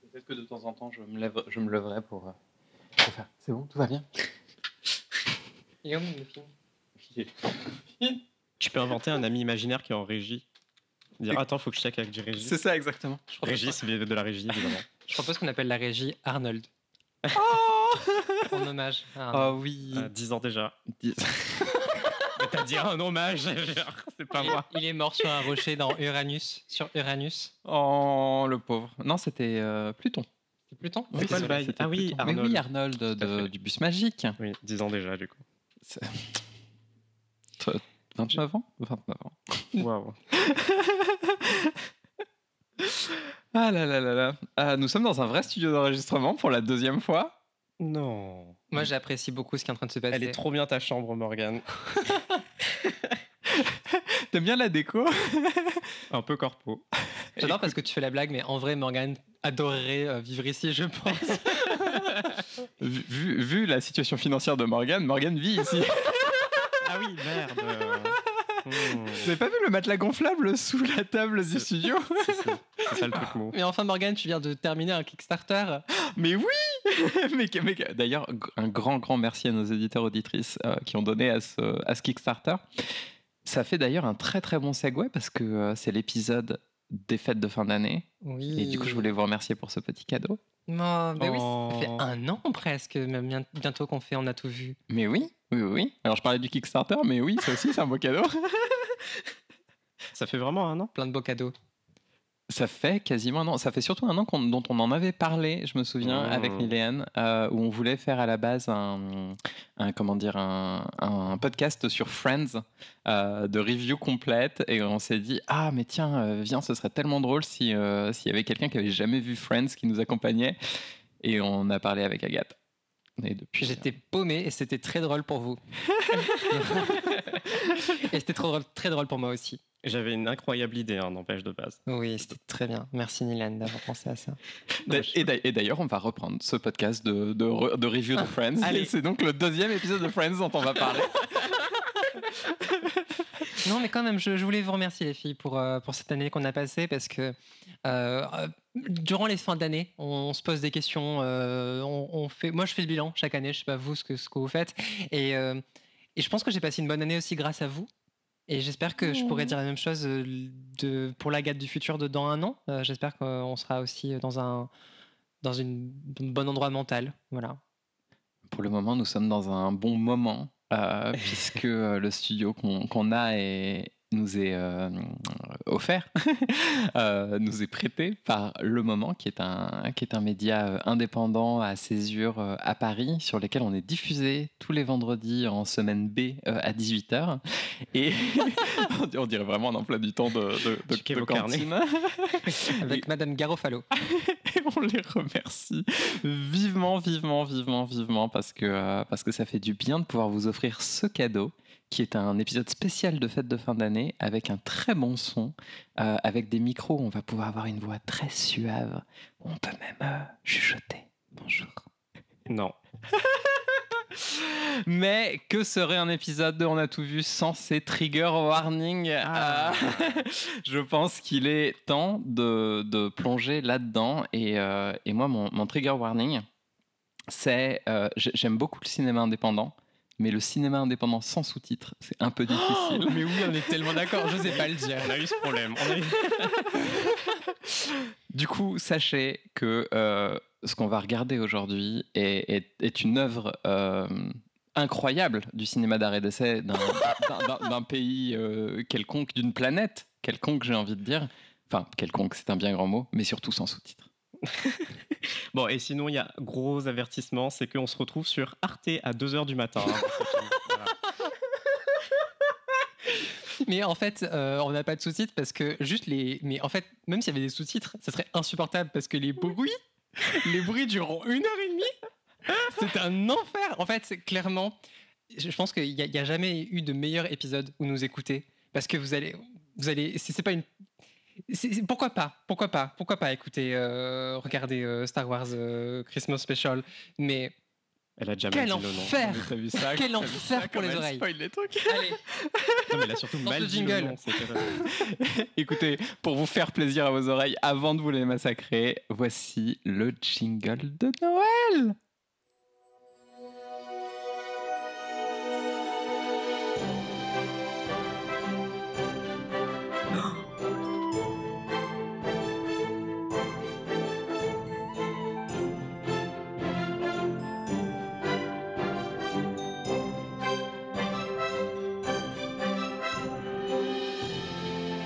Peut-être que de temps en temps, je me, lève, je me leverai pour, euh, pour faire. C'est bon, tout va bien. Il est où mon film Tu peux inventer un ami imaginaire qui est en régie. Dire attends, faut que je check avec du régie. C'est ça, exactement. Je propose, Régie, c'est de la régie, évidemment. je propose qu'on appelle la régie Arnold. Oh en hommage à Arnold. Ah oui. Euh, 10 ans déjà. Mais t'as dit ah, un hommage, genre, c'est pas Il- moi. Il est mort sur un rocher dans Uranus. Sur Uranus. Oh, le pauvre. Non, c'était euh, Pluton. C'est Pluton C'est quoi le bail c'était Ah oui, Pluton. Mais Arnold. oui, Arnold de- Tout à fait. du bus magique. Oui, 10 ans déjà, du coup. 29 ans 29 ans. Waouh. Ah là là là là. Ah, nous sommes dans un vrai studio d'enregistrement pour la deuxième fois. Non. Moi, j'apprécie beaucoup ce qui est en train de se passer. Elle est trop bien ta chambre, Morgane. T'aimes bien la déco Un peu corpo. J'adore parce que tu fais la blague, mais en vrai, Morgane adorerait euh, vivre ici, je pense. vu, vu- vu la situation financière de Morgan, Morgan vit ici. Ah oui, merde. Hmm. Vous avez pas vu le matelas gonflable sous la table du studio Si, si. C'est ça le truc mou. mais enfin, Morgane, tu viens de terminer un Kickstarter. Mais oui mais, que- mais que- D'ailleurs, g- un grand, grand merci à nos éditeurs auditrices euh, qui ont donné à ce, à ce Kickstarter. Ça fait d'ailleurs un très, très bon segue parce que euh, c'est l'épisode des fêtes de fin d'année. Oui. Et du coup, je voulais vous remercier pour ce petit cadeau. Non, mais Oh. oui, ça fait un an presque, même bien- bientôt qu'on fait On a tout vu. Mais oui, oui, oui, oui. Alors, je parlais du Kickstarter, mais oui, ça aussi, c'est un beau cadeau. Ça fait vraiment un an Plein de beaux cadeaux. Ça fait quasiment un an. Ça fait surtout un an qu'on- dont on en avait parlé, je me souviens, Mmh. avec Miléane, euh, où on voulait faire à la base un, un- comment dire, un, un podcast sur Friends euh, de review complète. Et on s'est dit, ah, mais tiens, euh, viens, ce serait tellement drôle si, euh, s'il y avait quelqu'un qui avait jamais vu Friends qui nous accompagnait. Et on a parlé avec Agathe. Et depuis. J'étais paumé et c'était très drôle pour vous. et c'était trop drôle- très drôle pour moi aussi. J'avais une incroyable idée, hein, n'empêche de base. Oui, c'était très bien. Merci Nilan d'avoir pensé à ça. euh, D'a- Et d'a- et d'ailleurs, on va reprendre ce podcast de, de, re- de review de Friends. Allez. C'est donc le deuxième épisode de Friends dont on va parler. Non, mais quand même, je, je voulais vous remercier, les filles, pour, euh, pour cette année qu'on a passée, parce que euh, euh, durant les fins d'année, on, se pose des questions. euh, on, on fait... Moi, je fais le bilan chaque année, je sais pas vous ce que, ce que vous faites. Et, euh, et je pense que j'ai passé une bonne année aussi grâce à vous. Et j'espère que je pourrai dire la même chose euh, de, pour la gâte du futur de dans un an. Euh, j'espère qu'on sera aussi dans un, dans une, un bon endroit mental. Voilà. Pour le moment, nous sommes dans un bon moment, euh, puisque euh, le studio qu'on qu'on a est- nous est euh, offert, euh, nous est prêté par Le Moment, qui est un, qui est un média euh, indépendant à césure euh, à Paris, sur lequel on est diffusé tous les vendredis en semaine B euh, à 18h. Et on dir- on dirait vraiment un emploi du temps de, de, de- Checker de vos carnets. cantine. Avec Madame Garofalo. Et on les remercie vivement, vivement, vivement, vivement, parce que, euh, parce que ça fait du bien de pouvoir vous offrir ce cadeau, qui est un épisode spécial de fête de fin d'année, avec un très bon son, euh, avec des micros, on va pouvoir avoir une voix très suave, on peut même euh, chuchoter. Bonjour. Non. Mais que serait un épisode de On a tout vu sans ces trigger warnings Ah. Euh, Je pense qu'il est temps de, de plonger là-dedans. Et, euh, et moi, mon, mon trigger warning, c'est euh, j'ai- j'aime beaucoup le cinéma indépendant, mais le cinéma indépendant sans sous-titres, c'est un peu difficile. mais oui, on est tellement d'accord, je sais pas le dire. On a eu ce problème. On a eu- Du coup, sachez que euh, ce qu'on va regarder aujourd'hui est, est- est une œuvre euh, incroyable du cinéma d'arrêt d'essai d'un- d'un d'un- d'un pays euh, quelconque, d'une planète quelconque, j'ai envie de dire. Enfin, quelconque, c'est un bien grand mot, mais surtout sans sous-titres. Bon, et sinon, il y a gros avertissement c'est qu'on se retrouve sur Arte à 2h du matin. hein. Voilà. Mais en fait, euh, on n'a pas de sous-titres parce que juste les. Mais en fait, même s'il y avait des sous-titres, ça serait insupportable parce que les bruits, les bruits durant une heure et demie, c'est un enfer. En fait, c'est clairement, je je pense qu'il n'y a, jamais eu de meilleur épisode où nous écouter parce que vous allez, vous allez, c'est c'est pas une. c'est- c'est- pourquoi pas Pourquoi pas Pourquoi pas écouter, euh, regarder euh, Star Wars euh, Christmas Special Mais Elle Ah bah a jamais Quel dit le nom. enfer T'as vu ça Quel t'as vu ça, enfer pour comme les elle oreilles. spoil les trucs. Allez, Non, mais elle a surtout Dans mal ce dit le jingle. nom, c'est terrible. Écoutez, pour vous faire plaisir à vos oreilles avant de vous les massacrer, voici le jingle de Noël.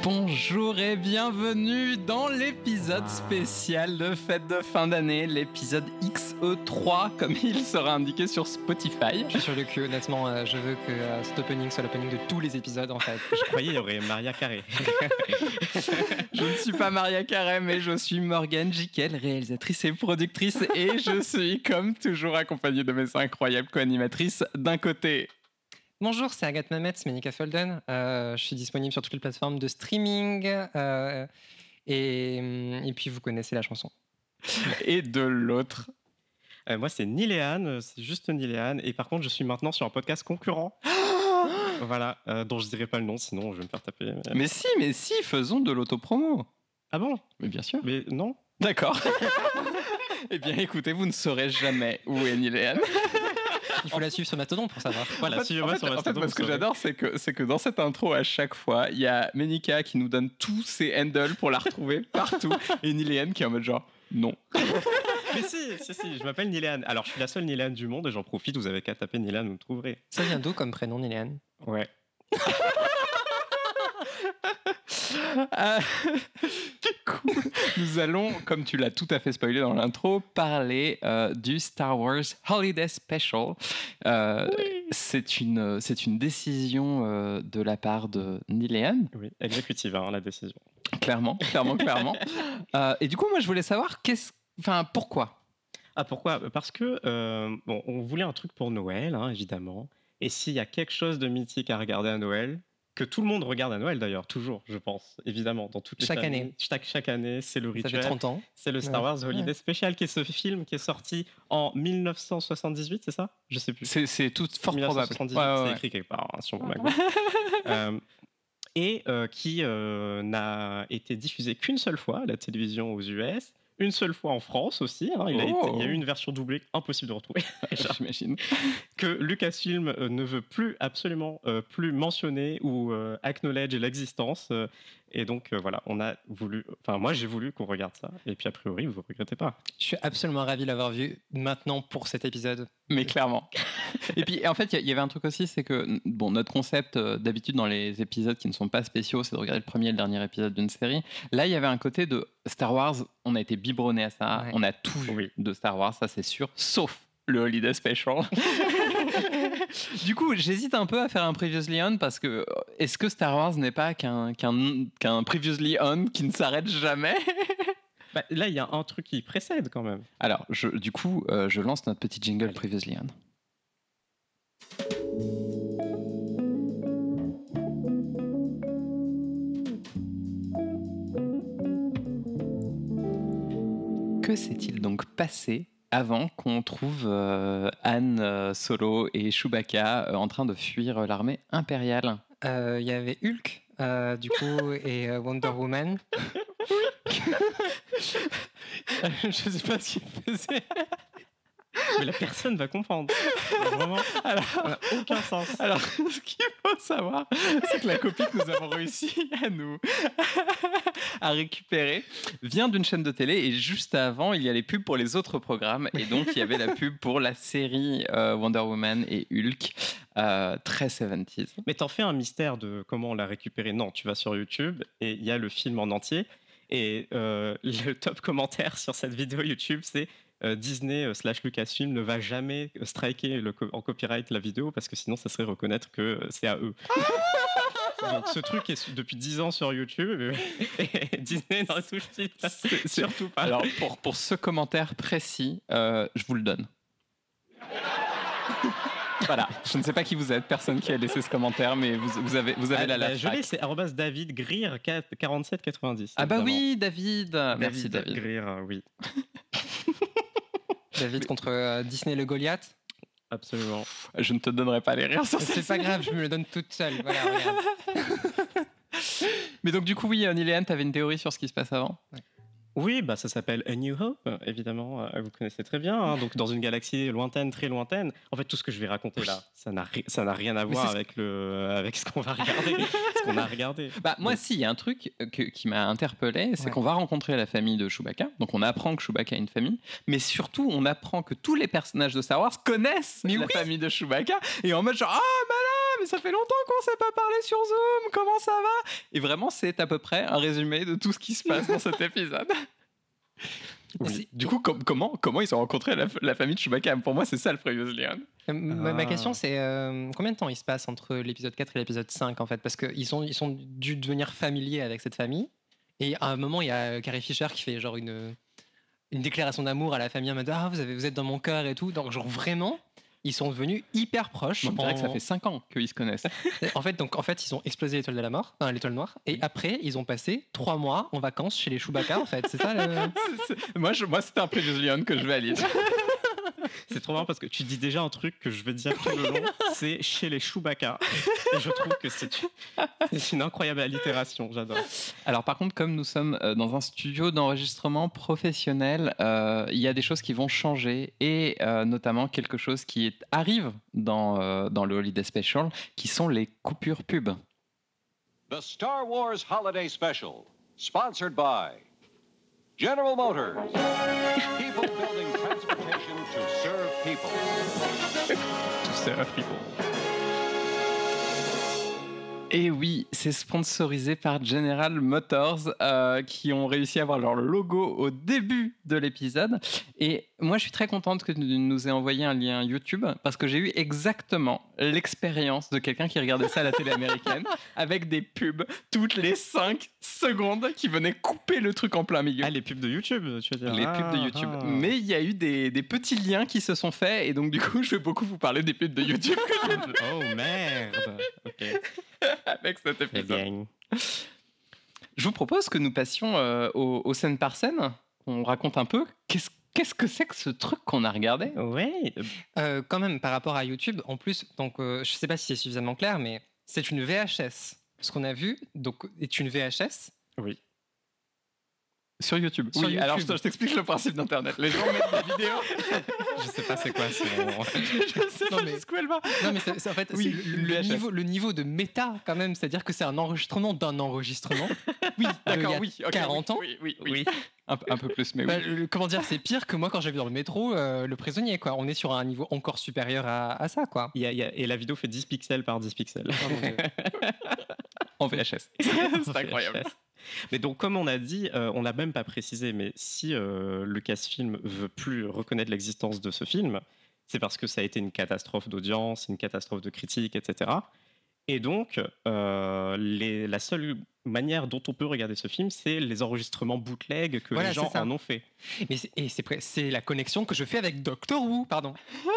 Bonjour et bienvenue dans l'épisode spécial de fête de fin d'année, l'épisode XE3 comme il sera indiqué sur Spotify. je suis sur le cul, honnêtement, euh, je veux que euh, cet opening soit l'opening de tous les épisodes en fait. Je croyais qu'il y aurait Maria Carré. Je ne suis pas Maria Carré, mais je suis Morgane Jiquel, réalisatrice et productrice, et je suis comme toujours accompagnée de mes incroyables co-animatrices. D'un côté, Bonjour, c'est Agathe Mamet, c'est Monica Folden. Euh, je suis disponible sur toutes les plateformes de streaming. euh, et, et puis vous connaissez la chanson. et de l'autre, Euh, moi, c'est Niléane, euh, c'est juste Niléane. Et par contre, je suis maintenant sur un podcast concurrent. voilà, euh, dont je dirai pas le nom, sinon je vais me faire taper. mais- Mais si, mais si, faisons de l'autopromo. Ah bon Mais bien sûr. Mais non D'accord. eh bien, écoutez, vous ne saurez jamais où est Niléane. Il faut la suivre sur Mastodon pour savoir. Voilà, En fait, suivez-moi en fait, sur en fait, Mastodon, moi, ce vous que saurez. j'adore, c'est que, c'est que dans cette intro, à chaque fois, il y a Menika qui nous donne tous ses handles pour la retrouver partout, et Niléane qui est en mode genre non. Mais si, si, si, je m'appelle Niléane. Alors, je suis la seule Niléane du monde et j'en profite, vous avez qu'à taper Niléane, vous me trouverez. Ça vient d'où comme prénom, Néliane Ouais. Euh, du coup, nous allons, comme tu l'as tout à fait spoilé dans l'intro, parler euh, du Star Wars Holiday Special. Euh, C'est une, c'est une décision euh, de la part de Niléane, Oui, exécutive, hein, la décision. clairement, clairement, clairement. Euh, et du coup, moi, je voulais savoir qu'est-ce, enfin, pourquoi. Ah, pourquoi Parce que, euh, bon, on voulait un truc pour Noël, hein, évidemment. Et s'il y a quelque chose de mythique à regarder à Noël, que tout le monde regarde à Noël d'ailleurs, toujours, je pense, évidemment, dans toutes les Chaque familles. année. Chaque, chaque année, c'est le Ça fait rituel. 30 ans. C'est le Star Ouais. Wars Holiday Special, qui est ce film qui est sorti en 1978, c'est ça Je sais plus. C'est, c'est tout fort probable. 1978, Ouais, ouais, c'est ouais. écrit quelque part hein, sur mon MacBook. Euh, et euh, qui euh, n'a été diffusé qu'une seule fois à la télévision aux US, une seule fois en France aussi. hein, il, a Oh. été- il y a eu une version doublée, impossible de retrouver, J'imagine. que Lucasfilm euh, ne veut plus absolument euh, plus mentionner ou euh, acknowledge l'existence. euh, et donc euh, voilà, on a voulu, enfin moi j'ai voulu qu'on regarde ça. Et puis a priori, vous regrettez pas. Je suis absolument ravi de l'avoir vu maintenant pour cet épisode. Mais clairement. Et puis, en fait, il y a- il y, avait un truc aussi, c'est que bon, notre concept euh, d'habitude dans les épisodes qui ne sont pas spéciaux, c'est de regarder le premier et le dernier épisode d'une série. Là, il y avait un côté de Star Wars, on a été biberonné à ça, Ouais. on a tout vu Oui. de Star Wars, ça c'est sûr, sauf le Holiday Special. du coup, j'hésite un peu à faire un Previously On parce que euh, est-ce que Star Wars n'est pas qu'un qu'un qu'un Previously On qui ne s'arrête jamais Bah, là, il y a un truc qui précède quand même. Alors, je- du coup, euh, je lance notre petit jingle Allez. Previously On. Que s'est-il donc passé avant qu'on trouve euh, Han euh, Solo et Chewbacca euh, en train de fuir l'armée impériale Euh, Il y avait Hulk, euh, du coup, et euh, Wonder Woman. je sais pas ce qu'il faisait. Mais la personne va comprendre. Vraiment, Alors, ça n'a aucun sens. Alors, ce qu'il faut savoir, c'est que la copie que nous avons réussi à nous à récupérer vient d'une chaîne de télé et juste avant, il y a les pubs pour les autres programmes et donc il y avait la pub pour la série euh, Wonder Woman et Hulk, euh, très 70s. Mais t'en fais un mystère de comment on l'a récupéré. Non, tu vas sur YouTube et il y a le film en entier. Et euh, le top commentaire sur cette vidéo YouTube, c'est euh, Disney euh, slash Lucasfilm ne va jamais euh, striker le co- en copyright la vidéo parce que sinon, ça serait reconnaître que euh, c'est à eux. Ah Donc ce truc est su- depuis 10 ans sur YouTube et Disney n'en touche pas. surtout pas. Alors pour, pour ce commentaire précis, euh, je vous le donne. Voilà, je ne sais pas qui vous êtes, personne qui a laissé ce commentaire, mais vous, vous avez, vous avez Ah, la, la bah, Je l'ai, c'est arrobas David Greer 4- 4790. Ah bah évidemment. oui, David, Ah, Merci David. Greer, euh, oui. David contre euh, Disney le Goliath. Absolument. Je ne te donnerai pas les rires sur C'est Oh, ça. pas grave, je me le donne toute seule. Voilà, regarde. Mais donc, du coup, oui, euh, Niléane, t'avais une théorie sur ce qui se passe avant Oui, bah, ça s'appelle A New Hope, euh, évidemment, euh, vous connaissez très bien. hein, donc, dans une galaxie lointaine, très lointaine. En fait, tout ce que je vais raconter là, ça n'a ri- ça n'a rien à Mais voir c'est ce- avec, le, avec ce qu'on va regarder, ce qu'on a regardé. Bah, moi, Donc- si, il y a un truc euh, que- qui m'a interpellé, c'est Ouais. qu'on va rencontrer la famille de Chewbacca. Donc, on apprend que Chewbacca a une famille, mais surtout, on apprend que tous les personnages de Star Wars connaissent Mais la oui. famille de Chewbacca. Et en mode genre, ah, bah là, mais ça fait longtemps qu'on s'est pas parlé sur Zoom, comment ça va Et vraiment, c'est à peu près un résumé de tout ce qui se passe dans cet épisode. Mais Oui. c'est- Du coup, com- comment, comment ils ont rencontré la, la famille de Chewbacca Pour moi, c'est ça le Previous Leon. Euh, Ma, ma Ah. question, c'est euh, combien de temps il se passe entre l'épisode 4 et l'épisode 5, en fait Parce qu'ils sont, ils sont dû devenir familiers avec cette famille. Et à un moment, il y a Carrie Fisher qui fait genre une, une déclaration d'amour à la famille en mode Ah, vous, avez, vous êtes dans mon cœur et tout. Donc, genre vraiment, ils sont devenus hyper proches. Je dirais que ça en- fait 5 ans qu'ils se connaissent. En fait, donc, en fait, ils ont explosé l'étoile de la mort, enfin, l'étoile noire. Et après, ils ont passé trois mois en vacances chez les Chewbacca, en fait. C'est ça le. C'est- c'est- moi, je- moi c'est un Previous Leon que je valide. C'est trop marrant parce que tu dis déjà un truc que je vais dire tout le long, c'est chez les Chewbacca. Et je trouve que c'est c'est une incroyable allitération, j'adore. Alors par contre, comme nous sommes euh, dans un studio d'enregistrement professionnel, euh, il y a des choses qui vont changer et euh, notamment quelque chose qui est- arrive dans, euh, dans le Holiday Special, qui sont les coupures pub. The Star Wars Holiday Special, sponsored by General Motors. People building transportation to serve people. Tout ça, people. Et Eh oui, c'est sponsorisé par General Motors euh, qui ont réussi à avoir leur logo au début de l'épisode. Et moi, je suis très contente que tu nous aies envoyé un lien YouTube parce que j'ai eu exactement l'expérience de quelqu'un qui regardait ça à la télé américaine avec des pubs toutes les 5 secondes qui venaient couper le truc en plein milieu. Ah, les pubs de YouTube, tu veux dire Les pubs de Ah, YouTube. ah. Mais il y a eu des, des petits liens qui se sont faits et donc du coup je vais beaucoup vous parler des pubs de YouTube Oh merde Ok, avec cet très épisode. bien. Je vous propose que nous passions euh, aux, aux scènes par scène. On raconte un peu qu'est-ce qu'est-ce que c'est que ce truc qu'on a regardé. Ouais, Euh, quand même, par rapport à YouTube, en plus, donc, euh, je sais pas si c'est suffisamment clair, mais c'est une VHS. Ce qu'on a vu donc, est une VHS. Sur YouTube. Sur oui, YouTube. alors je te- je t'explique le principe d'Internet. Les gens mettent des vidéos. je sais pas c'est quoi, c'est je sais Non, pas mais- jusqu'où elle va. Non, mais c'est- c'est- en fait, Oui, c'est le, le VHS. niveau, le niveau de méta, quand même, c'est-à-dire que c'est un enregistrement d'un enregistrement. Oui, il y d'accord, a oui. ok, 40 oui, ans. Oui, oui, oui. Un, un peu plus, mais oui. Bah, le- comment dire, c'est pire que moi quand j'ai vu dans le métro euh, le prisonnier, quoi. On est sur un niveau encore supérieur à, à ça, quoi. Il y a- il y a- Et la vidéo fait 10 pixels par 10 pixels. En VHS. C'est incroyable. Mais donc, comme on a dit, euh, on n'a même pas précisé, mais si euh, Lucasfilm veut plus reconnaître l'existence de ce film, c'est parce que ça a été une catastrophe d'audience, une catastrophe de critique, etc. Et donc, euh, les- la seule manière dont on peut regarder ce film, c'est les enregistrements bootleg que Voilà, les c'est gens ça. en ont fait. Mais c'est- et c'est pré- c'est la connexion que je fais avec Doctor Who, pardon. Oh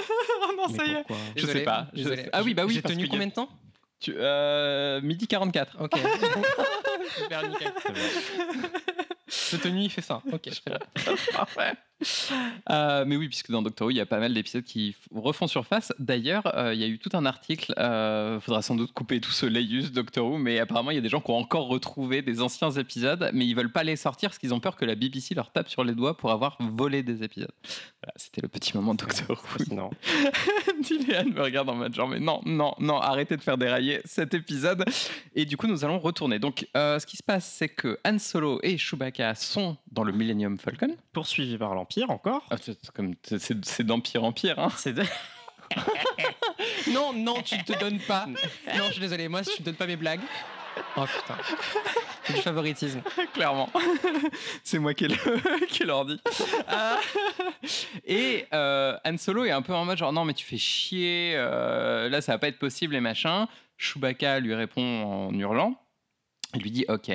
non, Mais ça y est. pourquoi Je sais Désolé, pas, je- désolé. ah oui, bah oui, J'ai parce tenu qu'il y a- combien de temps Tu- euh, midi 44. Ok. Super nickel. Cette nuit, il fait faim. Ok, je ferai Parfait. Euh, mais oui, puisque dans Doctor Who, il y a pas mal d'épisodes qui f- refont surface. D'ailleurs, euh, il y a eu tout un article. Il faudra sans doute couper tout ce laïus Doctor Who, mais apparemment, il y a des gens qui ont encore retrouvé des anciens épisodes, mais ils veulent pas les sortir parce qu'ils ont peur que la BBC leur tape sur les doigts pour avoir volé des épisodes. Voilà, c'était le petit moment Doctor Who. Sinon, Dylan me regarde en mode genre, mais non, non, non, arrêtez de faire dérailler cet épisode. Et du coup, nous allons retourner. Donc, euh, ce qui se passe, c'est que Han Solo et Chewbacca sont dans le Millennium Falcon. poursuivi par l'Empire encore. Ah, c'est- c'est comme- c'est- c'est c'est d'empire en pire. Hein. C'est de- Non, non, tu ne te donnes pas. Non, je suis désolé, moi, je ne donne pas mes blagues. Oh putain. C'est du favoritisme. clairement. C'est moi qui ai le- qui ai l'ordi. Ah. et euh, Han Solo est un peu en mode genre non mais tu fais chier, euh, là ça va pas être possible et machin. Chewbacca lui répond en hurlant. Il lui dit ok,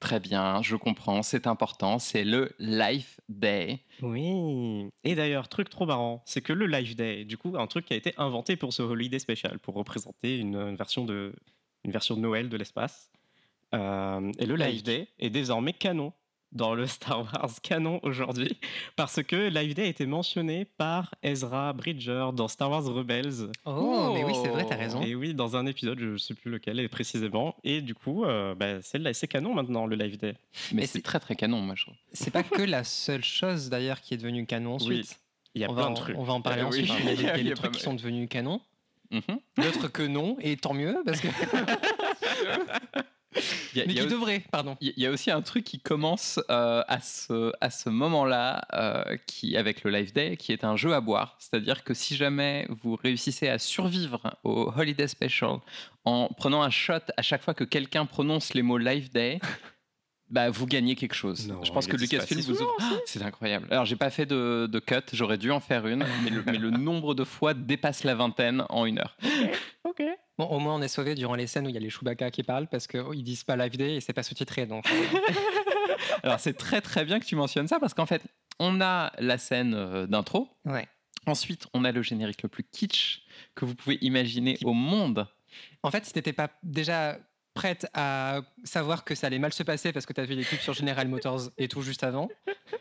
très bien, je comprends, c'est important, c'est le Life Day. Oui. Et d'ailleurs, truc trop marrant, c'est que le Live Day, du coup, un truc qui a été inventé pour ce holiday spécial, pour représenter une, une version de une version de Noël de l'espace. Euh, et le Live Day est désormais canon dans le Star Wars canon aujourd'hui, parce que la idée a été mentionnée par Ezra Bridger dans Star Wars Rebels. Oh, mais oui, c'est vrai, t'as raison. Et oui, dans un épisode, je ne sais plus lequel est précisément. Et du coup, euh, bah, c'est la- c'est canon maintenant, le Live Day. Mais Mais c'est c'est- très très canon, moi je trouve. C'est pas que la seule chose d'ailleurs qui est devenue canon Oui, ensuite. Il y a on, plein va, de trucs. on va en parler Ah oui, ensuite. Il y a des, il y a il y des a pas trucs qui mal. sont devenus canon, Mhm. d'autres que non, et tant mieux, parce que... Il y a- il mais y qui a au- devraient, pardon. Il y a aussi un truc qui commence euh, à ce, à ce moment-là, euh, qui avec le Live Day, qui est un jeu à boire. C'est-à-dire que si jamais vous réussissez à survivre au Holiday Special en prenant un shot à chaque fois que quelqu'un prononce les mots Live Day, bah, vous gagnez quelque chose. Non, Je pense il que existe Lucasfilm pas si vous ouvre. Ah, C'est incroyable. Alors, j'ai pas fait de, de cut, j'aurais dû en faire une, mais le, mais le nombre de fois dépasse la vingtaine en une heure. Bon, au moins on est sauvé durant les scènes où il y a les Chewbacca qui parlent, parce qu'ils disent pas Live Day et c'est pas sous-titré, donc... Alors, c'est très très bien que tu mentionnes ça parce qu'en fait, on a la scène euh, d'intro. Ouais. Ensuite, on a le générique le plus kitsch que vous pouvez imaginer au monde. En fait, si t'étais pas déjà prête à savoir que ça allait mal se passer parce que t'as vu les clips sur General Motors et tout juste avant,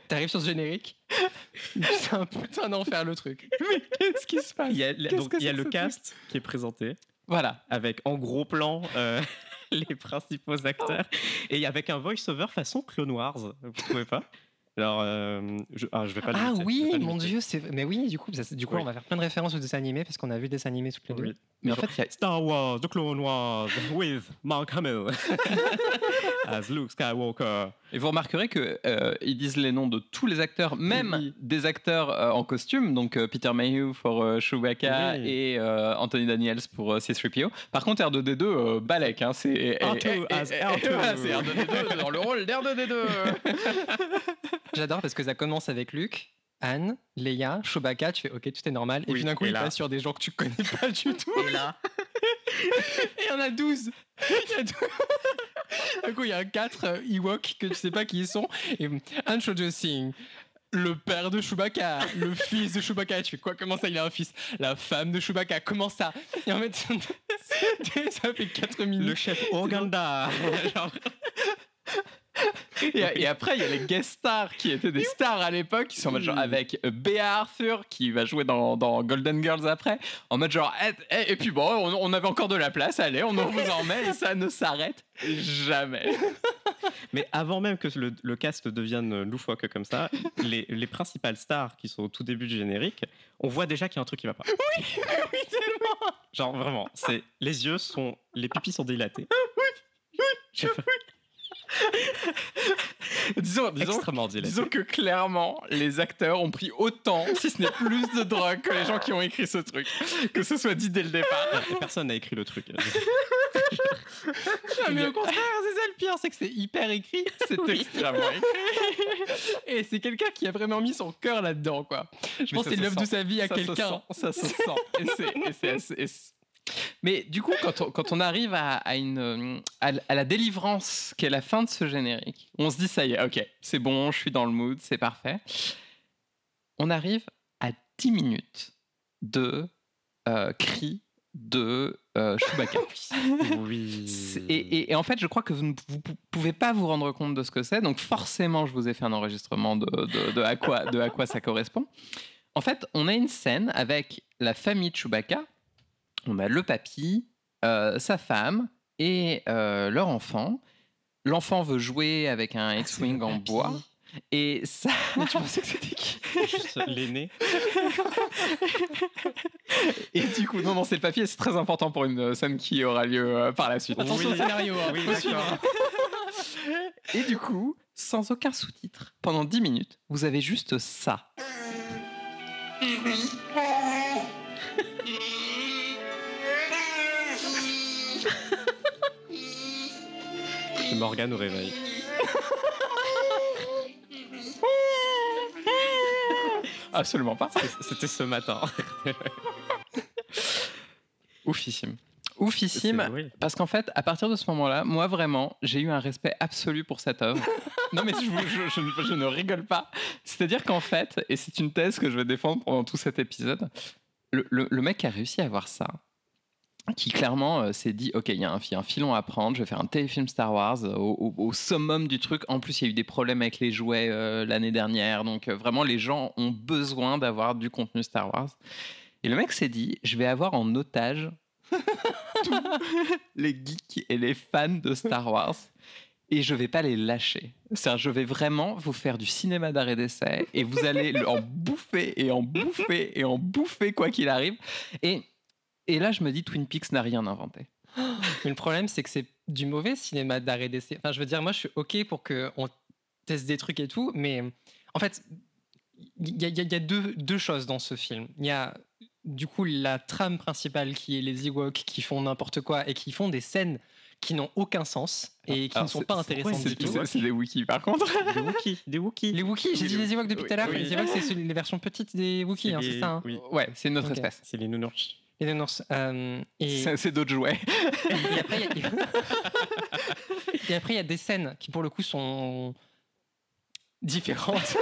t'arrives sur ce générique, c'est un putain d'enfer le truc. Qu'est-ce qui se passe Il y a, Qu'est-ce donc, que il y a c'est le que ce cast qui est présenté, Voilà. avec en gros plan euh, les principaux acteurs, et avec un voice-over façon Clone Wars. Vous trouvez pas Alors, euh, je, ah, je vais pas le Ah muter, je vais oui, pas le mon muter. dieu, c'est. Mais oui, du coup, ça- du coup, Oui. on va faire plein de références aux dessins animés parce qu'on a vu des dessins animés toutes les deux. Oui. Mais en fait, il y a- Star Wars, The Clone Wars, with Mark Hamill, as Luke Skywalker. et vous remarquerez que euh, ils disent les noms de tous les acteurs, même Oui. des acteurs euh, en costume, donc euh, Peter Mayhew pour euh, Chewbacca Oui. et euh, Anthony Daniels pour euh, C3PO. Par contre, R2D2, euh, Balek, hein, c'est R2 et- et- as et- R2. voilà, Euh, c'est R2D2 dans le rôle d'R2D2. J'adore parce que ça commence avec Luc, Anne, Leia, Chewbacca. Tu fais OK, tout est normal. Et Oui, puis d'un coup, et il là- passe sur des gens que tu connais pas du tout. Et là, il y en a 12. Il y a 12. D'un coup, il y a 4 Ewoks que tu sais pas qui ils sont. Et hum, Anne Chojo Singh. Le père de Chewbacca, le fils de Chewbacca, tu fais quoi Comment ça, il a un fils La femme de Chewbacca, comment ça Et en fait, ça fait 4 minutes. Le chef Organda. Et, et après, il y a les guest stars qui étaient des stars à l'époque, qui sont en mode genre avec euh, Béa Arthur qui va jouer dans, dans Golden Girls après, en mode genre, eh, eh, et puis bon, on, on avait encore de la place, allez, on en vous emmène, et ça ne s'arrête jamais. Mais avant même que le, le cast devienne loufoque comme ça, les, les principales stars qui sont au tout début du générique, on voit déjà qu'il y a un truc qui va pas. Oui, tellement. Genre vraiment, c'est les yeux sont, les pipis sont dilatées. Je- Disons, disons, extrêmement dilatées. disons que clairement, les acteurs ont pris autant, si ce n'est plus de drogue que les gens qui ont écrit ce truc, que ce soit dit dès le départ. Ouais, et Ah, Personne n'a écrit le truc. Non, mais au contraire, c'est ça le pire, c'est que c'est hyper écrit. C'est Oui. extrêmement écrit. Et c'est quelqu'un qui a vraiment mis son cœur là-dedans, quoi. Je Mais pense ça que c'est se l'œuvre de sent. sa vie à Ça se quelqu'un. sent, Ça se sent. Et c'est- et c'est assez- et c'est- Mais du coup, quand on, quand on arrive à, à une, euh, à, l- à la délivrance qui est la fin de ce générique, on se dit ça y est, ok, c'est bon, je suis dans le mood, c'est parfait. On arrive à 10 minutes de euh, cris de euh, Chewbacca. Oui. C'est- Et, et- et en fait, je crois que vous ne vous pou- pouvez pas vous rendre compte de ce que c'est. Donc forcément, je vous ai fait un enregistrement de, de- de à, quoi, de à quoi ça correspond. En fait, on a une scène avec la famille de Chewbacca. On a le papy, euh, sa femme et euh, leur enfant. L'enfant veut jouer avec un X-Wing en bois. Et ça... tu pensais que c'était qui Juste l'aîné. Et du coup, non, non, c'est le papier, c'est très important pour une euh, scène qui aura lieu euh, par la suite. Attention Oui. au scénario, hein. Oui, Faut suivre. d'accord. Et du coup, sans aucun sous-titre, pendant 10 minutes, vous avez juste ça. C'est Morgane au réveil. Absolument pas. C'est- C'était ce matin. Oufissime. C'est- Oufissime. oui. Parce qu'en fait, à partir de ce moment-là, moi vraiment, j'ai eu un respect absolu pour cette œuvre. non mais je, vous- je- je ne- je ne rigole pas. C'est-à-dire qu'en fait, et c'est une thèse que je vais défendre pendant tout cet épisode, le, le- le mec qui a réussi à avoir ça, qui clairement euh, s'est dit ok il y, a un il y a un filon à prendre je vais faire un téléfilm Star Wars euh, au, au- au summum du truc en plus il y a eu des problèmes avec les jouets euh, l'année dernière donc euh, vraiment les gens ont besoin d'avoir du contenu Star Wars et le mec s'est dit je vais avoir en otage tous les geeks et les fans de Star Wars et je vais pas les lâcher. C'est-à-dire, je vais vraiment vous faire du cinéma d'arrêt d'essai et vous allez le- en bouffer et en bouffer et en bouffer quoi qu'il arrive. Et et là, je me dis, Twin Peaks n'a rien inventé. Mais le problème, c'est que c'est du mauvais cinéma d'arrêt d'essai. Enfin, je veux dire, moi, je suis OK pour qu'on teste des trucs et tout, mais en fait, il y a, il y a- il y a deux, deux choses dans ce film. Il y a, du coup, la trame principale qui est les Ewoks qui font n'importe quoi et qui font des scènes qui n'ont aucun sens et qui Ah, Alors, ne sont c'est- pas c'est- intéressantes c'est- du tout. c'est- C'est des wikis, par contre. Des Wookiees, des Wookiees. Les Wookiees, j'ai Oui, dit oui. les Ewoks depuis Oui, tout à l'heure, oui. mais les Ewoks, c'est celui- les versions petites des Wookiees, hein, c'est les- ça hein Oui, Ouais, c'est une autre Ok. espèce. c'est les nounours. Les Nanours, euh, et- C'est c'est d'autres jouets. Et après, il y a- Et après, il y a des scènes qui, pour le coup, sont différentes.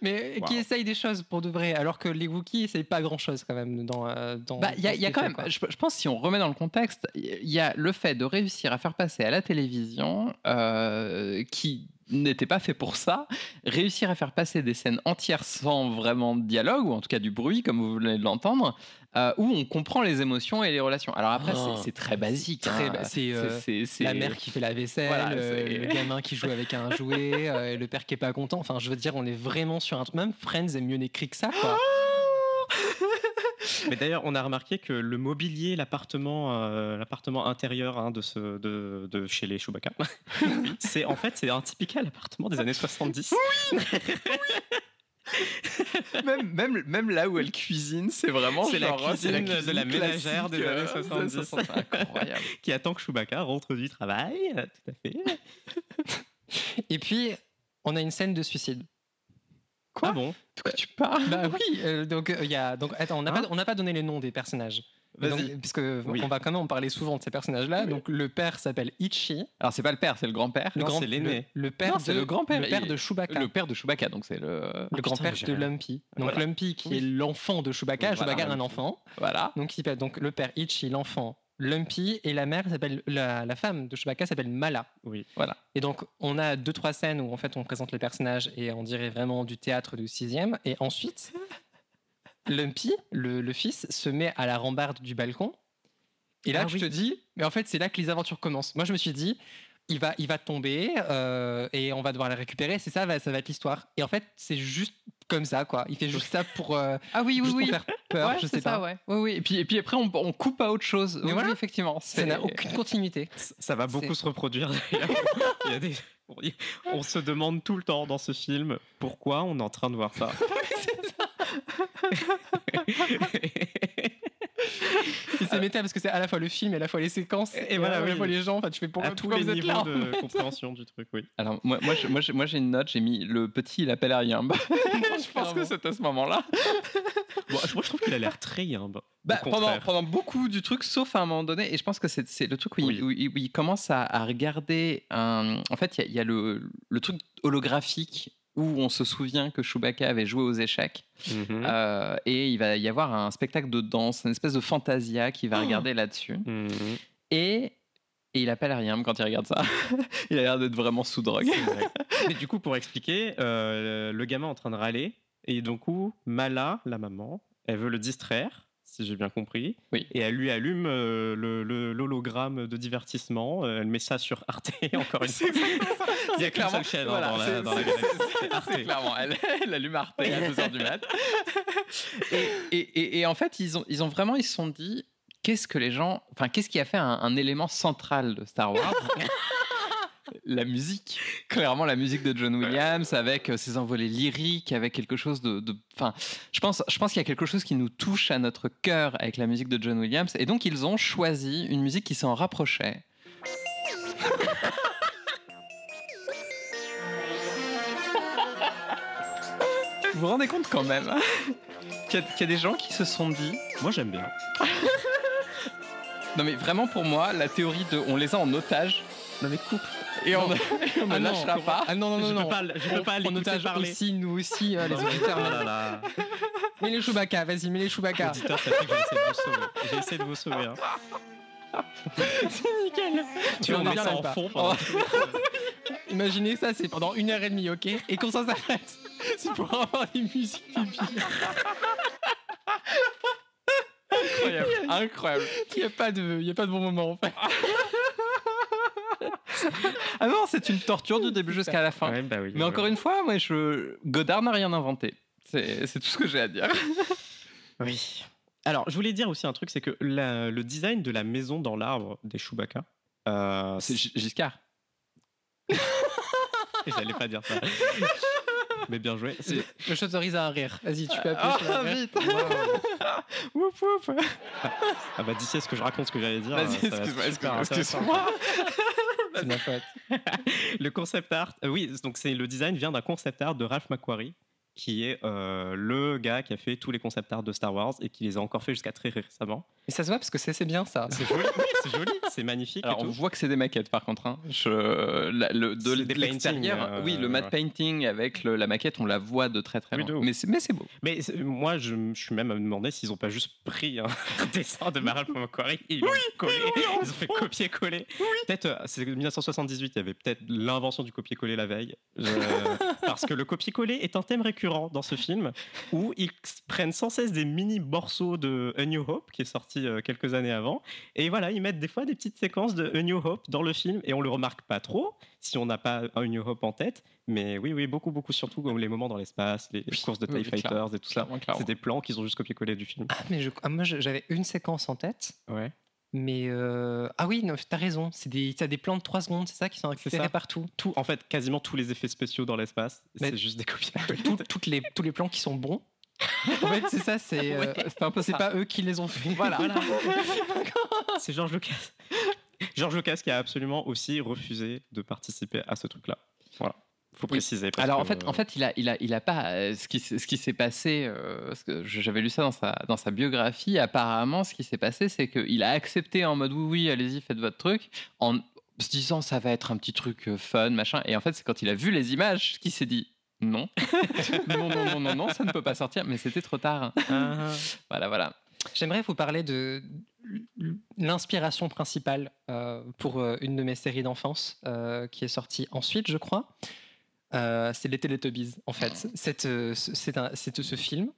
Mais qui Wow. essayent des choses pour de vrai, alors que les Wookiees essayent pas grand chose quand même dans. euh, dans Bah, il y a, dans ce il y a qui est quand fait, même, quoi. je, je pense, si on remet dans le contexte, il y a le fait de réussir à faire passer à la télévision, euh, qui n'était pas fait pour ça, réussir à faire passer des scènes entières sans vraiment de dialogue, ou en tout cas du bruit, comme vous venez de l'entendre, euh, où on comprend les émotions et les relations. Alors après, Oh. c'est- c'est très basique. Très hein. ba- c'est, euh, C'est- c'est- La c'est- mère qui fait la vaisselle, Voilà, euh, c'est- le gamin qui joue avec un jouet, euh, et le père qui est pas content. Enfin, je veux dire, on est vraiment sur un truc. Même Friends est mieux écrit que ça, quoi. Mais d'ailleurs, on a remarqué que le mobilier, l'appartement, euh, l'appartement intérieur hein, de, ce, de, de chez les Chewbacca, c'est en fait c'est un typique appartement des années 70. même, même, même là où elle cuisine, c'est vraiment C'est la genre, oh, c'est cuisine de la classique, ménagère des euh, années 70. ça, ça, c'est incroyable. qui attend que Chewbacca rentre du travail. euh, Tout à fait. Et puis, on a une scène de suicide. Quoi ah bon De quoi tu parles Bah oui, euh, donc euh, il y a. Donc, attends, on n'a Hein pas- on n'a pas donné les noms des personnages. Mais donc, Vas-y. parce que Oui. on va quand même en parler souvent de ces personnages-là. Donc le père s'appelle Ichi, Alors, c'est pas le père, c'est le grand-père. le Non, grand- c'est l'aîné. le, le père, Non, c'est de- le grand-père. le père Il- de Chewbacca, Le Ah, le, père de Chewbacca, donc c'est le. putain, grand-père mais j'ai de rien. Lumpy. Donc Voilà. Lumpy qui Oui. est l'enfant de Chewbacca, Oui, voilà, Chewbacca a un Lumpy. enfant. Voilà. Donc il s'appelle donc le père Ichi, l'enfant Lumpy et la mère s'appelle la, la femme de Chewbacca s'appelle Mala. Oui. Voilà. Et donc on a deux trois scènes où en fait on présente les personnages et on dirait vraiment du théâtre du sixième. Et ensuite Lumpy, le, le fils, se met à la rambarde du balcon. Et là, Ah je oui. te dis, mais en fait, c'est là que les aventures commencent. Moi, je me suis dit, il va, il va tomber euh, et on va devoir le récupérer. C'est ça, va- ça va être l'histoire. Et en fait, c'est juste comme ça, quoi. Il fait juste ça pour, euh, Ah oui, juste pour faire peur, je sais pas. ouais. Oui, oui. Et puis, et puis après, on, on coupe à autre chose. Mais Oui, voilà. oui, effectivement. Ça c'est- n'a aucune continuité. Ça va beaucoup C'est- se reproduire. d'ailleurs. Il y a des- On se demande tout le temps dans ce film pourquoi on est en train de voir ça. Et Ah c'est méta parce que c'est à la fois le film, et à la fois les séquences, et, Et voilà, à la oui. fois les gens. Enfin, tu fais pourquoi, à tous pourquoi les vous êtes niveaux là de compréhension du truc, oui. Alors, moi, moi, je- moi, je- moi, j'ai une note, j'ai mis le petit, il appelle à rien. je pense que Clairement. c'est à ce moment-là. Bon, je, moi, je trouve qu'il a l'air très humble. Bah, Au pendant, contraire. pendant beaucoup du truc, sauf à un moment donné, et je pense que c'est c'est le truc où, il- Oui. où il, où il commence à, à regarder. un- En fait, il y a- il y, a le, le truc holographique où on se souvient que Chewbacca avait joué aux échecs. Mm-hmm. Mhm. Euh, et il va y avoir un spectacle de danse, une espèce de fantasia qu'il va Oh. regarder là-dessus. Mm-hmm. Mhm. Et, et il appelle Ariam quand il regarde ça. il a l'air d'être vraiment sous drogue. Mais du coup, pour expliquer, euh, le gamin est en train de râler. Et du coup, Mala, la maman, elle veut le distraire, si j'ai bien compris. Oui. Et elle lui allume euh, le- le- l'hologramme de divertissement. Euh, elle met ça sur Arte, encore une fois. Il y a qu'une seule chaîne hein, voilà, dans la, c'est- dans la c'est- galaxie. c'est- Arte. Ah, c'est clairement, elle, elle allume Arte à 2h du mat. Et, et- et- et en fait, ils ont, ils ont vraiment, ils se sont dit, qu'est-ce que les gens, enfin, qu'est-ce qui a fait un, un élément central de Star Wars La musique, clairement la musique de John Williams, avec euh, ses envolées lyriques, avec quelque chose de, de- enfin, je pense, je pense qu'il y a quelque chose qui nous touche à notre cœur avec la musique de John Williams, et donc ils ont choisi une musique qui s'en rapprochait. Vous vous rendez compte quand même hein qu'il y, a- qu'il y a des gens qui se sont dit Moi, j'aime bien. non mais vraiment pour moi la théorie de on les a en otage Non, mais coupe. et on, Non. et on ne Ah non, lâchera pas Ah non, non, non, je non. peux pas, je peux pas on l'écouter otage parler. aussi, nous aussi, euh, les Non, mais- auditeurs. oh là là. Mets les Chewbacca, vas-y, mets les Chewbacca. Auditeur, ça fait que j'ai essayé de vous sauver. J'ai essayé de vous sauver. hein. C'est nickel. Tu Non, en mais mets bien ça en pas. Oh. fond pendant tout le- Imaginez ça, c'est pendant une heure et demie, ok Et qu'on s'en s'arrête. C'est pour avoir des musiques débiles. Oh, Incroyable. Incroyable. Il n'y a, pas de- il y a pas de bon moment, en fait. ah non, c'est une torture du début jusqu'à la fin. Ouais, bah oui, Mais ouais. encore une fois, moi, je... Godard n'a rien inventé. C'est c'est tout ce que j'ai à dire. Oui. Alors, je voulais dire aussi un truc, c'est que la- le design de la maison dans l'arbre des Chewbacca, euh, Ah, C'est Gi- Giscard. j'allais pas dire ça, mais bien joué. C'est- Je t'autorise à un rire. Vas-y, tu peux appuyer sur Ah, le rire. vite. Wouf, wouf. Ah bah d'ici à ce que je raconte ce que j'allais dire. Vas-y, euh, ça va être excuse-moi, super excuse-moi, intéressant. excuse-moi. C'est ma faute. Le concept art, euh, oui, donc c'est le design vient d'un concept art de Ralph McQuarrie, qui est euh, le gars qui a fait tous les concept art de Star Wars et qui les a encore fait jusqu'à très récemment. Mais ça se voit parce que c'est c'est bien ça. C'est joli, oui, c'est joli, c'est magnifique. Ah, Alors, on et tout. voit que c'est des maquettes par contre. hein. Je, la- le, de C'est des l'extérieur, paintings, euh, oui, le matte ouais. painting avec le- la maquette, on la voit de très très Oui, loin. de ouf. mais c'est mais c'est beau. Mais c'est- moi, je, me- je suis même à me demander s'ils n'ont pas juste pris un dessin de Ralph McQuarrie et ils l'ont collé. Ils ont fait copier-coller. Peut-être, euh, c'est 1978, il y avait peut-être l'invention du copier-coller la veille. Euh, parce que le copier-coller est un thème récurrent dans ce film où ils prennent sans cesse des mini morceaux de A New Hope qui est sorti euh, quelques années avant. Et voilà, ils mettent des fois des petites séquences de A New Hope dans le film et on le remarque pas trop si on n'a pas A New Hope en tête. Mais oui, oui, beaucoup, beaucoup, surtout comme les moments dans l'espace, les courses de TIE oui, clairement. Fighters et tout ça. Clairement, clairement. C'est des plans qu'ils ont juste copié-collé du film. Ah, mais je- ah, moi, je- j'avais une séquence en tête. Ouais. Mais euh, ah oui, non, t'as raison. C'est des, t'as des plans de 3 secondes, c'est ça qui sont récupérés ça. partout. Tout, en fait, quasiment tous les effets spéciaux dans l'espace, Mais- c'est juste des copies. Tout- toutes les, tous les plans qui sont bons. Bah En fait, c'est ça, c'est euh, c'est un peu c'est ça. pas eux qui les ont fait. Voilà. c'est George Lucas. George Lucas qui a absolument aussi refusé de participer à ce truc-là. Voilà. Faut préciser. parce Alors en que- fait, en fait, il a, il a, il a pas euh, ce qui, s- ce qui s'est passé. euh, parce que je- j'avais lu ça dans sa, dans sa biographie. Apparemment, ce qui s'est passé, c'est qu'il a accepté en mode oui, oui, allez-y, faites votre truc, en se disant ça va être un petit truc euh, fun, machin. Et en fait, c'est quand il a vu les images qu'il s'est dit non, non, non, non, non, non, ça ne peut pas sortir. Mais c'était trop tard. Ah, Voilà, voilà. J'aimerais vous parler de l'inspiration principale euh, pour euh, une de mes séries d'enfance euh, qui est sortie ensuite, je crois. Euh, c'est les Teletubbies, en fait. C'est euh, ce- c'est un- c'est ce film.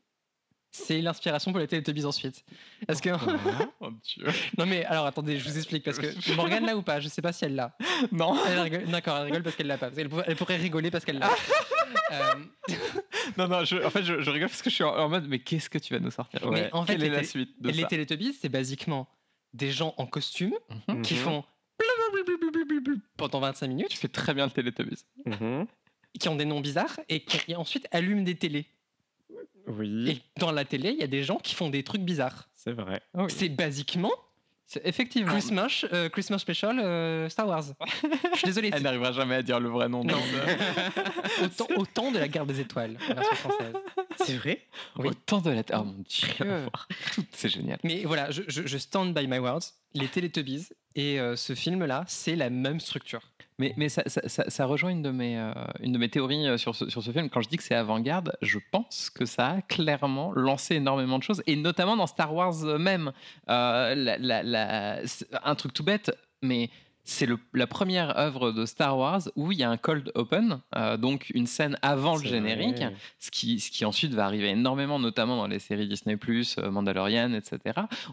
C'est l'inspiration pour les Teletubbies ensuite. Parce que Oh, mon Dieu. non mais alors attendez, je vous explique parce que Morgane l'a ou pas, je sais pas si elle l'a. Non, Elle rigole- D'accord, elle rigole parce qu'elle l'a pas. Parce qu'elle pour- Elle pourrait rigoler parce qu'elle l'a. Ah. Euh, non, non. je- en fait, je, je rigole parce que je suis en, en mode mais qu'est-ce que tu vas nous sortir Mais en fait, Quelle est les la télé- suite de et les ça Teletubbies, c'est basiquement des gens en costume Mhm. qui Mhm. font pendant 25 minutes, Tu fais très bien le Teletubbies. mhm. qui ont des noms bizarres et qui ensuite allument des télés. Oui, Et dans la télé, il y a des gens qui font des trucs bizarres. c'est vrai. C'est basiquement Ah C'est- Effectivement. Christmas, euh, Christmas Special euh, Star Wars. Je suis désolé, Elle c'est n'arrivera jamais à dire le vrai nom. Non. de- autant, autant de la guerre des étoiles, la version française. C'est vrai Oui. Autant de la terre. Oh mon Rien à dieu. Tout- C'est génial. Mais voilà, je, je- je stand by my words. Les Teletubbies et euh, ce film-là, c'est la même structure. Mais, mais ça, ça- ça- ça rejoint une de mes, euh, une de mes théories euh, sur ce, sur ce film. Quand je dis que c'est avant-garde, je pense que ça a clairement lancé énormément de choses, et notamment dans Star Wars euh, même. Euh, la- la- la- c'est un truc tout bête, mais c'est le- la première œuvre de Star Wars où il y a un cold open, euh, donc une scène avant le C'est générique. vrai. ce qui, ce qui ensuite va arriver énormément, notamment dans les séries Disney, euh, Mandalorian, etc.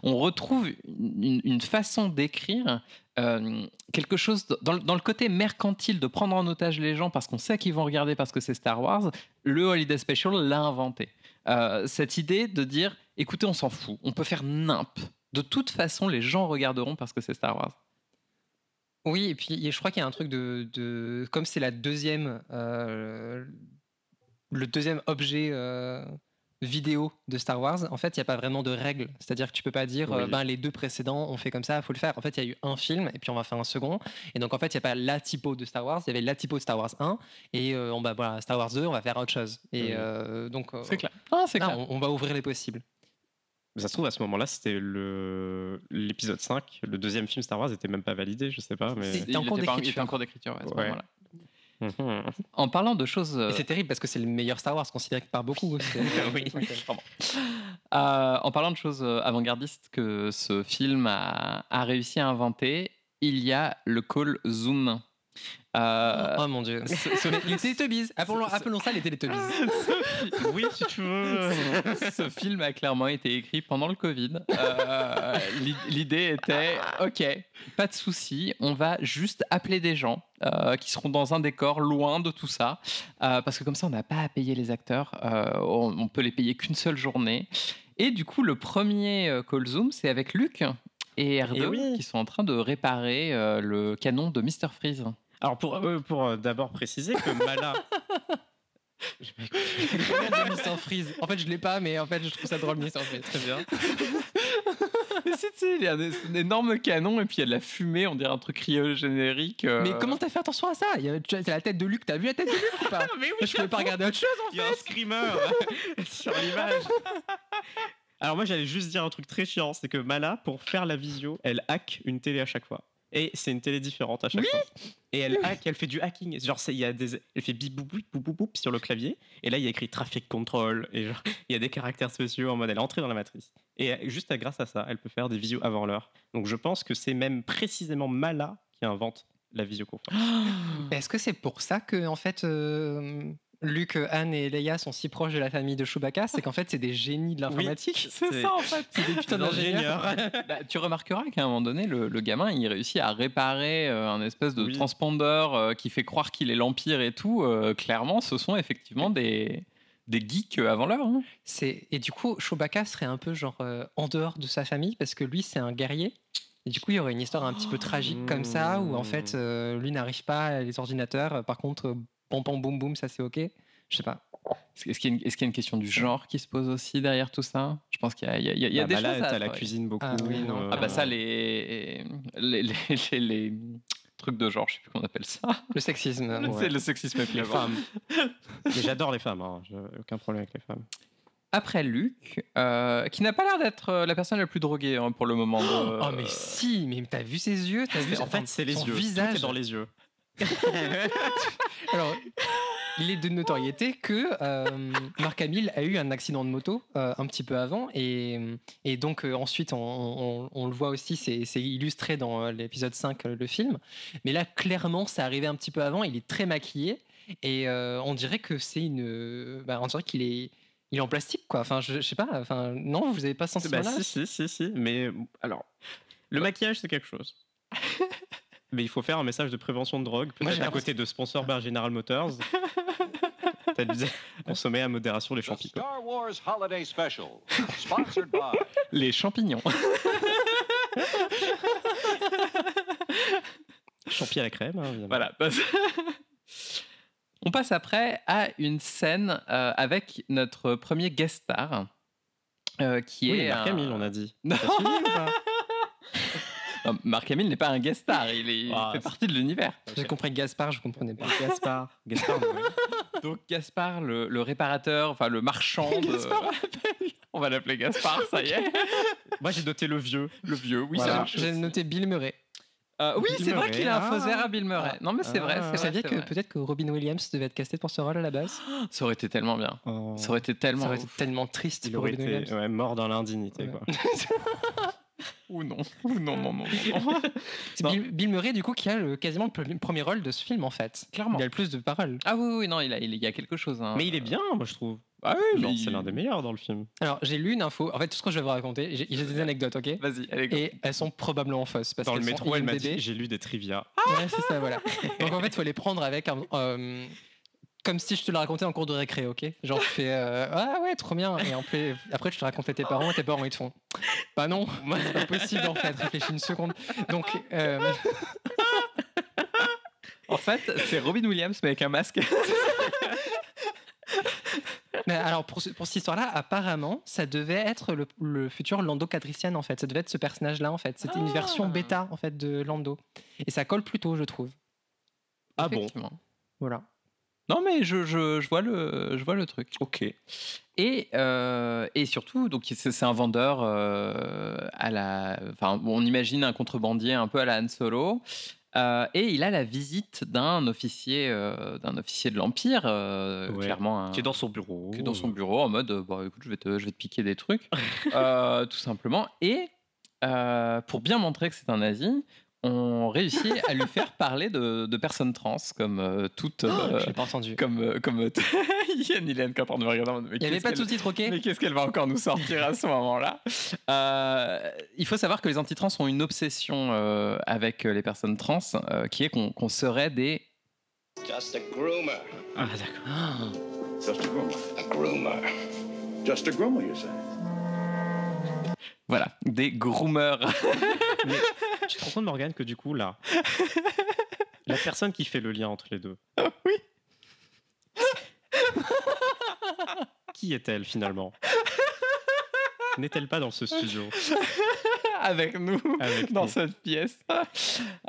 On retrouve une, une- une façon d'écrire euh, quelque chose d- dans, le- dans le côté mercantile de prendre en otage les gens parce qu'on sait qu'ils vont regarder parce que c'est Star Wars. Le Holiday Special l'a inventé. Euh, cette idée de dire écoutez, on s'en fout, on peut faire nimp. De toute façon, les gens regarderont parce que c'est Star Wars. Oui, et puis je crois qu'il y a un truc de. de- comme c'est la deuxième. euh, le deuxième objet euh, vidéo de Star Wars, en fait, il n'y a pas vraiment de règles. C'est-à-dire que tu peux pas dire euh, Oui. ben, les deux précédents, on fait comme ça, faut le faire. En fait, il y a eu un film et puis on va faire un second. Et donc, en fait, il n'y a pas la typo de Star Wars, il y avait la typo de Star Wars 1 et euh, on va, voilà, Star Wars 2, on va faire autre chose. Et Oui. euh, donc. euh, C'est clair. Ah, c'est là, clair. on- on va ouvrir les possibles. Ça se trouve, à ce moment-là, c'était le- l'épisode 5. Le deuxième film Star Wars n'était même pas validé, je sais pas. Mais... C'est- il était en cours était pas- il d'écriture. était en cours d'écriture ouais, à ce Ouais. moment-là. Mhm. En parlant de choses. euh, Et c'est terrible parce que c'est le meilleur Star Wars considéré par beaucoup. Oui. Euh, en parlant de choses euh, avant-gardistes que ce film a, a réussi à inventer, il y a le call Zoom. Euh, Oh mon dieu. ce- ce- Les Teletubbies. Appelons, appelons ça les Teletubbies. oui, si tu veux. ce film a clairement été écrit pendant le Covid. Euh, l'i- L'idée était, ok, pas de souci, on va juste appeler des gens euh, qui seront dans un décor loin de tout ça, euh, parce que comme ça, on n'a pas à payer les acteurs, euh, on, on peut les payer qu'une seule journée. Et du coup, le premier euh, call zoom, c'est avec Luc et Erdo oui. qui sont en train de réparer euh, le canon de Mr Freeze. Alors, pour, euh, pour euh, d'abord préciser que Mala. Le Mr. Freeze. En fait, je l'ai pas, mais en fait, je trouve ça drôle, Mr. Freeze. Très bien. Mais si, si, il y a des- un énorme canon et puis il y a de la fumée, on dirait un truc cryogénérique. euh, Mais comment t'as fait attention à ça Il y a- tu- C'est la tête de Luc. T'as vu la tête de Luc ou pas Mais oui, Je pouvais pas regarder autre chose. Il y a un screamer hein, sur l'image. Alors moi j'allais juste dire un truc très chiant, c'est que Mala, pour faire la visio, elle hack une télé à chaque fois. Et c'est une télé différente à chaque Oui. fois. Et elle hack, elle fait du hacking. Genre c'est- il y a des, elle fait bip boup boup boup boup, boup sur le clavier. Et là il y a écrit traffic control. Et genre il y a des caractères spéciaux en mode elle est entrée dans la matrice. Et euh, juste à- grâce à ça, elle peut faire des visios avant l'heure. Donc je pense que c'est même précisément Mala qui invente la visioconférence. Est-ce que c'est pour ça que, en fait, euh, Luc, Anne et Leia sont si proches de la famille de Chewbacca C'est qu'en fait, c'est des génies de l'informatique. C'est ça en fait. C'est Oh, des putains d'ingénieurs. d'ingénieurs. Bah, tu remarqueras qu'à un moment donné, le, le gamin, il réussit à réparer euh, un espèce de Oui. transpondeur euh, qui fait croire qu'il est l'Empire et tout. Euh, clairement, ce sont effectivement des, des geeks avant l'heure. hein. C'est et du coup Chewbacca serait un peu genre euh, en dehors de sa famille parce que lui c'est un guerrier. Et du coup il y aurait une histoire un petit peu tragique comme ça où en Oh. fait euh, lui n'arrive pas à les ordinateurs. euh, Par contre euh, pam pam boum boum ça c'est ok. Je sais pas. Est-ce est-ce qu'il y, a une- est-ce qu'il y a une question du genre qui se pose aussi derrière tout ça Je pense qu'il y a, il y a- il y a- il y a Bah, des Mala, choses à t'as la travailler. cuisine euh, beaucoup. Ah oui, non. Ah bah ça, les, les, les, les- les trucs de genre, je sais plus comment on appelle ça. Le sexisme. ouais. C'est le sexisme les flagrant. femmes. Mais j'adore les femmes, hein. j'ai aucun problème avec les femmes. Après Luc, euh, qui n'a pas l'air d'être euh, la personne la plus droguée hein, pour le moment. de- euh, Oh mais si mais t'as vu ses yeux t'as vu en son- fait, c'est les son yeux. visage. Tout est dans les yeux. Alors, il est de notoriété que euh, Marc Hamill a eu un accident de moto euh, un petit peu avant. Et, et donc, euh, ensuite, on, on- on le voit aussi, c'est c'est illustré dans euh, l'épisode 5, euh, le film. Mais là, clairement, ça arrivait un petit peu avant. Il est très maquillé. Et euh, on dirait que c'est une. euh, bah, on dirait qu'il est. Il est en plastique, quoi. Enfin, je, je sais pas. Enfin, non, vous avez pas senti Bah, là si, si, si, si. Mais euh, alors, le maquillage, c'est quelque chose. Mais il faut faire un message de prévention de drogue, Moi, j'ai peut-être à côté de sponsor par General Motors. Peut-être bien consommer à modération les The champignons. Star Wars Holiday Special, sponsored by Les champignons. Champi à la crème, hein, évidemment. Voilà. On passe après à une scène euh, avec notre premier guest star, euh, qui Oui, est Marc un- Hamill, on a dit. Non. T'as suivi ou pas Non, Mark Oh, Hamill n'est pas un guest star, il, est- il Ah, fait c'est- partie de l'univers. J'ai compris Gaspard, je comprenais pas. Gaspard. Gaspard, oui. Donc Gaspard, le, le réparateur, enfin le marchand. de- Gaspard, on on va l'appeler Gaspard, ça y est. Moi, j'ai noté le vieux. Le vieux, oui, Voilà. ça marche. J'ai noté Bill Murray. Euh, oui, Bill c'est vrai Murray. qu'il a un faux Ah. air à Bill Murray. Non, mais c'est vrai. c'est Ah. Vous vrai, saviez c'est que vrai. peut-être que Robin Williams devait être casté pour ce rôle à la base Ça aurait été tellement bien. Oh. Ça aurait été Ça tellement. aurait été tellement triste Il pour aurait Robin été Williams. ouais, mort dans l'indignité. Ouais. quoi. Ou non. Ou non, non, non, non, non. C'est Bill, Bill Murray, du coup, qui a le- quasiment le pre- premier rôle de ce film, en fait. Clairement. Il a le plus de paroles. Ah oui, oui, non, il, a- il y a quelque chose. hein. Mais il est bien, moi, je trouve. Ah oui, Genre, mais c'est il- l'un des meilleurs dans le film. Alors, j'ai lu une info. En fait, tout ce que je vais vous raconter, j'ai j'ai des anecdotes, ok Vas-y, allez, go. Et elles sont probablement fausses. Parce Dans le qu'elles sont métro, elle m'a IMDb. dit j'ai lu des trivia. Ouais, c'est ça, voilà. Donc, en fait, il faut les prendre avec un. euh, comme si je te le racontais en cours de récré, ok Genre, tu fais euh, Ah ouais, trop bien Et en plus, après, je te racontais tes parents, et tes parents, ils te font Bah non, c'est pas possible, en fait, réfléchis une seconde. Donc, euh, En fait, c'est Robin Williams, mais avec un masque. Mais alors, pour, ce- pour cette histoire-là, apparemment, ça devait être le, le futur Lando Cadrician, en fait. Ça devait être ce personnage-là, en fait. C'était une Ah. version bêta, en fait, de Lando. Et ça colle plutôt, je trouve. Ah bon Effectivement. Voilà. Non, mais je, je- je vois, le, je vois le truc. Ok. Et, euh, et surtout, donc c'est c'est un vendeur euh, à la. Enfin, on imagine un contrebandier un peu à la Han Solo. Euh, et il a la visite d'un officier, euh, d'un officier de l'Empire, euh, Ouais. clairement un- Qui est dans son bureau. qui est dans son bureau en mode euh, bah, écoute, je vais te, je vais te piquer des trucs, euh, tout simplement. Et euh, pour bien montrer que c'est un nazi, on réussit à lui faire parler de, de personnes trans, comme euh, Oh, toute. euh, Je l'ai pas entendu. comme. euh, comme euh, Yann, il est quand on me regarde en mode, mais Il n'y avait qu'est-ce pas de qu'elle- sous-titres, ok mais qu'est-ce qu'elle va encore nous sortir à ce moment-là Euh, Il faut savoir que les antitrans ont une obsession euh, avec euh, les personnes trans, euh, qui est qu'on qu'on serait des... Just a groomer. Ah, d'accord. Just a groomer. A groomer. Just a groomer, you say? Voilà, des groomers. Tu te rends compte, Morgane, que du coup, là, la personne qui fait le lien entre les deux. oui. Qui est-elle finalement N'est-elle pas dans ce studio avec nous avec dans nous cette pièce.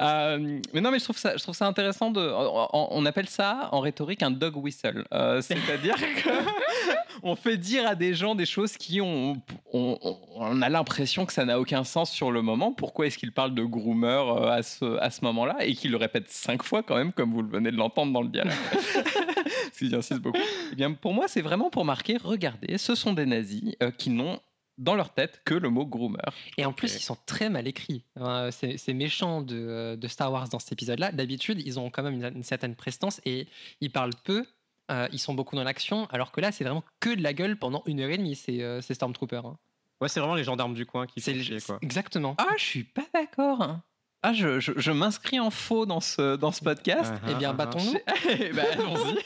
Euh, mais non, mais je trouve ça, je trouve ça intéressant. De, on, on- on appelle ça en rhétorique un dog whistle, Euh, c'est-à-dire que on fait dire à des gens des choses qui ont, on, on- on a l'impression que ça n'a aucun sens sur le moment. Pourquoi est-ce qu'ils parlent de groomer euh, à ce, à ce moment-là et qu'ils le répètent cinq fois quand même, comme vous le venez de l'entendre dans le dialogue. Parce qu'ils y insistent beaucoup. Eh bien, pour moi, c'est vraiment pour marquer. Regardez, ce sont des nazis euh, qui n'ont dans leur tête que le mot groomer. Et en plus, ils sont très mal écrits. Euh, c'est c'est méchant de, euh, de Star Wars dans cet épisode-là. D'habitude, ils ont quand même une, une certaine prestance et ils parlent peu. euh, ils sont beaucoup dans l'action, alors que là, c'est vraiment que de la gueule pendant une heure et demie. C'est euh, c'est Stormtrooper. hein. Ouais, c'est vraiment les gendarmes du coin qui C'est font le- chier, quoi. Exactement. Ah, je suis pas d'accord. Ah, je, je- je m'inscris en faux dans ce, dans ce podcast. Ah, eh ah, bien, ah, battons-nous. Eh ben, allons-y.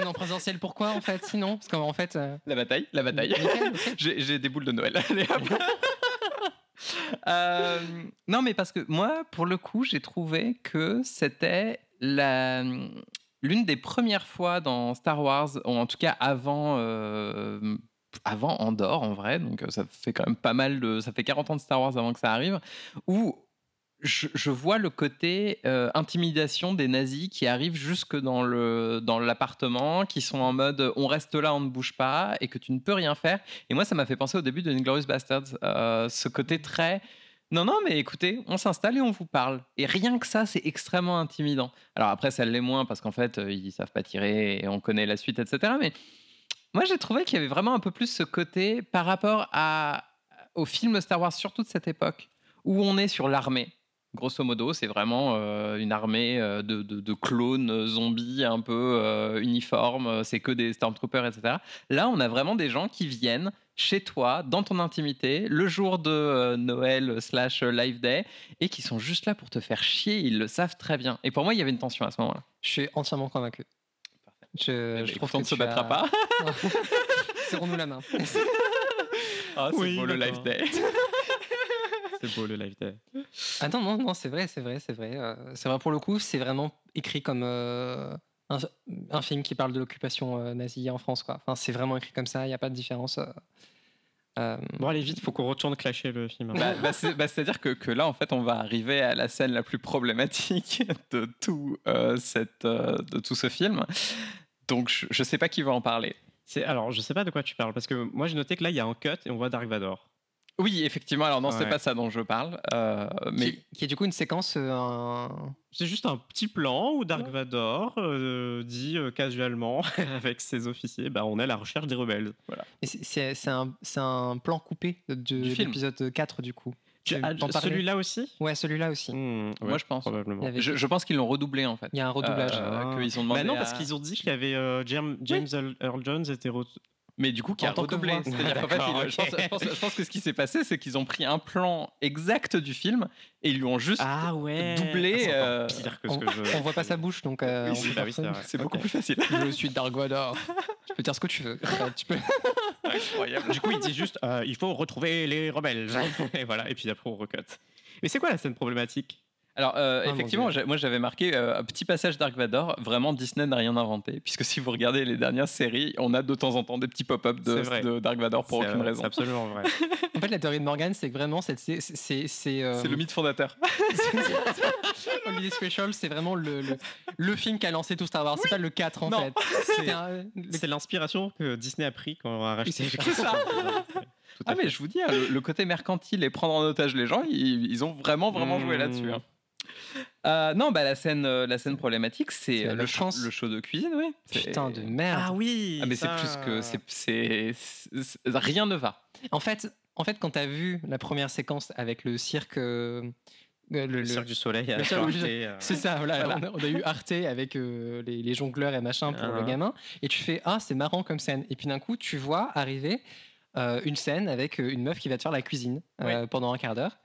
On est en présentiel. Pourquoi, en fait Sinon, parce qu'en en fait. euh, La bataille, la bataille. nickel. J'ai j'ai des boules de Noël. Allez, hop. Euh, non, mais parce que moi, pour le coup, j'ai trouvé que c'était la- l'une des premières fois dans Star Wars, ou en tout cas avant, euh, avant Andorre en vrai, donc euh, ça fait quand même pas mal de. Ça fait 40 ans de Star Wars avant que ça arrive, où. Je, je vois le côté euh, intimidation des nazis qui arrivent jusque dans le dans l'appartement, qui sont en mode on reste là, on ne bouge pas, et que tu ne peux rien faire. Et moi, ça m'a fait penser au début de Inglorious Bastards, euh, ce côté très. Non, non, mais écoutez, on s'installe et on vous parle. Et rien que ça, c'est extrêmement intimidant. Alors après, ça l'est moins parce qu'en fait, euh, ils savent pas tirer et on connaît la suite, etc. Mais moi, j'ai trouvé qu'il y avait vraiment un peu plus ce côté par rapport à, au film Star Wars, surtout de cette époque, où on est sur l'armée. Grosso modo, c'est vraiment euh, une armée euh, de, de- de clones euh, zombies un peu euh, uniformes, euh, c'est que des stormtroopers, etc. Là, on a vraiment des gens qui viennent chez toi, dans ton intimité, le jour de euh, Noël slash euh, Live Day, et qui sont juste là pour te faire chier, ils le savent très bien. Et pour moi, il y avait une tension à ce moment-là. Je suis entièrement convaincu. Eh Je, ben, je écoute, trouve on qu'on ne se battra pas. Serrons-nous la main. Ah, Oui, d'accord. Live Day. C'est beau le live day. Ah non, non, non, c'est vrai, c'est vrai, c'est vrai. euh, c'est vrai, pour le coup, c'est vraiment écrit comme euh, un, un film qui parle de l'occupation euh, nazie en France, quoi. Enfin, c'est vraiment écrit comme ça, il n'y a pas de différence. euh. Euh, Bon, allez, vite, faut qu'on retourne clasher le film. Bah, bah, c'est, à dire que, que là, en fait, on va arriver à la scène la plus problématique de tout, euh, cette, euh, de tout ce film. Donc, je, je sais pas qui va en parler. C'est- Alors, je sais pas de quoi tu parles, parce que moi j'ai noté que là il y a un cut et on voit Dark Vador. Oui, effectivement. Alors, non, c'est Ouais. pas ça dont je parle. euh, mais qui, qui est du coup une séquence. euh, un- C'est juste un petit plan où Dark Vador euh, dit euh, casualement avec ses officiers bah, on est à la recherche des rebelles. mais c'est- C'est c'est un, c'est un plan coupé de, Du film. l'épisode 4, du coup. Tu- Tu ah, t'en parlais Celui-là aussi Ouais, celui-là aussi. Hmm, ouais, moi, je pense. Il y, probablement. avait- Mm. Je, je pense qu'ils l'ont redoublé, en fait. il y a un redoublage. Euh, Ah. qu'ils ont Bah demandé non, parce à- qu'ils ont dit qu'il y avait euh, Jam- James Earl- Earl Jones était re- Mais du coup, qui En a tant que redoublé. voix. Ah, C'est-à-dire qu'en fait, D'accord, ils- je, pense, ok. je pense- je pense que ce qui s'est passé, c'est qu'ils ont pris un plan exact du film et ils lui ont juste. Ah ouais. doublé, Ah, c'est encore euh, pire que ce on, que je. on voit pas sa bouche, donc. euh, Oui, on c'est- peut bah faire oui, ça. c'est vrai. C'est Ok. beaucoup plus facile. Je suis Dark Vador. tu peux dire ce que tu veux. Enfin, tu peux- Incroyable. Du coup, il dit juste euh, il faut retrouver les rebelles. et voilà. Et puis après, on recut. Mais c'est quoi la scène problématique Alors, euh, Ah, mon effectivement, Dieu. j'ai- moi j'avais marqué euh, un petit passage Dark Vador. Vraiment, Disney n'a rien inventé. Puisque si vous regardez les dernières séries, on a de temps en temps des petits pop-up C'est vrai. de, de Dark Vador pour C'est, aucune euh, raison. C'est absolument vrai. En fait, la théorie de Morgan, c'est que vraiment, c'est c'est- c'est c'est, euh, C'est le mythe fondateur. Holiday Special, c'est vraiment le, le, le film qui a lancé tout Star Wars. C'est pas le 4 en Non. fait. C'est un- euh, le- c'est l'inspiration que Disney a pris quand on a racheté. C'est ça. Ah, mais je vous dis, hein, le, le côté mercantile et prendre en otage les gens, ils, ils ont vraiment, vraiment joué Mm. là-dessus. hein. Euh, non, bah, la, scène, euh, la scène problématique, C'est c'est la euh, le, show, France. le show de cuisine, oui. C'est- Putain de merde. Ah oui Ah, mais c'est ça. plus que. c'est- c'est- c'est- c'est- Rien ne va. En fait, en fait, quand t'as vu la première séquence avec le cirque, euh, euh, le, Le le- cirque du soleil à le cirque du- Arte, euh, c'est ça, voilà, On, a, on a eu Arte avec euh, les, les jongleurs et machin pour Ah. le gamin, et tu fais ah c'est marrant comme scène, et puis d'un coup tu vois arriver euh, une scène avec euh, une meuf qui va te faire la cuisine euh, pendant un quart d'heure.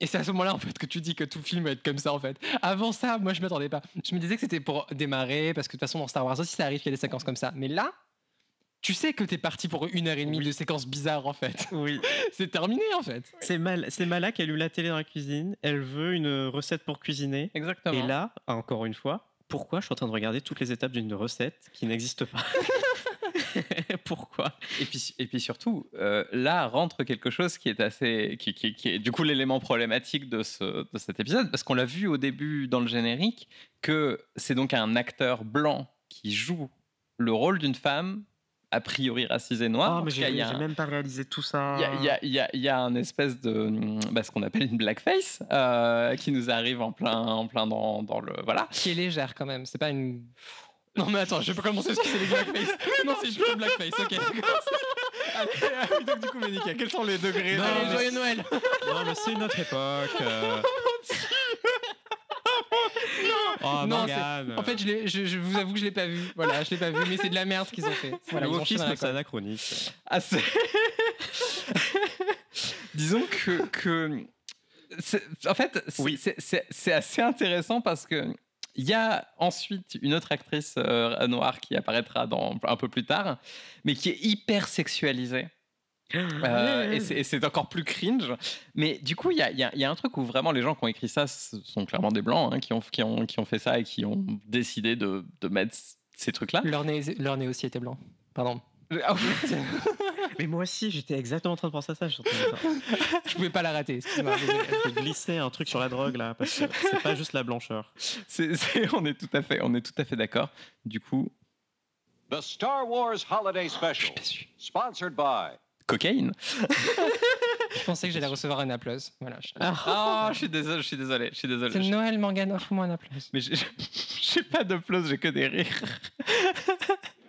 Et c'est à ce moment-là en fait que tu dis que tout le film va être comme ça en fait. Avant ça, moi je m'attendais pas. Je me disais que c'était pour démarrer parce que de toute façon dans Star Wars aussi ça arrive qu'il y ait des séquences comme ça. Mais là, tu sais que t'es parti pour une heure et demie de séquences bizarres en fait. Oui, C'est terminé en fait. c'est mal, c'est Mala qui allume la télé dans la cuisine. Elle veut une recette pour cuisiner. Exactement. Et là, encore une fois, pourquoi je suis en train de regarder toutes les étapes d'une recette qui n'existe pas Pourquoi Et puis, et puis surtout, euh, là rentre quelque chose qui est assez, qui, qui- qui est du coup l'élément problématique de, ce- de cet épisode, parce qu'on l'a vu au début dans le générique que c'est donc un acteur blanc qui joue le rôle d'une femme a priori racisée Ah, Ah, noire. En tout cas, il y a un- même pas réalisé tout ça. il y a- il y a- il y a- il y a un espèce de hum, bah, ce qu'on appelle une blackface euh, qui nous arrive en plein, en plein dans, dans le voilà. Qui est légère quand même. C'est pas une. Non mais attends, je vais pas commencer parce que c'est les blackface. non, c'est juste le blackface. Ok. euh, donc du coup, Ménica, quels sont les degrés Non, Allez, mais- joyeux Noël Non, mais c'est une autre époque. euh. Oh, Non, Morgane. En fait, je, l'ai- je- je vous avoue que je l'ai pas vu. Voilà, je l'ai pas vu, mais c'est de la merde ce qu'ils ont fait. Voilà, le ils ont chié dans wokisme, la c'est colle. anachronique. Ah, c'est- Disons que, que c'est- en fait, c'est Oui. c'est- c'est- c'est assez intéressant parce que il y a ensuite une autre actrice euh, noire qui apparaîtra dans, un peu plus tard, mais qui est hyper sexualisée. Euh, et c'est- et c'est encore plus cringe. Mais du coup, il y a, il y a- il y a un truc où vraiment les gens qui ont écrit ça ce sont clairement des blancs hein, qui, ont, qui, ont, qui ont fait ça et qui ont décidé de, de mettre ces trucs-là. Leur nez, leur nez aussi était blanc. Pardon. Ah oui. Mais moi aussi, j'étais exactement en train de penser à ça. Je suis en train de- Je pouvais pas la rater. Excuse-moi. désolé. Je glissais un truc sur la drogue là, parce que c'est pas juste la blancheur. C'est- c'est- on est tout à fait, on est tout à fait d'accord. Du coup, The Star Wars Holiday Special, sponsored by cocaïne. Je pensais que j'allais recevoir un applause. Voilà. je- Ah, je suis désolé, je suis désolé, je suis désolé. C'est Je- Noël Morgan, offre-moi un applause. Mais j'ai j'ai pas de plauses, j'ai que des rires.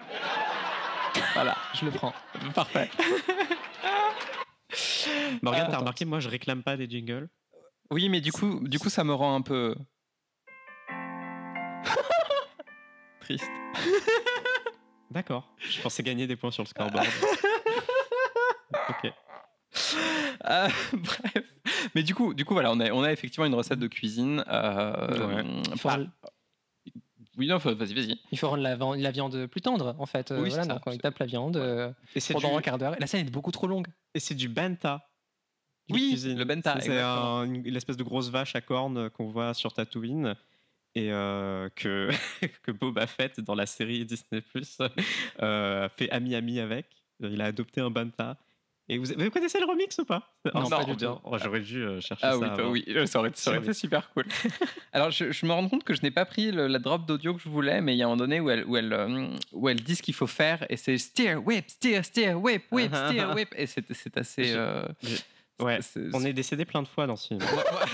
voilà, Je le prends. parfait. Morgane, Ah, t'as attends. remarqué, moi je réclame pas des jingles. Oui, mais du coup, du coup, ça me rend un peu triste. D'accord. Je pensais gagner des points sur le scoreboard. ok. Euh, bref, mais du coup, du coup, voilà, on a, on a effectivement une recette de cuisine. euh, Ah. par- Oui, non, faut- vas-y, vas-y. Il faut rendre la, van- la viande plus tendre, en fait. Euh, Oui, c'est voilà, ça. donc on tape la viande euh, Et c'est pendant un du, quart d'heure. La scène est beaucoup trop longue. et c'est du banta. Du Oui, cuisine. le benta, C'est- C'est exactement. un- une- l'espèce de grosse vache à cornes qu'on voit sur Tatooine et euh, que, que Boba Fett dans la série Disney Plus euh, fait ami ami avec. Euh, Il a adopté un banta. Et vous, vous connaissez le remix ou pas Non, pas du bien. tout. Oh, J'aurais dû euh, chercher Ah ça. oui, toi, avant. oui, euh, ça aurait, ça aurait Oui. été super cool. Alors, je, je me rends compte que je n'ai pas pris le- la drop d'audio que je voulais, mais il y a un moment donné où elle, où elle, euh, où elle dit ce qu'il faut faire, et c'est steer, whip, steer, steer, whip, whip, steer, whip, et c'est c'est assez... Je- euh, Ouais. c'est- On est décédé plein de fois dans ce film.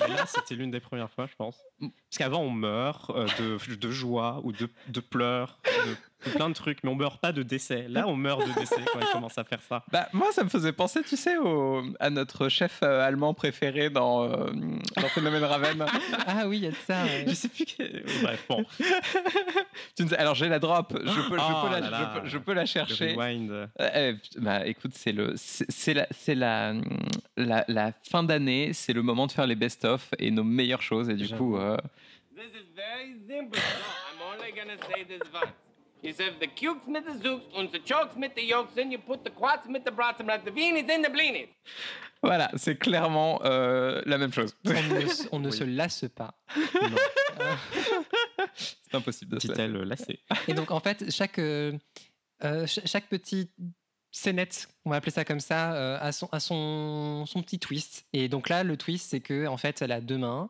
Mais là, c'était l'une des premières fois, je pense. Mm. Parce qu'avant, on meurt euh, de, de joie ou de, de pleurs, de, de plein de trucs, mais on meurt pas de décès. Là, on meurt de décès quand ils commencent à faire ça. Bah, moi, ça me faisait penser, tu sais, au- à notre chef euh, allemand préféré dans, euh, dans Phénomène Raven. Ah oui, il y a de ça. ouais. Je sais plus. que- Bref, bon. Tu me dis- Alors, j'ai la drop, je peux, je peux Oh la, là là. je peux- je peux la Le chercher. rewind. Euh, euh, bah, écoute, c'est le, c'est c'est la, c'est la, la, la fin d'année, c'est le moment de faire les best-of et nos meilleures choses. Et du J'avoue. coup, euh, This is very simple. No, I'm only gonna say this once. You serve the cukes mit the zooks und the chokes mit the yolks, then you put the quats mit the brats and like the beanies in the blinis. voilà, c'est clairement euh, la même chose. On ne, s- on ne se lasse pas. C'est impossible de se Dit-elle euh, lassée. Et donc, en fait, chaque, euh, euh, ch- chaque petite scénette, on va appeler ça comme ça, euh, a, son, a son, son petit twist. Et donc là, le twist, c'est que en fait, elle a deux mains.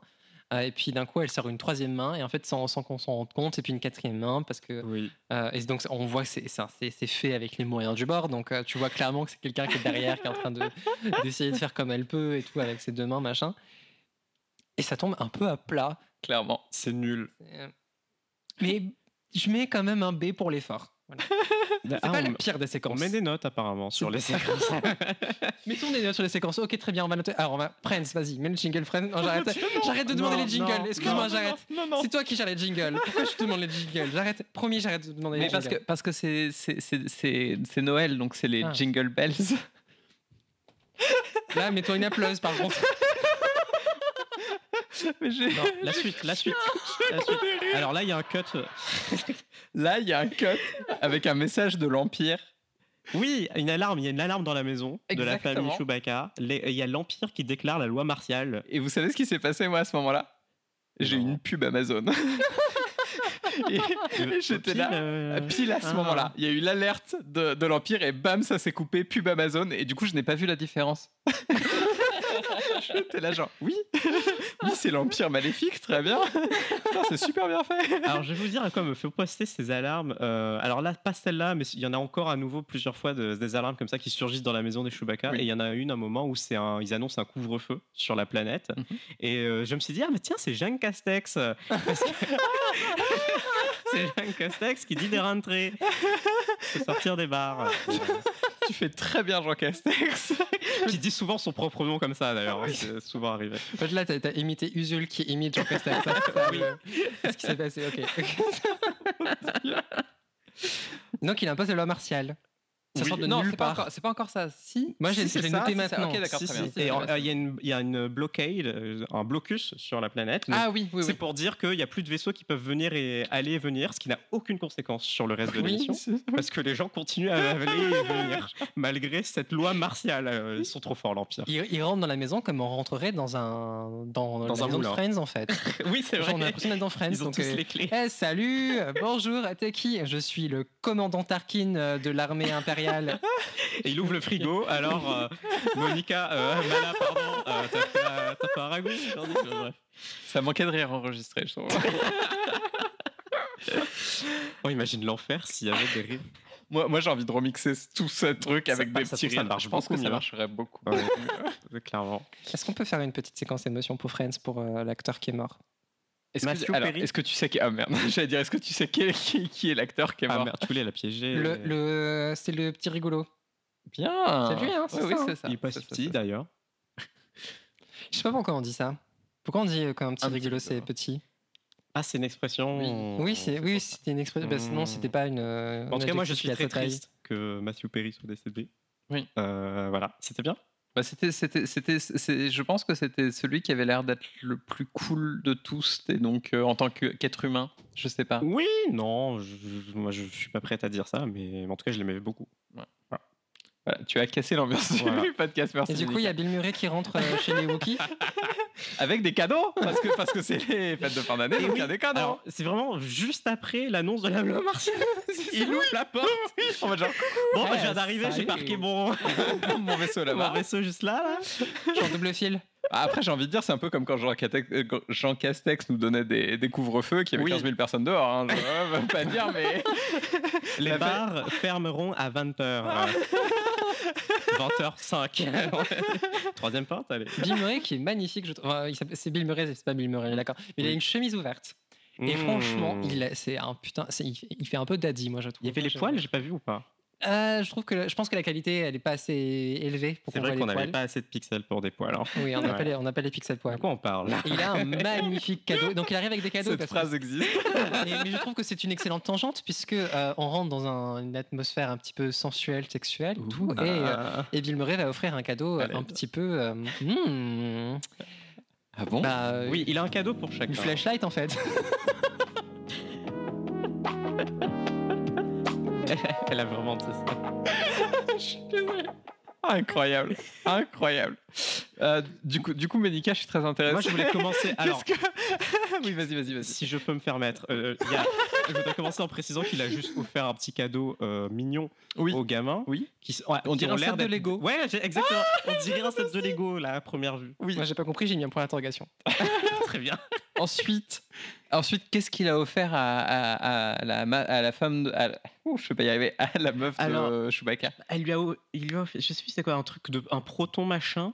euh, et puis d'un coup, elle sort une troisième main. Et en fait, sans, sans qu'on s'en rende compte, et puis une quatrième main. Parce que, Oui. euh, et donc, on voit que c'est- c'est un- c'est c'est fait avec les moyens du bord. Donc, euh, tu vois clairement que c'est quelqu'un qui est derrière, qui est en train de- d'essayer de, faire comme elle peut et tout, avec ses deux mains, machin. Et ça tombe un peu à plat. clairement. C'est nul. Euh, Mais je mets quand même un B pour l'effort. Voilà. Ah, C'est pas on, le pire des on séquences. met des notes apparemment sur les séquences. Mettons des notes sur les séquences. Ok, très bien, on va noter. Alors, on va. Prince, vas-y, mets le jingle, Prince. Non, j'arrête. J'arrête de demander Non, les non, jingles. Excuse-moi, non, j'arrête. Non, non. C'est toi qui gères les jingles. Pourquoi je te demande les jingles J'arrête. Promis, j'arrête de demander Mais les parce que jingles. parce que c'est c'est- c'est- c'est c'est Noël, donc c'est les Ah. jingle bells. Là, mets-toi une applause, par contre. Mais j'ai- Non, la suite, la suite, la suite. Alors là, il y a un cut. Là, il y a un cut avec un message de l'Empire. Oui, une alarme. Il y a une alarme dans la maison de la Exactement. famille Chewbacca. Les- Il y a l'Empire qui déclare la loi martiale. Et vous savez ce qui s'est passé moi à ce moment-là J'ai eu Non. une pub Amazon. Et- et j'étais là. Euh, À Pile à ce Ah. moment-là, il y a eu l'alerte de, de l'Empire et bam, ça s'est coupé, pub Amazon, et du coup, je n'ai pas vu la différence. J'étais là, genre, oui, oui, c'est l'Empire maléfique, très bien, Putain, c'est super bien fait. Alors, je vais vous dire à quoi me fait poster ces alarmes. Euh, alors là, pas celle-là, mais il y en a encore à nouveau plusieurs fois de- des alarmes comme ça qui surgissent dans la maison des Chewbacca. Oui. Et il y en a une à un moment où c'est un, ils annoncent un couvre-feu sur la planète. Mhm. Et euh, je me suis dit, ah, mais tiens, c'est Jean Castex. Parce que- c'est Jean Castex qui dit de rentrer, de sortir des bars. Tu fais très bien, Jean Castex. qui dit souvent son propre nom comme ça, d'ailleurs. hein, C'est souvent arrivé. En fait, là, t'as t'as imité Usul qui imite Jean Castex. Ça, ça, euh, C'est ce qui s'est passé, ok. Donc, il impose la loi martiale. Ça Oui. sort de non, nulle c'est pas, part. encore- c'est pas encore ça. Si. Moi, j'ai- Si, c'est j'ai ça, noté si, c'est- maintenant. Ok, d'accord, Si, très si. bien. Et en- euh, il y, a une- il y a une blockade, euh, un blocus sur la planète. Donc, Ah oui, oui, C'est oui. pour dire qu'il n'y a plus de vaisseaux qui peuvent venir et aller et venir, ce qui n'a aucune conséquence sur le reste de l'émission. Parce que les gens continuent à aller et venir, malgré cette loi martiale. Euh, Ils sont trop forts, l'Empire. Il, il rentre dans la maison comme on rentrerait dans un dans, Dans la un maison de moulin. Friends en fait. Oui, c'est Genre, on a l'impression d'être dans Friends. Ils ont donc, tous euh, les clés. Eh, salut, euh, bonjour, t'es qui Je suis le commandant Tarkin euh, de l'armée impériale. Et il ouvre le frigo. Alors, euh, Monica, euh, Mala, pardon, euh, t'as fait, euh, t'as fait un ragoût aujourd'hui Euh, bref. Ça manquait de rire enregistré, je trouve. On imagine l'enfer s'il y avait des rires. moi, moi, j'ai envie de remixer tout ce truc Ça avec des marche, ça petits trouve, ça rires. marche je pense que beaucoup ça mieux. marcherait beaucoup. Ouais. euh, Clairement. Est-ce qu'on peut faire une petite séquence émotion pour Friends pour euh, l'acteur qui est mort Est-ce que, Matthew alors, Perry. est-ce que tu sais qui Ah merde, j'allais dire, est-ce que tu sais qui, qui- qui est l'acteur qui est Ah mort merde, tu voulais la piéger. Le, le- c'est le petit rigolo. Ah. Bien. C'est lui, hein, Oui, c'est oui, ça, hein. c'est ça. Il est pas C'est si ça, petit, c'est ça. d'ailleurs. Je sais pas pourquoi on dit ça. Pourquoi on dit euh, qu'un petit Un petit rigolo rigolo. c'est petit Ah, c'est une expression. Oui, c'est oui, c'était une expression. Bah, Hmm. non, c'était pas une. euh, En un tout cas, moi, je adjectif suis qui a très sa taille. triste que Matthew Perry soit décédé. Oui. Euh, voilà, c'était bien. Bah, c'était, c'était, c'était, c'est- je pense que c'était celui qui avait l'air d'être le plus cool de tous, et donc euh, en tant que, qu'être humain, je sais pas. Oui, non, je- je- moi, je suis pas prête à dire ça, mais en tout cas, je l'aimais beaucoup. Voilà, tu as cassé l'ambiance Voilà. du podcast, merci. Et du coup, il y a Mika. Bill Murray qui rentre euh, chez les Wookiees. Avec des cadeaux, parce que, parce que c'est les fêtes de fin d'année, Et donc il y a oui, des cadeaux. Alors, c'est vraiment juste après l'annonce de la loi martiale. Il ouvre la porte. On va genre, bon, bah, je viens Ouais, d'arriver, j'ai salut. parqué mon, oh, mon vaisseau mon là-bas. vaisseau juste là. là. Genre double fil. Ah, Après, j'ai envie de dire, c'est un peu comme quand Jean Castex, euh, quand Jean Castex nous donnait des, des couvre-feux, qu'il y avait Oui. 15 000 personnes dehors. Hein, je je veux pas dire, mais Les La bars fermeront à 20h. 20h05. Troisième porte, allez. Bill Murray qui est magnifique, je trouve. Enfin, il s'appelle- c'est Bill Murray, c'est pas Bill Murray, d'accord. Mais il a Oui. une chemise ouverte. Et Mmh. franchement, il a- c'est un putain. c'est- Il, il fait un peu daddy, moi je trouve. Il y avait les Je- poils, j'ai pas vu ou pas Euh, Je trouve que le- je pense que la qualité, elle est pas assez élevée pour C'est qu'on vrai qu'on voit les n'avait poils. pas assez de pixels pour des poils. hein. Oui, on Ouais. appelle, on appelle les pixels De poils. quoi on parle Et il a un magnifique cadeau. Donc il arrive avec des cadeaux. cette parce que- phrase existe. mais, mais je trouve que c'est une excellente tangente puisque euh, on rentre dans un- une atmosphère un petit peu sensuelle, sexuelle, et tout. Et, euh, Ah. et Bill Murray va offrir un cadeau euh, Allez. un petit peu. euh, hmm, Ah bon bah, euh, Oui, il a un cadeau pour chacun. une flashlight en fait. Elle a vraiment de ça. Incroyable, incroyable. Euh, du coup, du coup, Ménica, je suis très intéressé. Moi, je voulais commencer. Alors, Qu'est-ce que- oui, vas-y, vas-y, vas-y. si je peux me permettre, euh, il y a- je voudrais commencer en précisant qu'il a juste offert un petit cadeau euh, mignon Oui. au gamin. Oui. Qui, s- ouais, On qui dirait ont un l'air set de d'être- Lego. Ah, Ouais, j'ai- exactement. on dirait un set de Lego là, à première vue. Oui. Moi j'ai pas compris, j'ai mis un point d'interrogation. Très bien. Ensuite, ensuite, qu'est-ce qu'il a offert à, à- à la, ma- à la femme de, à, la- Ouh, je peux pas y arriver, à la meuf Alors- de Chewbacca Elle lui a, il lui a, je sais plus c'est quoi, un truc de, un proton machin.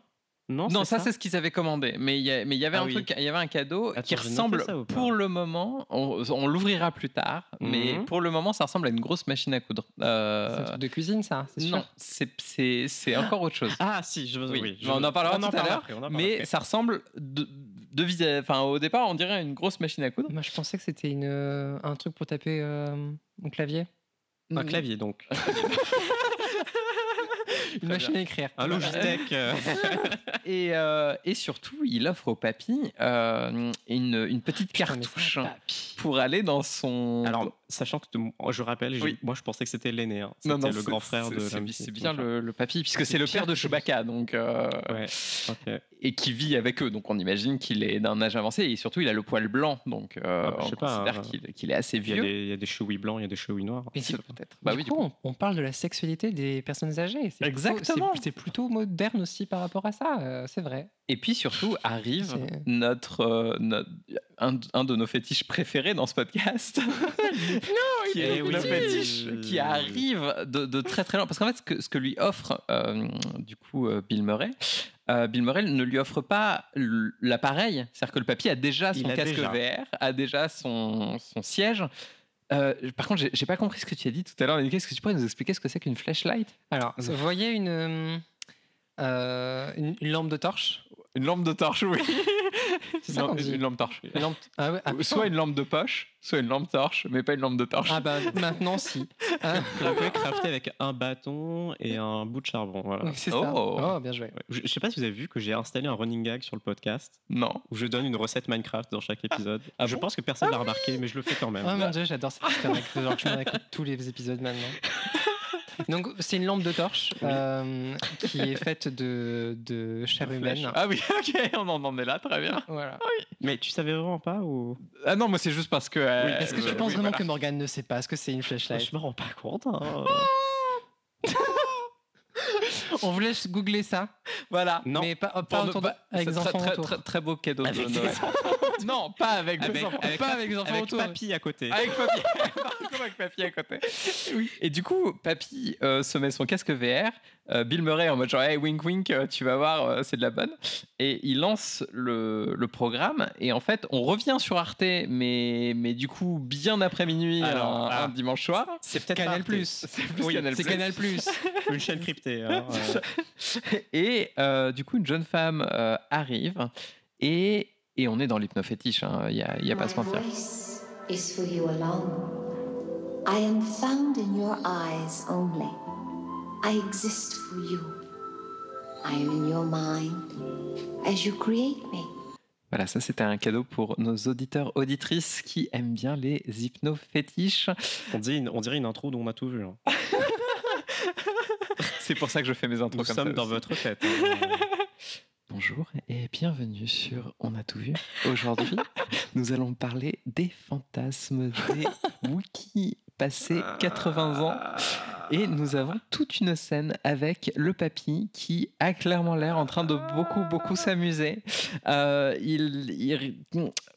Non, Non, c'est ça, c'est ce qu'ils avaient commandé. Mais il y, a- mais il y avait Ah un oui. truc, il y avait un cadeau Attends, qui j'ai noté ressemble, ça ou pas pour le moment, on, on l'ouvrira plus tard, mais Mhm. pour le moment, ça ressemble à une grosse machine à coudre. Euh, C'est un truc de cuisine, ça, c'est sûr. non, c'est- c'est c'est encore autre chose. Ah si, je Oui, oui, je- mais on en parlera tout à l'heure, après, on en parlera mais après. ça ressemble de, de vis- enfin au départ on dirait une grosse machine à coudre Moi, je pensais que c'était une, euh, un truc pour taper euh, mon clavier. un clavier donc, Une machine à écrire. un Logitech. euh, et, euh, et surtout il offre au papy euh, une, une petite Putain, mais cartouche ça, pour aller dans son Alors, sachant que tout- je rappelle, j'ai- Oui. moi je pensais que c'était l'aîné, hein. Non, non, c'était le c'est- grand frère c'est- de. c'est l'homme bi- qui- c'est bien le, le papy puisque c'est le hein. Pierre père de qui- Chewbacca donc euh, Ouais. Ok. et qui vit avec eux donc on imagine qu'il est d'un âge avancé et surtout il a le poil blanc donc euh, Ah bah, je on sais pas, considère hein. qu'il qu'il est assez Il y, a vieux des, il y a des chouilles blancs, il y a des chouilles noirs. Mais Si, c'est- peut-être bah du oui du coup, on, on parle de la sexualité des personnes âgées. C'est plutôt- c'est- Exactement. C'est plutôt moderne aussi par rapport à ça, euh, c'est vrai. Et puis surtout arrive C'est- notre, euh, notre- un, un de nos fétiches préférés dans ce podcast. qui Oh, est Eh oui, Euh, le oui. fétiche qui arrive de, de très très loin. Parce qu'en fait, ce que, ce que lui offre euh, du coup euh, Bill Murray. euh, Bill Murray ne lui offre pas l- l'appareil, c'est-à-dire que le papy a déjà son Il a casque déjà. VR, a déjà son, son siège. Euh, par contre, j'ai- j'ai pas compris ce que tu as dit tout à l'heure. Est-ce que tu pourrais nous expliquer ce que c'est qu'une flashlight Alors, vous voyez une, euh, euh, une, une lampe de torche Une lampe de torche, oui. C'est ça qu'on dit. une lampe torche. Une lampe- ah ouais, ah, Ou soit une lampe de poche, soit une lampe torche, mais pas une lampe de torche. Ah bah maintenant si. Ah, Que Vous pouvez crafter avec un bâton et un bout de charbon. Voilà. oui, c'est ça. Oh. Oh, bien joué. Ouais. Je je sais pas si vous avez vu que j'ai installé un running gag sur le podcast Non. où je donne une recette Minecraft dans chaque épisode. Ah je bon pense que personne l'a remarqué, mais je le fais quand même. Oh mon dieu, j'adore cette histoire. Genre que je me réécoute tous les épisodes maintenant. Donc c'est une lampe de torche euh, qui est faite de, de chair humaine. Ah oui, ok, on en, on est là, très bien. Voilà. Mais tu savais vraiment pas ou Ah non, moi c'est juste parce que. Oui, Est-ce que tu euh, penses oui, vraiment que Morgane ne sait pas ce que c'est une flashlight Je me rends pas compte. Oh, hein. On vous laisse googler ça. Voilà. Non. Mais pas, pas autour de- avec des très, enfants très, autour. Ah, très, très beau cadeau de Avec des Noël. euh, Non, pas avec, des Avec- enfants. avec- pas avec des enfants Avec autour. Ah, papy à côté. Avec papy. Pardon, comme avec papy à côté. Et du coup, papy euh, se met son casque VR. euh, Bill Murray en mode genre, hey, wink wink, euh, tu vas voir, euh, c'est de la bonne. Et il lance le, le programme. Et en fait, on revient sur Arte, mais, mais du coup, bien après minuit, Alors, un, ah. un dimanche soir. C'est peut-être Canal+. pas Arte. C'est plus Oui, Canal+. C'est Canal Plus. une chaîne cryptée. hein, euh. Et euh, du coup, une jeune femme euh, arrive et, et on est dans l'hypnofétiche, il n'y a, y a pas à se mentir. voice is for you alone. I am found in your eyes only. I exist for you. I am in your mind as you create me. Voilà, ça c'était un cadeau pour nos auditeurs, auditrices qui aiment bien les hypnofétiches. Euh, On, dit une- on dirait une intro dont on a tout vu. hein. Ah, C'est pour ça que je fais mes Nous intros comme ça sommes dans aussi. votre tête. hein. Bonjour et bienvenue sur On a tout vu. Aujourd'hui, nous allons parler des fantasmes des Wookiee passés 80 ans. Et nous avons toute une scène avec le papy qui a clairement l'air en train de beaucoup, beaucoup s'amuser. Euh, il, il-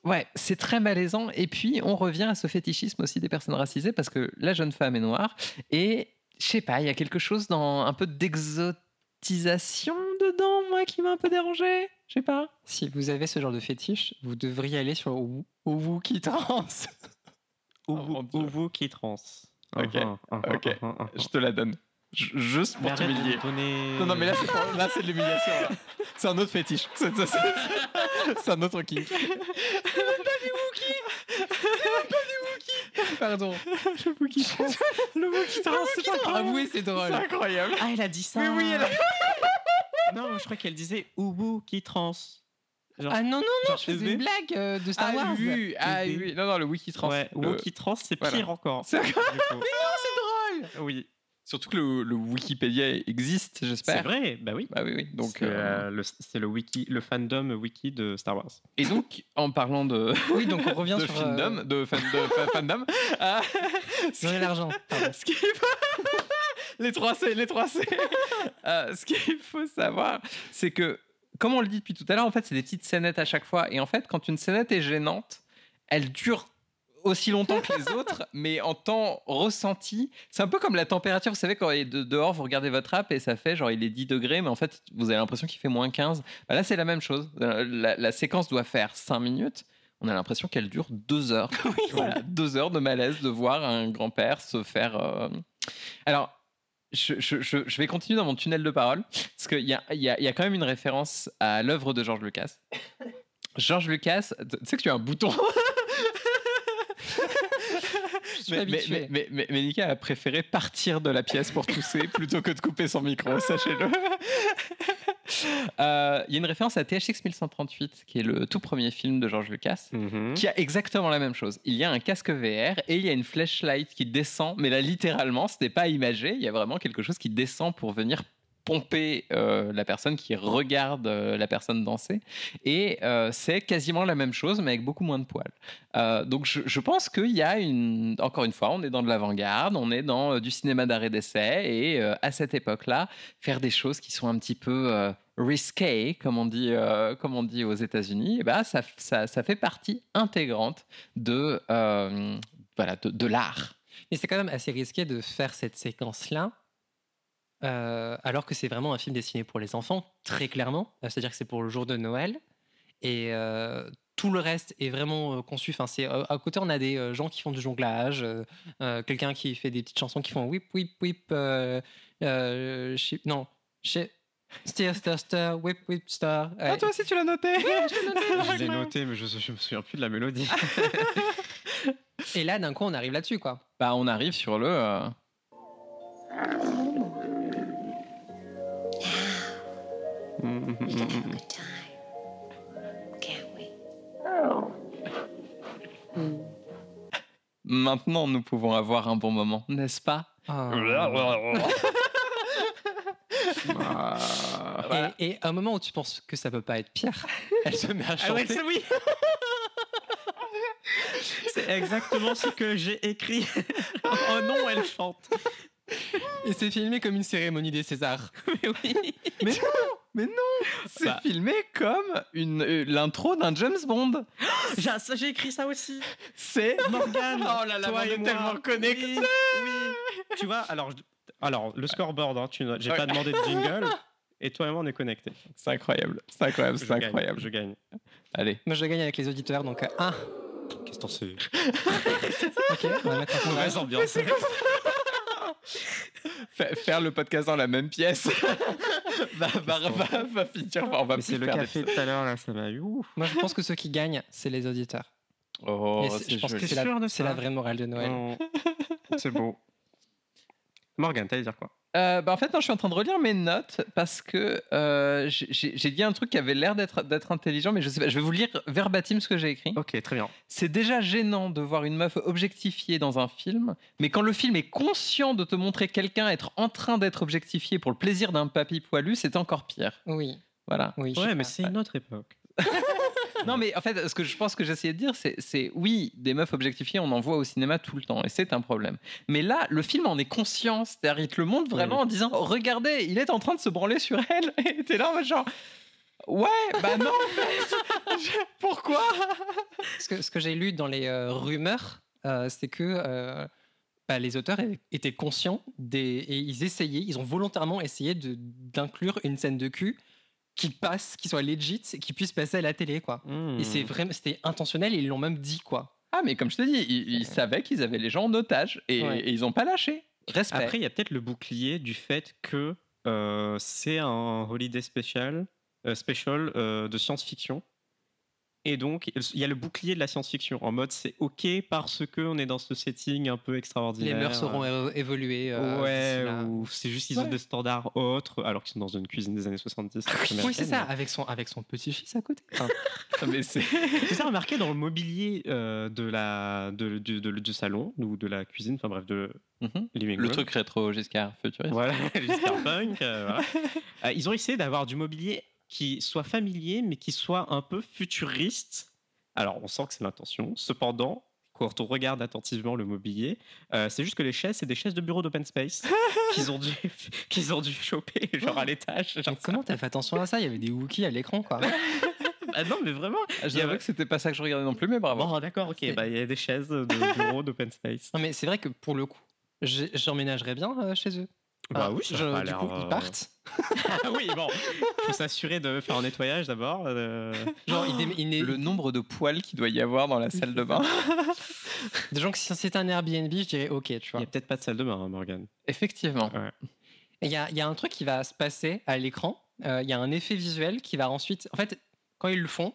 ouais, c'est très malaisant. Et puis, on revient à ce fétichisme aussi des personnes racisées parce que la jeune femme est noire et je sais pas, il y a quelque chose dans un peu d'exotisation dedans, moi, qui m'a un peu dérangé. Je sais pas. Si vous avez ce genre de fétiche, vous devriez aller sur Wu- Wookiee Trans. Ou Oh, mon vous- Dieu. ou vous qui trans. Ok, Ah, ah, ah, ok. ah, ah, ah. Je te la donne. Ju- Juste Mais pour arrête de t'humilier. me donner- Non, non, mais là, c'est, pour- là, c'est de l'humiliation. là. C'est un autre fétiche. C'est, c'est- c'est- c'est un autre kink. même pas des Wookiees Pardon. Le Wookie Le Wookie c'est Avouez, Ah, c'est drôle. incroyable. Ah, elle a dit ça. Oui, oui, elle Non, je crois qu'elle disait Ubu qui trans. Genre, Ah non, non, non, genre je faisais EV. une blague euh, de Star Ah Wars. oui, ah Bébé. oui. Non, non, le Wookiee trans. Ouais, Le- Ubu qui trans, c'est voilà. pire encore. C'est- Du coup. Euh, c'est drôle. Oui, Surtout que le, le Wikipédia existe, j'espère. c'est vrai, bah oui. Bah oui, oui. Donc, c'est euh, euh, le, c'est le wiki, le fandom wiki de Star Wars. Et donc, en parlant de, Oui, donc on revient de sur. euh, fandom, de, fan- de fa- fandom, ah, ce Donner qui- l'argent. pardon. ce qu'il faut- les 3 C, les 3 C. Euh, ce qu'il faut savoir, c'est que, comme on le dit depuis tout à l'heure, en fait, c'est des petites scénettes à chaque fois. Et en fait, quand une scénette est gênante, elle dure aussi longtemps que les autres, mais en temps ressenti. C'est un peu comme la température, vous savez, quand il est de- dehors, vous regardez votre app et ça fait genre il est 10 degrés, mais en fait, vous avez l'impression qu'il fait moins 15. Bah là, c'est la même chose. La, la- la séquence doit faire 5 minutes. On a l'impression qu'elle dure 2 heures. Voilà, deux heures de malaise de voir un grand-père se faire. euh, Alors. Je, je- je- je vais continuer dans mon tunnel de parole, parce qu'il y a, il y a- il y a quand même une référence à l'œuvre de George Lucas. George Lucas, tu sais que tu as un bouton Je suis mais, mais, habitué. mais, mais- mais- mais Nika a préféré partir de la pièce pour tousser plutôt que de couper son micro, sachez-le. Euh, Il y a une référence à THX 1138, qui est le tout premier film de George Lucas, Mhm. qui a exactement la même chose. Il y a un casque VR et il y a une flashlight qui descend, mais là littéralement, ce n'est pas imagé, il y a vraiment quelque chose qui descend pour venir pomper euh, la personne qui regarde euh, la personne danser. Et euh, c'est quasiment la même chose, mais avec beaucoup moins de poils. Euh, donc je, je pense qu'il y a une... Encore une fois, on est dans de l'avant-garde, on est dans euh, du cinéma d'arrêt d'essai, et euh, à cette époque-là, faire des choses qui sont un petit peu... euh, risquées, comme on dit, euh, comme on dit aux États-Unis, eh ben, ça, ça- ça fait partie intégrante de, euh, voilà, de, de l'art. Mais c'est quand même assez risqué de faire cette séquence-là, euh, alors que c'est vraiment un film destiné pour les enfants, très clairement. Euh, C'est-à-dire que c'est pour le jour de Noël. Et euh, tout le reste est vraiment euh, conçu. Enfin, c'est, euh, à côté, on a des euh, gens qui font du jonglage, euh, euh, quelqu'un qui fait des petites chansons qui font whip, whip, whip. euh, euh, shi- non, shi- steer, stir, stir, whip, whip, star. Ouais. Ah, aussi, tu l'as noté Je l'ai noté, mais je, je me souviens plus de la mélodie. Et là, d'un coup, on arrive là-dessus, quoi. bah, On arrive sur le... euh, We can Mm-hmm. have a good time. Can't we? Maintenant, nous pouvons avoir un bon moment, n'est-ce pas Ah. Voilà. Et, et à un moment où tu penses que ça peut pas être pire, Elle se met à chanter. oui C'est exactement ce que j'ai écrit. oh non, elle chante. et c'est filmé comme une cérémonie des Césars. C'est Bah. filmé comme une euh, l'intro d'un James Bond. J'ai ça, j'ai écrit ça aussi. C'est Morgane, Oh là là, toi on et est moi. tellement connectés. Oui, oui. Tu vois, alors, je- alors le scoreboard, hein, tu n'as- j'ai Ouais. pas demandé de jingle. Et toi et moi, on est connectés. C'est incroyable, c'est incroyable, Je c'est gagne, incroyable. Je gagne. Allez. Moi, je gagne avec les auditeurs, donc euh, 1. Qu'est-ce que t'en sais Ok, on va mettre un fond vert. ambiance. Fa- Faire le podcast dans la même pièce va, va, va, va finir. par- On va Mais c'est plus le faire café des- de tout à l'heure, là, ça m'a eu. ouf. Moi, je pense que ceux qui gagnent, c'est les auditeurs. Oh, Et c'est- c'est je pense que joli. c'est Sûr de la, c'est la ça vraie morale de Noël. Non. C'est beau. Morgane, t'allais dire quoi Euh, bah, en fait, non, je suis en train de relire mes notes parce que euh, j'ai- j'ai j'ai dit un truc qui avait l'air d'être d'être intelligent, mais je sais pas. Je vais vous lire verbatim ce que j'ai écrit. Ok, très bien. C'est déjà gênant de voir une meuf objectifiée dans un film, mais quand le film est conscient de te montrer quelqu'un être en train d'être objectifié pour le plaisir d'un papy poilu, c'est encore pire. Oh. Oui, Voilà. oui. je sais Ouais, mais pas. c'est une autre époque. Non, mais en fait, ce que je pense que j'essayais de dire, c'est- c'est oui, des meufs objectifiées, on en voit au cinéma tout le temps, et c'est un problème. Mais là, le film en est conscient, c'est-à-dire il te le montre vraiment en disant Oh, Regardez, il est en train de se branler sur elle, et t'es là en mode genre Ouais, bah non, en fait, je- pourquoi Ce que, ce que j'ai lu dans les euh, rumeurs, euh, c'est que euh, bah, les auteurs é- étaient conscients des, et ils essayaient, ils ont volontairement essayé de- d'inclure une scène de cul qui passe, qui soit legit, et qui puisse passer à la télé, quoi. Hmm. Et c'est vraiment, c'était intentionnel, et ils l'ont même dit, quoi. Ah, mais comme je te dis, ils, ils savaient qu'ils avaient les gens en otage et, Ouais. et ils n'ont pas lâché. Respect. Après, il y a peut-être le bouclier du fait que euh, c'est un holiday special, euh, special euh, de science-fiction. Et donc, il y a le bouclier de la science-fiction en mode c'est ok parce que on est dans ce setting un peu Les extraordinaire. mœurs auront é- évolué. euh, d'ici là. Ouais, ou c'est juste qu'ils ont des standards autres alors qu'ils sont dans une cuisine des années 70. Oui, c'est américaine. ça, avec son, avec son petit-fils à côté. Enfin, Mais c'est- Vous avez remarqué dans le mobilier euh, de la, de- du, de- du salon ou de la cuisine, enfin bref, de Mhm. living Le room. truc rétro Giscard futuriste. Voilà, les Starpunk, euh, voilà. Euh, ils ont essayé d'avoir du mobilier qui soit familier, mais qui soit un peu futuriste. Alors, on sent que c'est l'intention. Cependant, quand on regarde attentivement le mobilier, euh, c'est juste que les chaises, c'est des chaises de bureau d'open space qu'ils ont dû, qu'ils ont dû choper genre à l'étage. genre comment t'as fait attention à ça Il y avait des Wookiees à l'écran, quoi. Ah non, mais vraiment Il y J'avoue avait- que c'était pas ça que je regardais non plus, mais bravo. Bon, d'accord, ok. Bah, Il C'est- y a des chaises de bureau, d'open space. Non, mais c'est vrai que pour le coup, j'ai- j'emménagerais bien euh, chez eux. Ah, je- a pas du l'air, coup, euh, ils partent. Ah oui, bon, faut s'assurer de faire un nettoyage d'abord. euh, Genre, ils dé- ils né- Le nombre de poils qu'il doit y avoir dans la salle de bain. des gens que si c'était un Airbnb, je dirais ok, tu Il vois. n'y a peut-être pas de salle de bain, hein, Morgane. Effectivement. Il y a, il y a un truc qui va se passer à l'écran. euh, Il y a un effet visuel qui va ensuite. En fait, quand ils le font,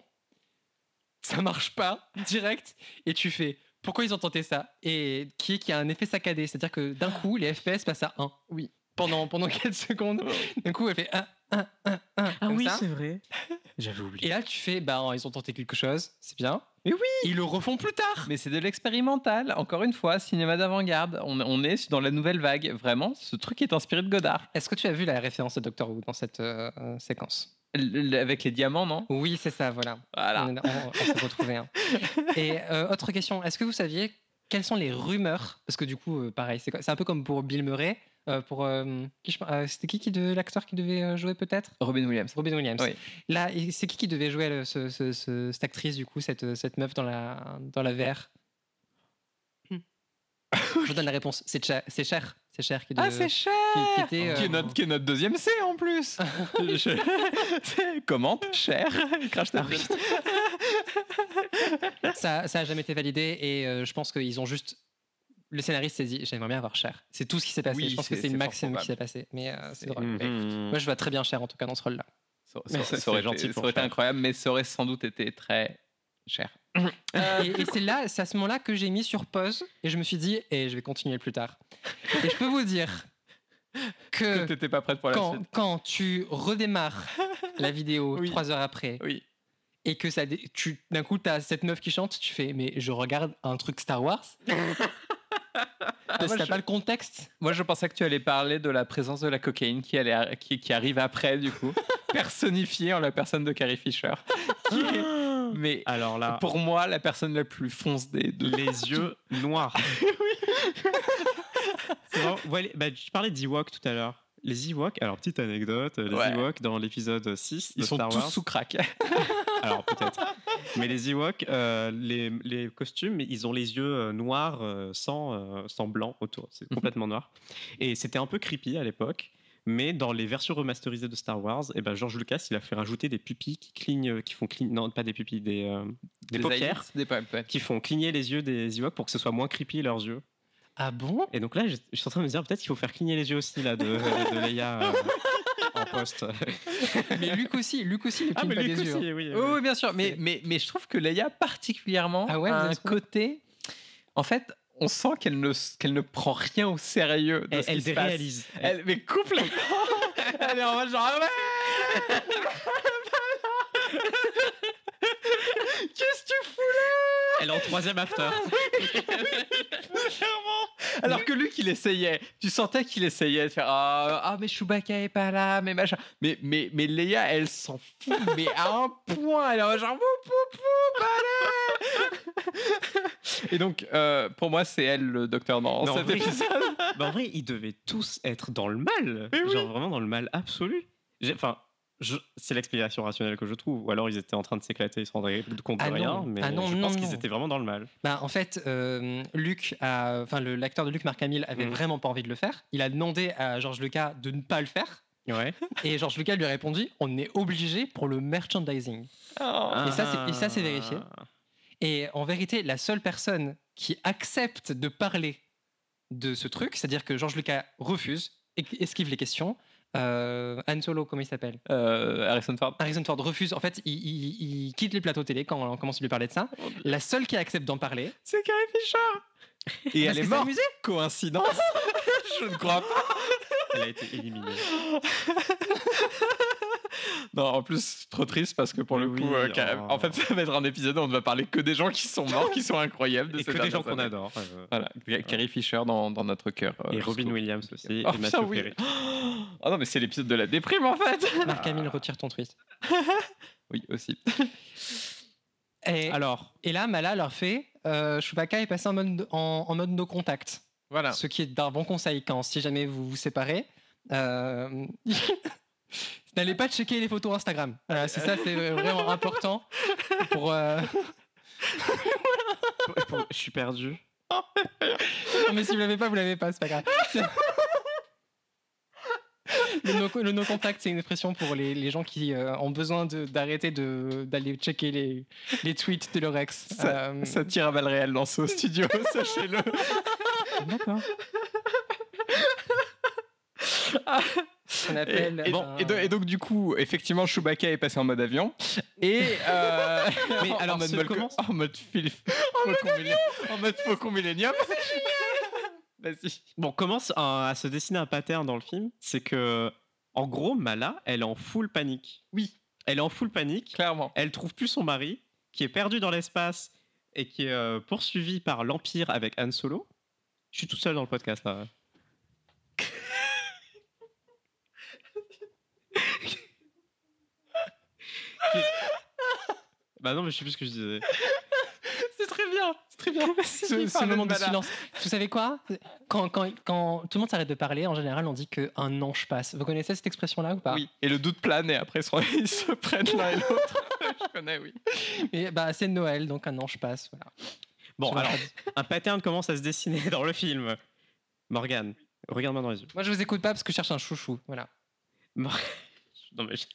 ça marche pas direct. Et tu fais pourquoi ils ont tenté ça Et qui est qui a un effet saccadé C'est-à-dire que d'un coup, les FPS passent à 1. Oui. Pendant, pendant 4 secondes. D'un coup, elle fait 1, 1, 1, 1. comme ça. vrai. J'avais oublié. Et là, tu fais bah, ils ont tenté quelque chose, c'est bien. Mais oui Ils le refont plus tard Mais c'est de l'expérimental, encore une fois, cinéma d'avant-garde. On, on est dans la nouvelle vague. Vraiment, ce truc est inspiré de Godard. Est-ce que tu as vu la référence de Doctor Who dans cette euh, euh, séquence L- l- avec les diamants, non Oui, c'est ça, voilà. Voilà. On, est- on- on s'est retrouvés. hein. Et euh, autre question, est-ce que vous saviez quelles sont les rumeurs Parce que du coup, euh, pareil, c'est quoi- c'est un peu comme pour Bill Murray. euh, pour, euh, qui je- euh, C'était qui, qui de l'acteur qui devait euh, jouer peut-être Robin Williams. Robin Williams. Oui. Là, et c'est qui qui devait jouer le- ce- ce- ce- cette actrice, du coup, cette, cette meuf dans la, dans la VR Hmm. Je vous donne la réponse. C'est Cher. C'est Cher. C'est Cher qui devait. Ah, cher qui- qui était, Qui est euh, notre, qui est notre deuxième C en plus Je- Commente, cher Crash ta vie. ça, ça a jamais été validé et euh, je pense qu'ils ont juste. Le scénariste s'est dit j'aimerais bien avoir Cher. C'est tout ce qui s'est passé. Oui, je pense que c'est- c'est c'est une fort maxime qui probable. s'est passée. Mais euh, c'est C'est- Hmm. drôle. Mm-hmm. Moi, je vois très bien Cher en tout cas dans ce rôle-là. Ça, Mais ça, c'est aurait gentil été, ça pour aurait été Cher. incroyable, mais ça aurait sans doute été très cher. Euh, et et c'est là, c'est à ce moment-là que j'ai mis sur pause et je me suis dit et je vais continuer plus tard. Et je peux vous dire que T'étais pas prête pour la quand, suite quand tu redémarres la vidéo Oui. trois heures après Oui. et que ça dé- tu d'un coup t'as cette meuf qui chante tu fais mais je regarde un truc Star Wars Ah, parce que t'as pas le contexte Moi, je pensais que tu allais parler de la présence de la cocaïne qui, allait ar- qui, qui arrive après, du coup, personnifiée en la personne de Carrie Fisher. Qui Ah. est- mais Alors là, pour moi, la personne la plus fonce des deux. les yeux noirs. C'est vraiment- voilà, bah, je parlais d'Ewok tout à l'heure. Les Ewoks, alors petite anecdote, les Ouais. Ewoks dans l'épisode 6 de Ils sont Star tous Wars. sous crack. Alors peut-être. Mais les Ewoks, euh, les, les costumes, ils ont les yeux euh, noirs euh, sans, euh, sans blanc autour. Mhm. C'est complètement noir. Et c'était un peu creepy à l'époque. Mais dans les versions remasterisées de Star Wars, eh ben George Lucas, il a fait rajouter des pupilles qui clignent, euh, qui font cligner, non pas des pupilles, des, euh, des, paupières, aliens, Des paupières. qui font cligner les yeux des Ewoks pour que ce soit moins creepy leurs yeux. ah bon Et donc là, je, je suis en train de me dire peut-être qu'il faut faire cligner les yeux aussi là de, de Leia euh, en poste. mais Luc aussi Ah, Luc Ah, aussi ne cligne pas des yeux hein. oui, hein. oui. Oui, oui, bien sûr. Mais, mais, mais je trouve que Leia, particulièrement, Ah ouais, vous a un avez trouvé côté. En fait, on sent qu'elle ne, qu'elle ne prend rien au sérieux. De Elle, ce qui elle se passe. déréalise. Elle, mais complètement Elle est en mode genre, ah ouais Qu'est-ce que tu fous Elle est en troisième after. Clairement Alors que Luc, il essayait. Tu sentais qu'il essayait de faire Ah, ah, mais Chewbacca est pas là, mais machin. Mais, mais, mais Leia, elle s'en fout, mais à un point. Elle est en mode genre Woup, woup, woup, allez Et donc, euh, pour moi, c'est elle le docteur dans Mais en cet vrai- épisode. Mais en vrai, ils devaient tous être dans le mal. Genre vraiment dans le mal absolu. J'ai- Enfin, je- c'est l'explication rationnelle que je trouve. Ou alors ils étaient en train de s'éclater, ils se rendaient compte Ah de rien. non. Mais Ah non, je non, pense non. qu'ils étaient vraiment dans le mal. bah en fait euh, Luc a- enfin le- l'acteur de Luc Marc Hamill avait Mhm. vraiment pas envie de le faire il a demandé à George Lucas de ne pas le faire Ouais. et George Lucas lui a répondu on est obligé pour le merchandising Ah. Et ça, c'est- et ça, c'est vérifié. Et en vérité, la seule personne qui accepte de parler de ce truc, c'est-à-dire que George Lucas refuse, et- esquive les questions, euh, Han Solo, comment il s'appelle Euh, Harrison Ford. Harrison Ford refuse, en fait, il, il- il quitte les plateaux télé quand on commence à lui parler de ça. La seule qui accepte d'en parler, C'est Carrie Fisher Et Parce elle est que c'est morte Coïncidence Je ne crois pas Elle a été éliminée. Non, en plus, trop triste parce que pour le Oui, coup, euh, Car- oh. en fait, ça va être un épisode où on ne va parler que des gens qui sont morts, qui sont incroyables. De Et ces que des gens dernières qu'on années. adore. euh, Voilà, Car- Carrie Fisher dans, dans notre cœur. euh, et jusqu'au- Robin Williams aussi. Oh, et putain, Mathieu oui. Perry. Oh non, mais c'est l'épisode de la déprime en fait Ah, Marc Hamill retire ton tweet. Oui, aussi. Et, Alors, et là, Mala leur fait euh, Chewbacca est passé en mode, en- en mode no contact. Voilà. Ce qui est d'un bon conseil quand, si jamais vous vous séparez, euh, N'allez pas checker les photos Instagram. Voilà, c'est ça, c'est vraiment important pour. euh, Je suis perdu. Non, mais si vous l'avez pas, vous l'avez pas, c'est pas grave. C'est- Le no- le no-contact, c'est une expression pour les, les gens qui euh, ont besoin de- d'arrêter de- d'aller checker les, les tweets de leur ex. Euh, Ça tire à balles réelles dans ce studio, sachez-le. D'accord. on appelle. euh, Et, un- et do- et donc, du coup, effectivement, Chewbacca est passé en mode avion. Et. euh, Mais en alors, mode ce Malco- comment- En mode Phil. En mode, en mode Faucon Millenium. Vas-y. Bon, commence à, à se dessiner un pattern dans le film. C'est que, en gros, Mala, elle est en full panique. Oui. Elle est en full panique. Clairement. Elle trouve plus son mari, qui est perdu dans l'espace et qui est euh, poursuivi par l'Empire avec Han Solo. Je suis tout seul dans le podcast là. Qui- bah non, mais je sais plus ce que je disais. C'est très bien. C'est très bien. ce, ce moment de silence. Vous savez quoi quand, quand, quand tout le monde s'arrête de parler, en général, on dit qu'un ange passe. Vous connaissez cette expression-là ou pas Oui. Et le doute plane et après ils se- ils se prennent l'un et l'autre. Je connais, oui. Et, bah, c'est Noël, donc un ange passe. Voilà. Bon, Sur la alors, trad- un pattern commence à se dessiner dans le film. Morgane, regarde-moi dans les yeux. Moi, je vous écoute pas parce que je cherche un chouchou. Voilà. Non, mais je-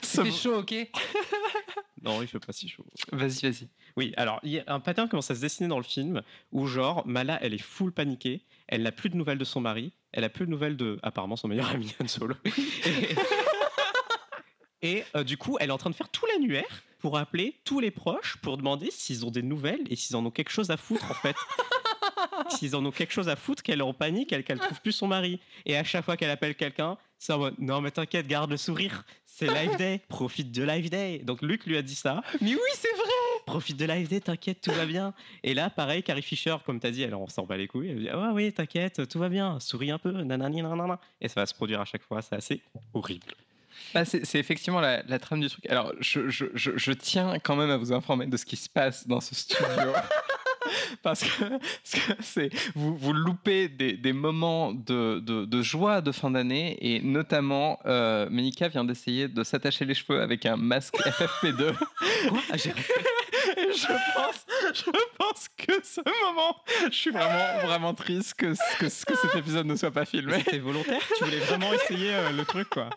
C'est chaud, ok non, il fait pas si chaud. Vas-y, vas-y. Oui, alors, il y a un pattern commence à se dessiner dans le film où, genre, Mala, elle est full paniquée, elle n'a plus de nouvelles de son mari, elle a plus de nouvelles de, apparemment, son meilleur ami Han Solo. Et, et, euh, du coup, elle est en train de faire tout l'annuaire pour appeler tous les proches pour demander s'ils ont des nouvelles et s'ils en ont quelque chose à foutre, en fait. S'ils en ont quelque chose à foutre, qu'elle est en panique, elle- qu'elle trouve plus son mari. Et à chaque fois qu'elle appelle quelqu'un, c'est en mode Non, mais t'inquiète, garde le sourire, c'est Live Day, profite de Live Day. Donc Luc lui a dit ça. Mais oui, c'est vrai Profite de Live Day, t'inquiète, tout va bien. Et là, pareil, Carrie Fisher, comme t'as dit, alors on s'en bat les couilles. Elle dit Ah oui, t'inquiète, tout va bien, souris un peu, nanani, nanana. Et ça va se produire à chaque fois, c'est assez horrible. Bah, c'est c'est effectivement la, la trame du truc. Alors, je, je- je- je tiens quand même à vous informer de ce qui se passe dans ce studio. Parce que, parce que c'est vous, vous loupez des, des moments de, de- de joie de fin d'année et notamment euh, Monica vient d'essayer de s'attacher les cheveux avec un masque FFP2 Ah, j'ai- Et je pense, je pense que ce moment, je suis vraiment vraiment triste que, ce- que, ce- que cet épisode ne soit pas Mais filmé. C'était volontaire, tu voulais vraiment essayer euh, le truc, quoi.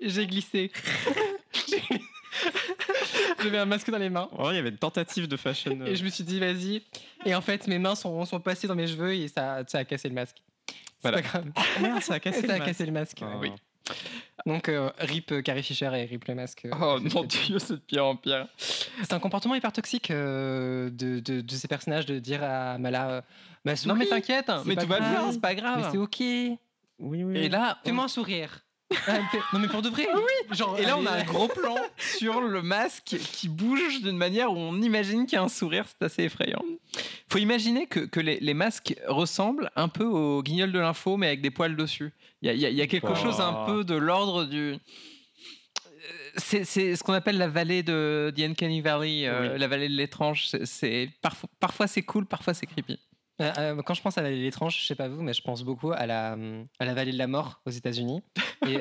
J'ai glissé. J'avais un masque dans les mains. Vraiment, il y avait une tentative de fashion. euh, Et je me suis dit, vas-y. Et en fait, mes mains sont, sont passées dans mes cheveux et ça, ça a cassé le masque. C'est Voilà. pas grave. Merde, ça a cassé. ça le a masque. cassé le masque. Ah. ouais. Donc, euh, rip euh, Carrie Fisher et rip le masque. euh, Oh FFP2. mon dieu, c'est de pire en pire. C'est un comportement hyper toxique euh, de, de- de ces personnages de dire à Mala euh, bah, Non mais souris, t'inquiète, mais pas tu vas le grave. voir, c'est pas mais grave. c'est ok. Oui, oui. Et là, Fais-moi un sourire. Ah, fais- non mais pour de vrai. Oui. Genre, et là, on a allez, un gros plan sur le masque qui bouge d'une manière où on imagine qu'il y a un sourire. C'est assez effrayant. faut imaginer que, que les, les masques ressemblent un peu au guignol de l'info, mais avec des poils dessus. Il y a, il y a- il y a quelque Bah. Oh. chose un peu de l'ordre du. Euh, C'est c'est ce qu'on appelle la vallée de The Uncanny Valley, euh, la vallée de l'étrange. C'est- C'est parfois, parfois c'est cool, parfois c'est creepy. Euh, euh, quand je pense à la- l'étrange, je sais pas vous, mais je pense beaucoup à la, hum, à la vallée de la mort aux États-Unis. Et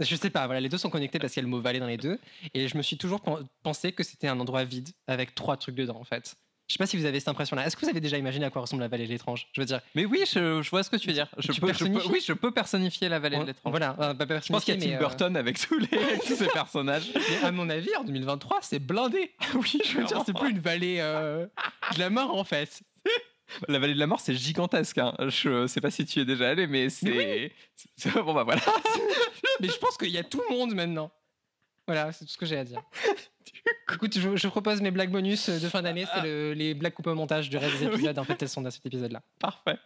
Je sais pas, voilà, les deux sont connectés parce qu'il y a le mot vallée dans les deux. Et je me suis toujours pen- pensé que c'était un endroit vide avec trois trucs dedans en fait. Je sais pas si vous avez cette impression-là. Est-ce que vous avez déjà imaginé à quoi ressemble la vallée de l'étrange Je veux dire, Mais oui, je, je vois ce que tu veux dire. Je Tu peux, je peux- personnifies oui, je peux personnifer la vallée de on- l'étrange. voilà, euh, pas Je pense qu'il y a personnifié, Tim mais, euh, Burton avec tous, les, avec tous ces personnages. Mais à mon avis, en 2023, c'est blindé. Oui, je veux dire, c'est plus une vallée euh, de la mort en fait. La vallée de la mort, c'est gigantesque. hein. Je sais pas si tu y es déjà allé, mais c'est. c'est- Bon, bah voilà. Mais je pense qu'il y a tout le monde maintenant. Voilà, c'est tout ce que j'ai à dire. Écoute, je, je propose mes blagues bonus de fin d'année, Ah. c'est le- les blagues coupées au montage du reste des épisodes. En fait, elles sont dans cet épisode-là. Parfait.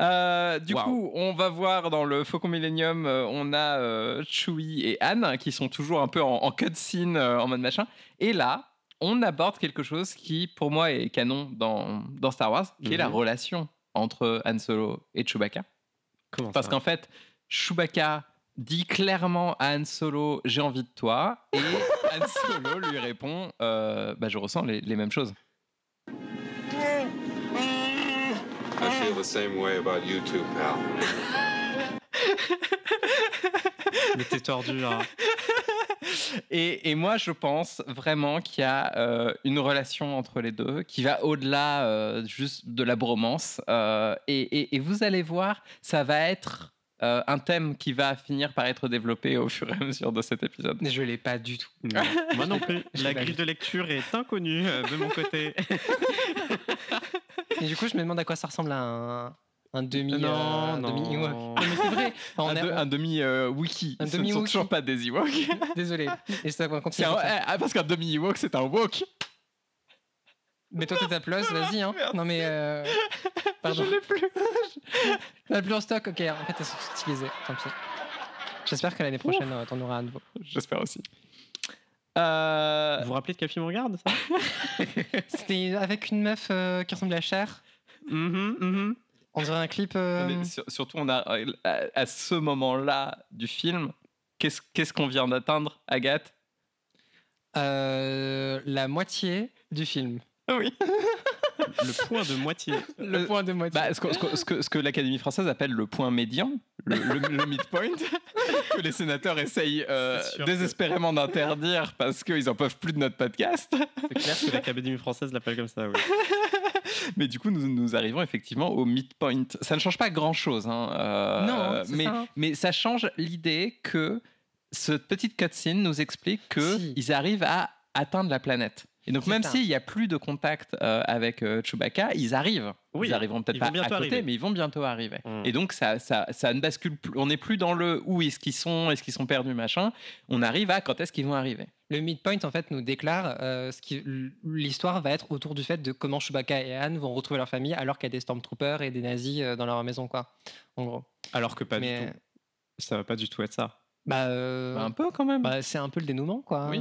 Euh, du Waouh. coup, on va voir dans le Faucon Millenium, euh, on a euh, Chewie et Anne hein, qui sont toujours un peu en, en cutscene, euh, en mode machin. Et là, on aborde quelque chose qui, pour moi, est canon dans, dans Star Wars, qui est la Mhm. relation entre Han Solo et Chewbacca. Comment Parce ça qu'en fait, Chewbacca dit clairement à Han Solo J'ai envie de toi. Et Han Solo lui répond euh, bah, Je ressens les, les mêmes choses. I feel the same way about you too, pal. Mais t'es tordu. hein. Et, et moi, je pense vraiment qu'il y a euh, une relation entre les deux qui va au-delà euh, juste de la bromance. Euh, et, et- et vous allez voir, ça va être euh, un thème qui va finir par être développé au fur et à mesure de cet épisode. Je l'ai pas du tout. Moi non plus. Je La l'ai pas grille vu. de lecture est inconnue euh, de mon côté. Et du coup, je me demande à quoi ça ressemble à un, un demi. Non, euh, un non. demi- ouais. Non, mais c'est vrai. On un, est- de- un demi euh, wiki. Un Ce demi ne sont wiki. toujours pas des Ewoks. Désolé. Et ça va C'est continuer. un- comme ça. ah, parce qu'un demi Ewok, c'est un wok. Mais toi, t'es ta plus, vas-y. Hein. Non, mais. euh, Pardon. Je l'ai plus. T'as plus en stock Ok, en fait, elles sont toutes utilisées. Tant pis. J'espère que l'année prochaine, euh, t'en auras à nouveau. J'espère aussi. Euh, Vous vous rappelez de Café me regarde ça C'était avec une meuf euh, qui ressemble à Cher. Mm-hmm, Mhm, mhm. On dirait un clip. euh, Mais sur- surtout, on a, à, à ce moment-là du film, qu'est-ce qu'est-ce qu'on vient d'atteindre, Agathe euh, la moitié du film. Oui. Le point de moitié. Le, point de moitié. Bah, ce, que- ce que- ce que, ce que l'Académie française appelle le point médian, le, le- le midpoint, que les sénateurs essayent euh, C'est sûr que- désespérément d'interdire parce qu'ils n'en peuvent plus de notre podcast. C'est clair que l'Académie française l'appelle comme ça. Oui. Mais du coup, nous, nous arrivons effectivement au midpoint. Ça ne change pas grand-chose. hein, euh, non, c'est mais, ça. hein. mais ça change l'idée que cette petite cutscene nous explique Si. qu'ils arrivent à atteindre la planète. Et donc, C'est même ça. s'il n'y a plus de contact euh, avec euh, Chewbacca, ils arrivent. Oui, ils arriveront peut-être ils pas vont à côté, bientôt arriver. mais ils vont bientôt arriver. Mm. Et donc, ça, ça, ça ne bascule plus. On n'est plus dans le où est-ce qu'ils sont, est-ce qu'ils sont perdus, machin. On arrive à quand est-ce qu'ils vont arriver. Le midpoint, en fait, nous déclare euh, ce qui l'histoire va être autour du fait de comment Chewbacca et Han vont retrouver leur famille alors qu'il y a des stormtroopers et des nazis euh, dans leur maison, quoi. En gros. Alors que pas Mais- du tout. Ça va pas du tout être ça. Bah, euh, Bah, un peu quand même. bah, c'est un peu le dénouement, quoi. hein. Oui.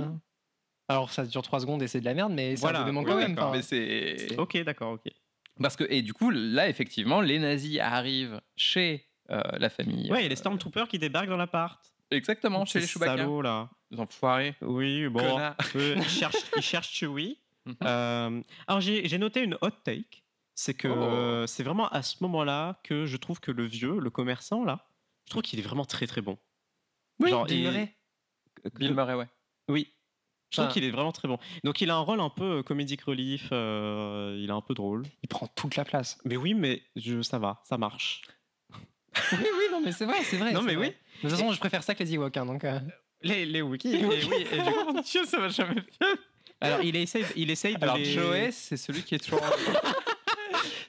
Alors, ça dure 3 secondes et c'est de la merde, mais c'est Voilà, un dénouement oui, quand même. d'accord, enfin. mais c'est. Ok, d'accord, ok. Parce que, et du coup, là, effectivement, les nazis arrivent chez euh, la famille. Ouais, il y a les Stormtroopers qui débarquent dans l'appart. Exactement, chez les Ces Chewbacca. salauds, là. Les enfoirés. Oui, bon. Connard. euh, ils cherchent, ils cherchent Chewie. Mhm. Euh, alors j'ai j'ai noté une hot take, c'est que Oh. euh, c'est vraiment à ce moment-là que je trouve que le vieux, le commerçant là, je trouve qu'il est vraiment très très bon. Oui, Genre, Bill il- Murray. Bill Murray, ouais. Oui. Je trouve Ah. Enfin- qu'il est vraiment très bon. Donc il a un rôle un peu euh, comedic relief, euh, il est un peu drôle. il prend toute la place. Mais oui, mais je, ça va, ça marche. oui, oui, non, mais c'est vrai, c'est vrai. non c'est mais vrai. oui, De toute façon, je préfère ça que les Ewoks. hein, donc, euh, les, les wikis. et oui, et du coup- Oh Mon Dieu, ça va jamais bien. alors il essaye, il essaye de Alors, les- Joey, c'est celui qui est toujours.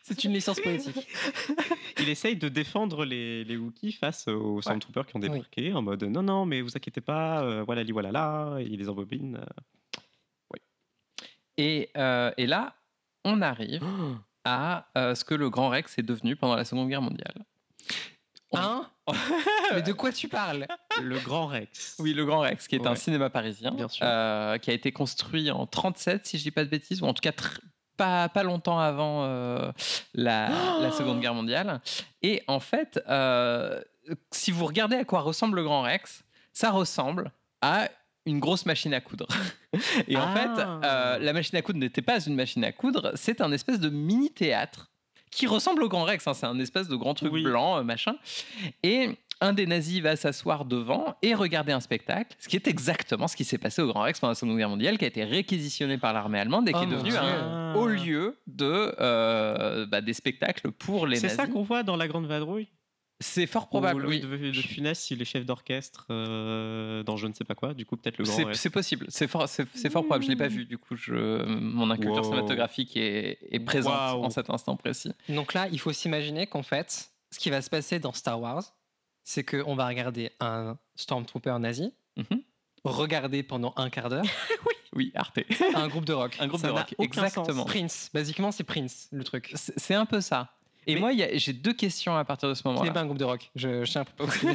C'est une licence poétique. il essaye de défendre les, les Wookiees face aux Stormtroopers qui ont débarqué en mode non, non, mais vous inquiétez pas, euh, voilà, li, voilà, là, et il les embobine. euh. Et, euh, et là, on arrive à euh, ce que le Grand Rex est devenu pendant la Seconde Guerre mondiale. Hein Ah Mais de quoi tu parles Le Grand Rex. Oui, le Grand Rex, qui est un Ouais. cinéma parisien, Bien sûr. euh, qui a été construit en 37, si je dis pas de bêtises, ou en tout cas tr- pas, pas longtemps avant euh, la, la Seconde Guerre mondiale. Et en fait, euh, si vous regardez à quoi ressemble le Grand Rex, ça ressemble à une grosse machine à coudre. Et en Ah. fait, euh, la machine à coudre n'était pas une machine à coudre, c'est un espèce de mini-théâtre qui ressemble au Grand Rex. hein, c'est un espèce de grand truc Oui. blanc, euh, machin. Et un des nazis va s'asseoir devant et regarder un spectacle, ce qui est exactement ce qui s'est passé au Grand Rex pendant la Seconde Guerre mondiale, qui a été réquisitionné par l'armée allemande et qui Oh est mon devenu Dieu. un haut lieu de, euh, bah, des spectacles pour les C'est nazis. ça qu'on voit dans La Grande Vadrouille C'est fort probable, Où oui. Louis de, de Funès, il est chef d'orchestre euh, dans je ne sais pas quoi, du coup, peut-être le Grand C'est Rex. c'est possible, c'est fort, c'est c'est fort probable. Je l'ai pas vu, du coup, je, mon inculture Wow. cinématographique est, est présente Wow. en cet instant précis. Donc là, il faut s'imaginer qu'en fait, ce qui va se passer dans Star Wars, c'est qu'on va regarder un Stormtrooper nazi, Mhm. regarder pendant un quart d'heure Oui, Arte. un groupe de rock. Un groupe Ça de n'a rock, aucun sens. exactement. Prince. Basiquement, c'est Prince, le truc. C'est c'est un peu ça. Et Mais- moi, il y a- j'ai deux questions à partir de ce Ce n'est moment-là. pas un groupe de rock. Je, je tiens à préciser.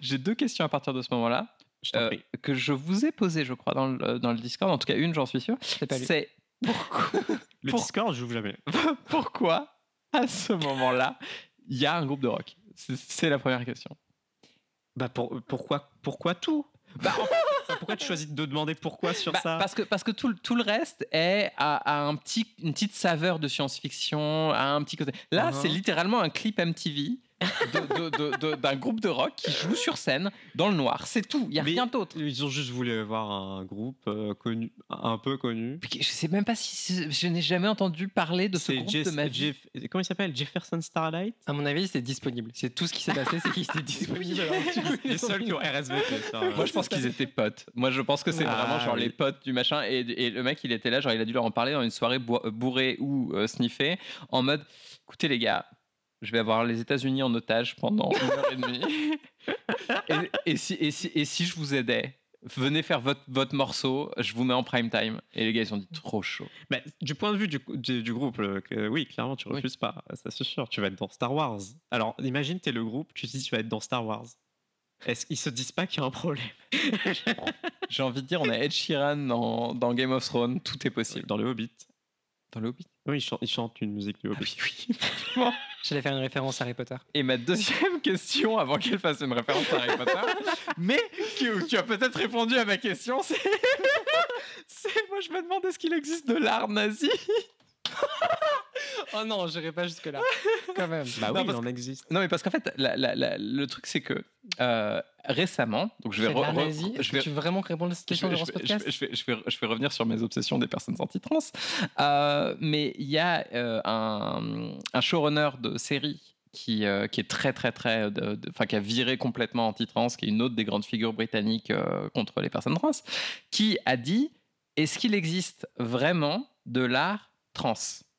J'ai deux questions à partir de ce moment-là. Je t'en Euh, prie. que je vous ai posé, je crois, dans le, dans le Discord. En tout cas, une, j'en suis sûr. Je l'ai pas lu. C'est pourquoi, Le pour- Discord, j'ouvre jamais. pourquoi, à ce moment-là, il y a un groupe de rock C'est- C'est la première question. Bah, pour- pourquoi, pourquoi tout Bah, en fait, bah, Pourquoi tu choisis de demander pourquoi sur Bah, ça Parce que, parce que tout, le- tout le reste est à, un petit, une petite saveur de science-fiction, à un petit côté. Là, Mhm. c'est littéralement un clip MTV de- de- de- de- d'un groupe de rock qui joue sur scène dans le noir. C'est tout, il n'y a Mais- rien d'autre. Ils ont juste voulu avoir un groupe euh, connu, un peu connu. Je sais même pas si c'est- je n'ai jamais entendu parler de ce C'est groupe Jess- de ma vie. Jeff- comment il s'appelle Jefferson Starlight À mon avis, c'est disponible. C'est tout ce qui s'est passé, c'est qu'il était disponible. alors que tu- Les seuls qui ont RSVP. ça. hein. Moi, je pense qu'ils étaient potes. Moi, je pense que c'est Ah, vraiment genre oui. les potes du machin. Et, et le mec, il était là, genre, il a dû leur en parler dans une soirée boi- euh, bourrée ou euh, sniffée, en mode écoutez, les gars, je vais avoir les États-Unis en otage pendant une heure et demie. et, et si, et, si, et si je vous aidais Venez faire votre, votre morceau, je vous mets en prime time. Et les gars, ils ont dit trop chaud. Bah, du point de vue du, du- du groupe, euh, que- oui, clairement, tu Oui. refuses pas. Ça, c'est sûr. Tu vas être dans Star Wars. Alors, imagine, t'es le groupe, tu te dis, tu vas être dans Star Wars. Est-ce qu'ils se disent pas qu'il y a un problème J'ai envie de dire, on a Ed Sheeran dans, dans Game of Thrones, tout est possible. Dans le Hobbit. Dans le Hobbit. Oui, ils chantent, ils chantent une musique du Hobbit. Ah oui, J'allais faire une référence à Harry Potter. Et ma deuxième question, avant qu'elle fasse une référence à Harry Potter, mais que tu as peut-être répondu à ma question, c'est. c'est- moi, je me demande est-ce qu'il existe de l'art nazi Oh non, j'irai pas jusque-là. Quand même. Bah Non, oui, il parce en existe. Non, mais parce qu'en fait, la- la- la- le truc, c'est que euh, récemment, donc je vais. C'est de re- la re- nazie je vais- Tu veux vraiment répondre à cette question je, durant je- ce podcast je- je vais, je vais- je vais revenir sur mes obsessions des personnes anti-trans. Euh, mais il y a euh, un, un showrunner de série qui, euh, qui est très, très, très. de- de- Enfin, qui a viré complètement anti-trans, qui est une autre des grandes figures britanniques euh, contre les personnes trans, qui a dit est-ce qu'il existe vraiment de l'art trans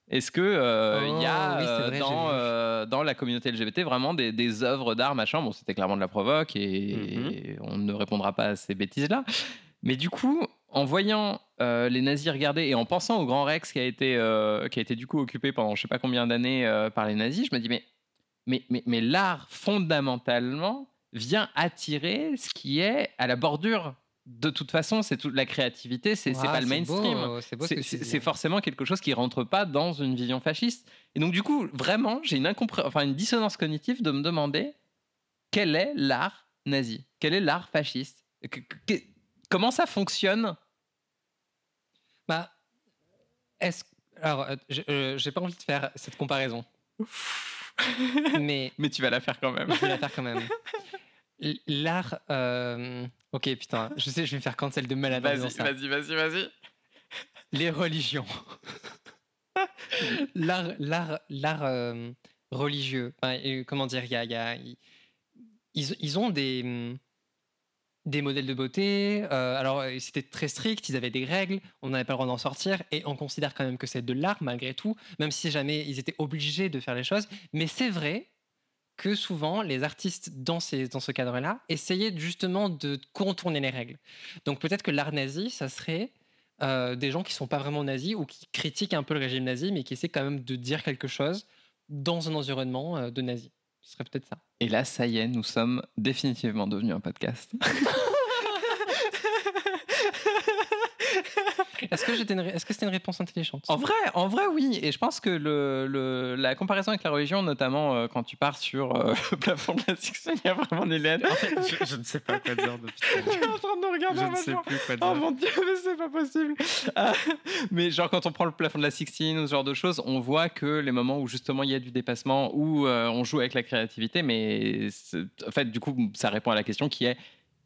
Est-ce que euh, il y a Oh, oui, c'est euh, vrai, dans, j'ai vu. euh, dans la communauté LGBT vraiment des, des œuvres d'art machin Bon, c'était clairement de la provoque et, Mhm. on ne répondra pas à ces bêtises là. Mais du coup, en voyant euh, les nazis regarder et en pensant au Grand Rex qui a été euh, qui a été du coup occupé pendant je sais pas combien d'années euh, par les nazis, je me dis mais mais, mais, mais l'art fondamentalement vient attirer ce qui est à la bordure. De toute façon, c'est toute la créativité, c'est c'est Ah, pas le mainstream. beau, C'est beau ce Ah bah, C'est- que tu C'est dis. c'est forcément quelque chose qui rentre pas dans une vision fasciste. Et donc, du coup, vraiment, j'ai une, incompré- enfin, une dissonance cognitive de me demander quel est l'art nazi Quel est l'art fasciste Que- que- que- Comment ça fonctionne Bah, est-ce alors, euh, je- euh, j'ai pas envie de faire cette comparaison, mais Mais tu vas la faire quand même. je vais la faire quand même. L- L'art, euh, ok, putain, je sais, je vais me faire cancel de malade. en Vas-y, disant ça. vas-y, vas-y, vas-y. Les religions, l'art, l'art, l'art euh, religieux. Enfin, et comment dire, il y a, il y a- il- ils, ils ont des hum, des modèles de beauté. euh, alors, euh, c'était très strict, ils avaient des règles, on n'avait pas le droit d'en sortir, et on considère quand même que c'est de l'art malgré tout, même si jamais ils étaient obligés de faire les choses. Mais c'est vrai que souvent, les artistes dans, ces, dans ce cadre-là essayaient justement de contourner les règles. Donc peut-être que l'art nazi, ça serait euh, des gens qui sont pas vraiment nazis ou qui critiquent un peu le régime nazi, mais qui essaient quand même de dire quelque chose dans un environnement euh, de nazis. Ce serait peut-être ça. Et là, ça y est, nous sommes définitivement devenus un podcast. Est-ce que c'était une, ré- est-ce que c'était une réponse intelligente En vrai, en vrai, oui. Et je pense que le, le- la comparaison avec la religion, notamment euh, quand tu pars sur euh, le plafond de la Sixtine, il y a vraiment des lettres. je, je ne sais pas quoi dire depuis tout à Tu l'heure. es en train de nous regarder Je en ne sais mode plus Oh quoi dire. mon dieu, mais c'est pas possible. Ah, mais genre quand on prend le plafond de la Sixtine ou ce genre de choses, on voit que les moments où justement il y a du dépassement, où euh, on joue avec la créativité, mais c'est- en fait du coup ça répond à la question qui est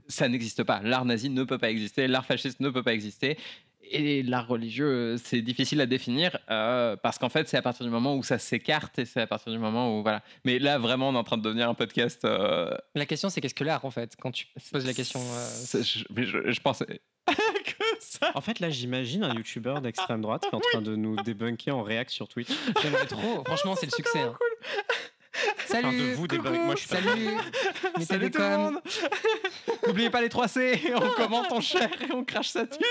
ça n'existe pas. L'art nazi ne peut pas exister, l'art fasciste ne peut pas exister. Et l'art religieux, euh, c'est difficile à définir euh, parce qu'en fait, c'est à partir du moment où ça s'écarte et c'est à partir du moment où voilà. Mais là, vraiment, on est en train de devenir un podcast euh, La question, c'est qu'est-ce que l'art en fait Quand tu poses la question, euh, c'est- je, mais je- je pensais que ça. En fait, là, j'imagine un youtubeur d'extrême droite qui est en train de nous débunker en réact sur Twitch. j'aimerais trop. Franchement, c'est le succès. hein. Enfin, de Salut, vous coucou, débunker. Moi, je suis pas- salut. Mais t'as Salut des tout le connes. monde N'oubliez pas les 3 C, on commente, on share et on crache ça dessus.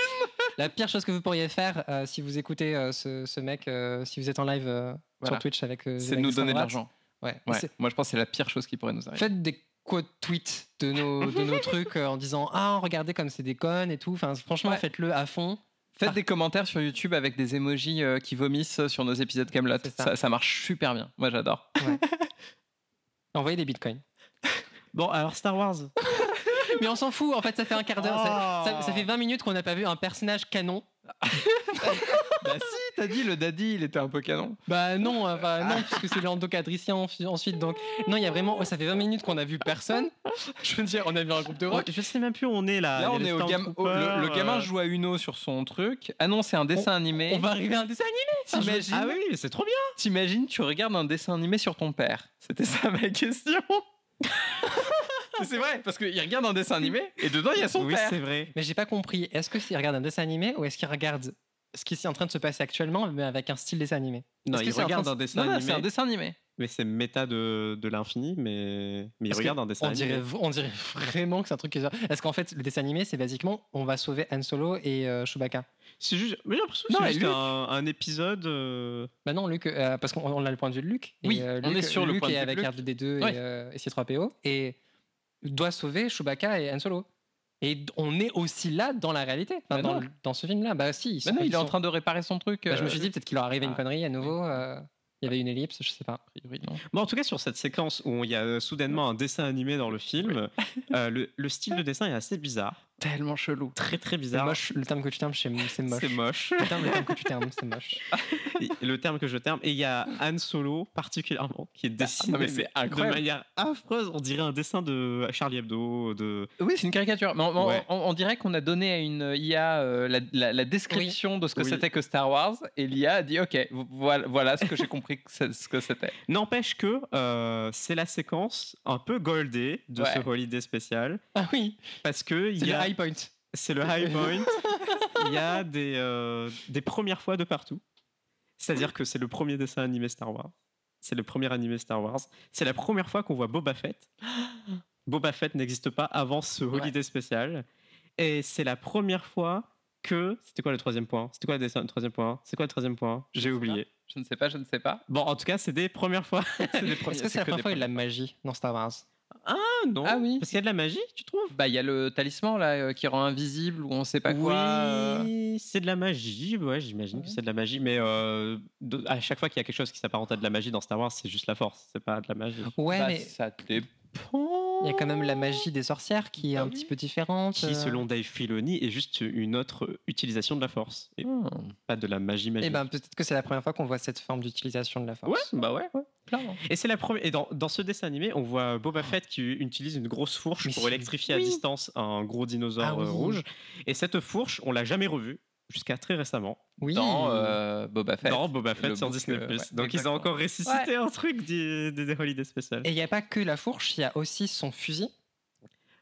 La pire chose que vous pourriez faire euh, si vous écoutez euh, ce, ce mec, euh, si vous êtes en live euh, Voilà. sur Twitch avec, euh, C'est avec nous l'extrême donner de droite. l'argent. Ouais. Ouais, C'est- Moi je pense que c'est la pire chose qui pourrait nous arriver. Faites des quotes tweets de nos, de nos trucs euh, en disant ah regardez comme c'est des connes et tout. Enfin franchement Ouais. faites-le à fond. Faites des commentaires sur YouTube avec des emojis euh, qui vomissent sur nos épisodes Camelot. C'est Ça. ça. ça marche super bien. Moi j'adore. Envoyez des bitcoins. Bon, alors Star Wars. Mais on s'en fout en fait ça fait un quart d'heure. ça- Oh. Ça, ça fait 20 minutes qu'on n'a pas vu un personnage canon. bah si, T'as dit le daddy, il était un peu canon. Bah non, enfin, non, puisque c'est l'endocadricien enfi- ensuite. Donc, non, il y a vraiment. oh, ça fait 20 minutes qu'on a vu personne. Je veux dire, on a vu un groupe de rock. je sais même plus où on est là. Là, on Ah, Il y a est les au gam- au- Stormtroopers, le, le gamin Oh. euh, joue à Uno sur son truc. Ah non, c'est un dessin animé. On va arriver à un dessin animé. T'imagines Ah oui, c'est trop bien. T'imagines, tu regardes un dessin animé sur ton père. C'était ça ma question. Mais c'est vrai, parce qu'il regarde un dessin animé et dedans il y a son oui, père. c'est vrai. Mais j'ai pas compris. Est-ce que s'il regarde un dessin animé ou est-ce qu'il regarde ce qui est en train de se passer actuellement, mais avec un style dessin animé Non, que il c'est en regarde train un de- dessin Non, non, animé. c'est un dessin animé. Mais c'est méta de, de l'infini, mais, mais il Parce que regarde un dessin On dirait, animé. on dirait vraiment que c'est un truc qui est. Parce qu'en fait, le dessin animé, c'est basiquement on va sauver Han Solo et euh, Chewbacca. C'est juste, mais j'ai l'impression que Non, c'est et juste Luke. un, un épisode. euh, Bah non, Luc, euh, parce qu'on on a le point de vue de Luc. Oui, euh, on Luc- est sur le Luc point de est vue de avec Luc. R2D2 Ouais. et, euh, et C3PO et doit sauver Chewbacca et Han Solo. Et d- on est aussi là dans la réalité, enfin, Bah dans, non. le- dans ce film-là. Bah si, ils sont- Bah non, ils il est en sont- train de réparer son truc. Bah, je me euh, suis dit peut-être qu'il leur arrivait une Ah. connerie à nouveau. euh, Il y avait une ellipse, je sais pas. a priori, non. Bon, en tout cas, sur cette séquence où il y a euh, soudainement un dessin animé dans le film, euh, le, le style de dessin est assez bizarre. Tellement chelou. Très, très C'est bizarre. moche, le terme que tu termes, c'est c'est moche. C'est moche. Le terme, le terme que tu termes, c'est moche. Et le terme que je terme. Et il y a Han Solo, particulièrement, qui est dessiné non, mais mais c'est de incroyable. manière affreuse. On dirait un dessin de Charlie Hebdo, de... Oui, c'est une caricature. Mais on, on- Ouais. on- on dirait qu'on a donné à une IA euh, la, la- la description de ce que Oui. c'était que Star Wars et l'IA a dit Ok, vo- voilà, voilà ce que j'ai compris que c'est- ce que c'était. N'empêche que euh, c'est la séquence un peu goldée de Ouais. ce holiday spécial Ah oui, parce que il c'est y le a high point. c'est le high point. Il y a des euh, des premières fois de partout. C'est-à-dire que c'est le premier dessin animé Star Wars. C'est le premier animé Star Wars. C'est la première fois qu'on voit Boba Fett. Boba Fett n'existe pas avant ce holiday spécial. Et c'est la première fois que c'était quoi le troisième point C'était quoi le, dessin- le troisième point C'est quoi le troisième point J'ai oublié. Je ne sais pas, je ne sais pas. Bon, en tout cas, c'est des premières fois. c'est des Est-ce que c'est la que première des fois qu'il y a de la magie dans Star Wars Ah non. Ah oui. Parce qu'il y a de la magie, tu trouves Bah, il y a le talisman là euh, qui rend invisible ou on sait pas quoi. euh. Oui, c'est de la magie. Ouais, j'imagine que c'est de la magie. Mais euh, de- à chaque fois qu'il y a quelque chose qui s'apparente à de la magie dans Star Wars, c'est juste la force. C'est pas de la magie. Ouais, Bah, mais ça dépend. il y a quand même la magie des sorcières qui est Ah un oui. petit peu différente. euh, Qui, selon Dave Filoni, est juste une autre utilisation de la force. Et pas de la magie Et magique. ben peut-être que c'est la première fois qu'on voit cette forme d'utilisation de la force. Ouais, bah ouais. Et c'est la première. Et dans, dans ce dessin animé, on voit Boba Fett qui utilise une grosse fourche Ah. Mais pour c'est- électrifier à oui. distance un gros dinosaure Ah oui. euh, rouge. Et cette fourche, on l'a jamais revue jusqu'à très récemment. Oui. Dans euh, Boba Fett. Non, Boba Le Fett sur book, Disney+. euh, ouais, Donc ils ont exactement. encore ressuscité un truc des, des Holiday Special. Et il n'y a pas que la fourche, il y a aussi son fusil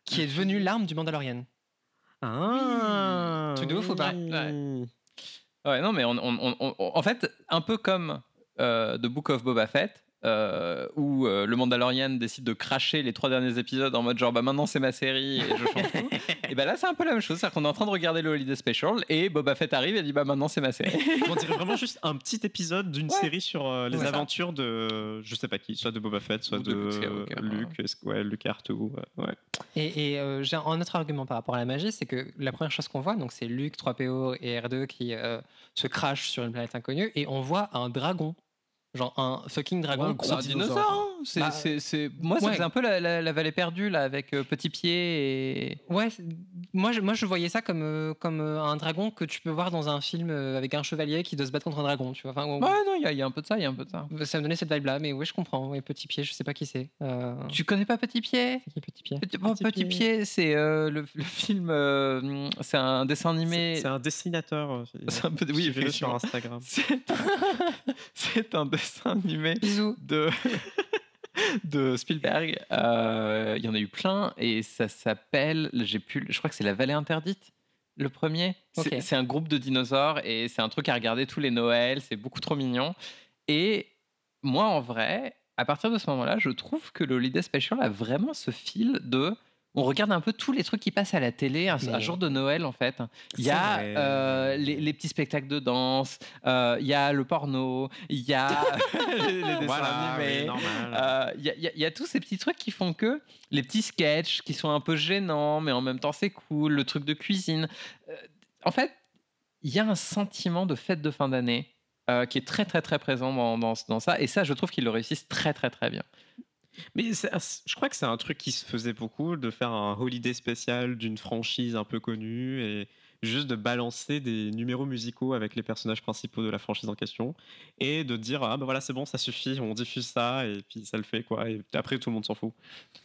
qui est devenu l'arme du Mandalorian. Ah Truc de ouf ou pas Ouais. Ouais, non, mais on, on- on- on- en fait, un peu comme euh, The Book of Boba Fett, euh, où euh, le Mandalorian décide de cracher les trois derniers épisodes en mode genre bah maintenant c'est ma série et je change tout. et bah là c'est un peu la même chose, c'est-à-dire qu'on est en train de regarder le Holiday Special et Boba Fett arrive et dit bah maintenant c'est ma série. On dirait vraiment juste un petit épisode d'une Ouais. série sur euh, les Ouais. aventures de je sais pas qui, soit de Boba Fett, soit Ou de, de Luke Skywalker, hein. Luke, est-ce que- ouais, Luke Artu, ouais, ouais. Et, et, euh, j'ai un autre argument par rapport à la magie, c'est que la première chose qu'on voit, donc c'est Luke, 3PO et R2 qui euh, se crachent sur une planète inconnue et on voit un dragon. Genre un fucking dragon. Ouais, c'est un dinosaure. hein. C'est- Bah, c'est- c'est- Moi ça ouais. faisait un peu la, la- la vallée perdue là avec euh, Petit Pied et. Ouais, c'est- moi je, moi je voyais ça comme, euh, comme euh, un dragon que tu peux voir dans un film euh, avec un chevalier qui doit se battre contre un dragon, tu vois. Enfin, on- Ouais, non, il y, a- il y a un peu de ça, il y a un peu de ça. Ça me donnait cette vibe là, mais oui, je comprends. Ouais, petit pied, je sais pas qui c'est. Euh, Tu connais pas Petit Pied c'est qui, petit pied Petit, bon, Petit Petit Pied. Pied, c'est euh, le, le film, euh, c'est un dessin animé. C'est- C'est un dessinateur. euh, C'est un peu- oui, suivez-le sur effectivement. Instagram. C'est un- c'est un dessin animé Bisous. de, de Spielberg. Euh, Il y en a eu plein et ça s'appelle, j'ai pu, je crois que c'est La Vallée Interdite, le premier. C'est Ok. c'est un groupe de dinosaures et c'est un truc à regarder tous les Noëls, c'est beaucoup trop mignon. Et moi, en vrai, à partir de ce moment-là, je trouve que le Holiday Special a vraiment ce fil de. On regarde un peu tous les trucs qui passent à la télé un, un Mais- jour de Noël, en fait. Il y C'est a vrai. euh, les, les petits spectacles de danse, euh, il y a le porno, il y a les, les dessins Voilà, animés. oui, normal. Euh, Il y, a- il y a- il y a tous ces petits trucs qui font que les petits sketchs qui sont un peu gênants, mais en même temps c'est cool, le truc de cuisine. Euh, en fait, il y a un sentiment de fête de fin d'année euh, qui est très très très présent dans, dans, dans ça, et ça je trouve qu'ils le réussissent très très très bien. Mais c'est- je crois que c'est un truc qui se faisait beaucoup, de faire un holiday spécial d'une franchise un peu connue et juste de balancer des numéros musicaux avec les personnages principaux de la franchise en question et de dire ah ben voilà c'est bon ça suffit on diffuse ça et puis ça le fait quoi et après tout le monde s'en fout.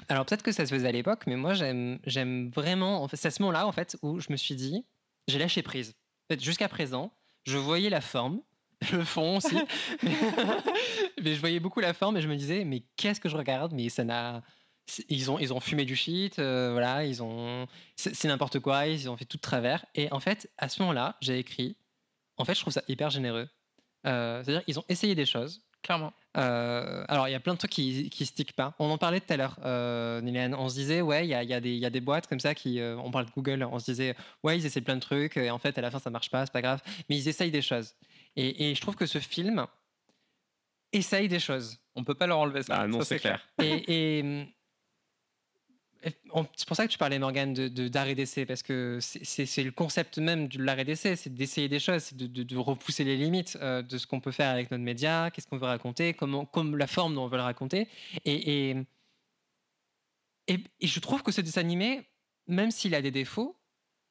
Alors peut-être que ça se faisait à l'époque, mais moi j'aime, j'aime vraiment. En fait, c'est à ce moment-là en fait où je me suis dit, j'ai lâché prise. En fait, jusqu'à présent, je voyais la forme, le fond aussi, mais, mais je voyais beaucoup la forme et je me disais, mais qu'est-ce que je regarde Mais ça n'a c'est- ils ont, ils ont fumé du shit, euh, voilà, ils ont, c'est, c'est n'importe quoi, ils ont fait tout de travers. Et en fait, à ce moment-là, j'ai écrit, en fait, je trouve ça hyper généreux. Euh, c'est-à-dire, ils ont essayé des choses. Clairement. Euh, alors, il y a plein de trucs qui, qui stickent pas. On en parlait tout à l'heure, euh, Nilane. On se disait, ouais, il y a, il y a des- il y a des boîtes comme ça qui. euh, on parle de Google, on se disait, ouais, ils essaient plein de trucs, et en fait, à la fin, ça marche pas, c'est pas grave. Mais ils essayent des choses. Et, et je trouve que ce film essaye des choses. On peut pas leur enlever ça. Ah non Ça, c'est clair. Et. et, hum, et on- c'est pour ça que tu parlais, Morgane, d'arrêt de, d'arrêt d'essai, parce que c'est- c'est c'est le concept même de l'arrêt d'essai, c'est d'essayer des choses, c'est de, de- de repousser les limites euh, de ce qu'on peut faire avec notre média, qu'est-ce qu'on veut raconter, comment, comme la forme dont on veut le raconter. Et, et, et- et je trouve que ce dessin animé, même s'il a des défauts,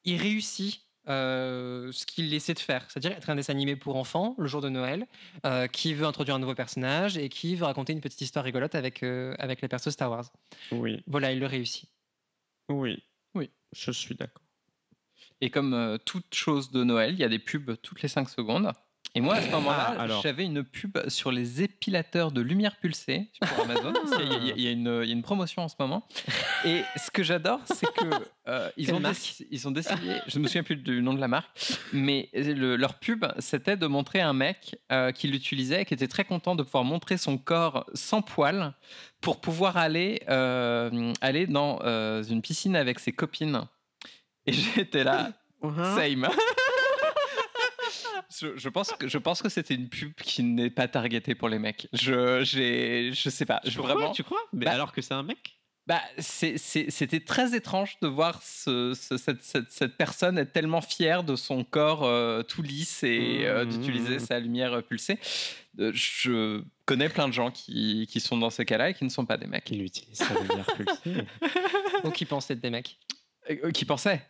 il réussit euh, ce qu'il essaie de faire, c'est-à-dire être un dessin animé pour enfants le jour de Noël, euh, qui veut introduire un nouveau personnage et qui veut raconter une petite histoire rigolote avec, euh, avec les persos Star Wars. Oui Voilà, il le réussit. oui Oui. je suis d'accord. Et comme euh, toute chose de Noël, il y a des pubs toutes les 5 secondes. Et moi, à ce moment-là, Ah, alors. j'avais une pub sur les épilateurs de lumière pulsée pour Amazon. parce qu'il y a- Il y, a- il y a une- il y a une promotion en ce moment. Et ce que j'adore, c'est que euh, ils, Quelle ont marque déc- ils ont décidé, je ne me souviens plus du nom de la marque, mais le- leur pub, c'était de montrer un mec euh, qui l'utilisait, qui était très content de pouvoir montrer son corps sans poils pour pouvoir aller, euh, aller dans euh, une piscine avec ses copines. Et j'étais là, Hein Same. je, je pense que je pense que c'était une pub qui n'est pas targetée pour les mecs. Je j'ai je sais pas. Je Pourquoi, vraiment. tu crois mais Bah- alors que c'est un mec. Bah c'est- c'est- c'était très étrange de voir ce- ce- cette, cette- cette personne être tellement fière de son corps euh, tout lisse et euh, Mmh, d'utiliser mmh. sa lumière euh, pulsée. Euh, je connais plein de gens qui, qui sont dans ces cas-là et qui ne sont pas des mecs. Il utilise sa lumière pulsée. Ou qui pense être des mecs. Euh, euh, qui pensaient.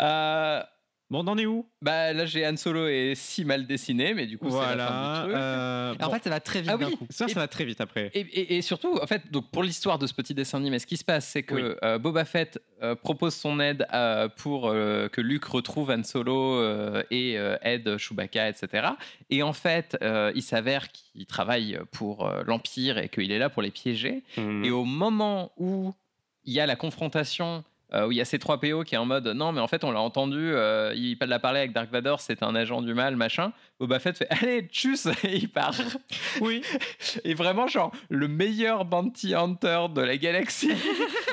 Euh, Bon on en est où Bah là j'ai Han Solo est si mal dessiné, mais du coup c'est la fin Voilà. du truc. euh, Et En bon, fait, ça va très vite Ah d'un oui. coup. ça ça va très vite après. Et, et- et surtout, en fait, donc pour l'histoire de ce petit dessin animé, ce qui se passe, c'est que Oui. euh, Boba Fett euh, propose son aide euh, pour euh, que Luke retrouve Han Solo euh, et euh, aide Chewbacca, etc. Et en fait, euh, il s'avère qu'il travaille pour euh, l'Empire et qu'il est là pour les piéger. Mm. Mmh. Et au moment où il y a la confrontation, euh, où il y a ces trois PO qui est en mode non, mais en fait, on l'a entendu, euh, il l'a parlé avec Dark Vador, c'est un agent du mal, machin. Boba Fett fait allez, tchuss, et il part. Oui. Et vraiment, genre, le meilleur bounty hunter de la galaxie.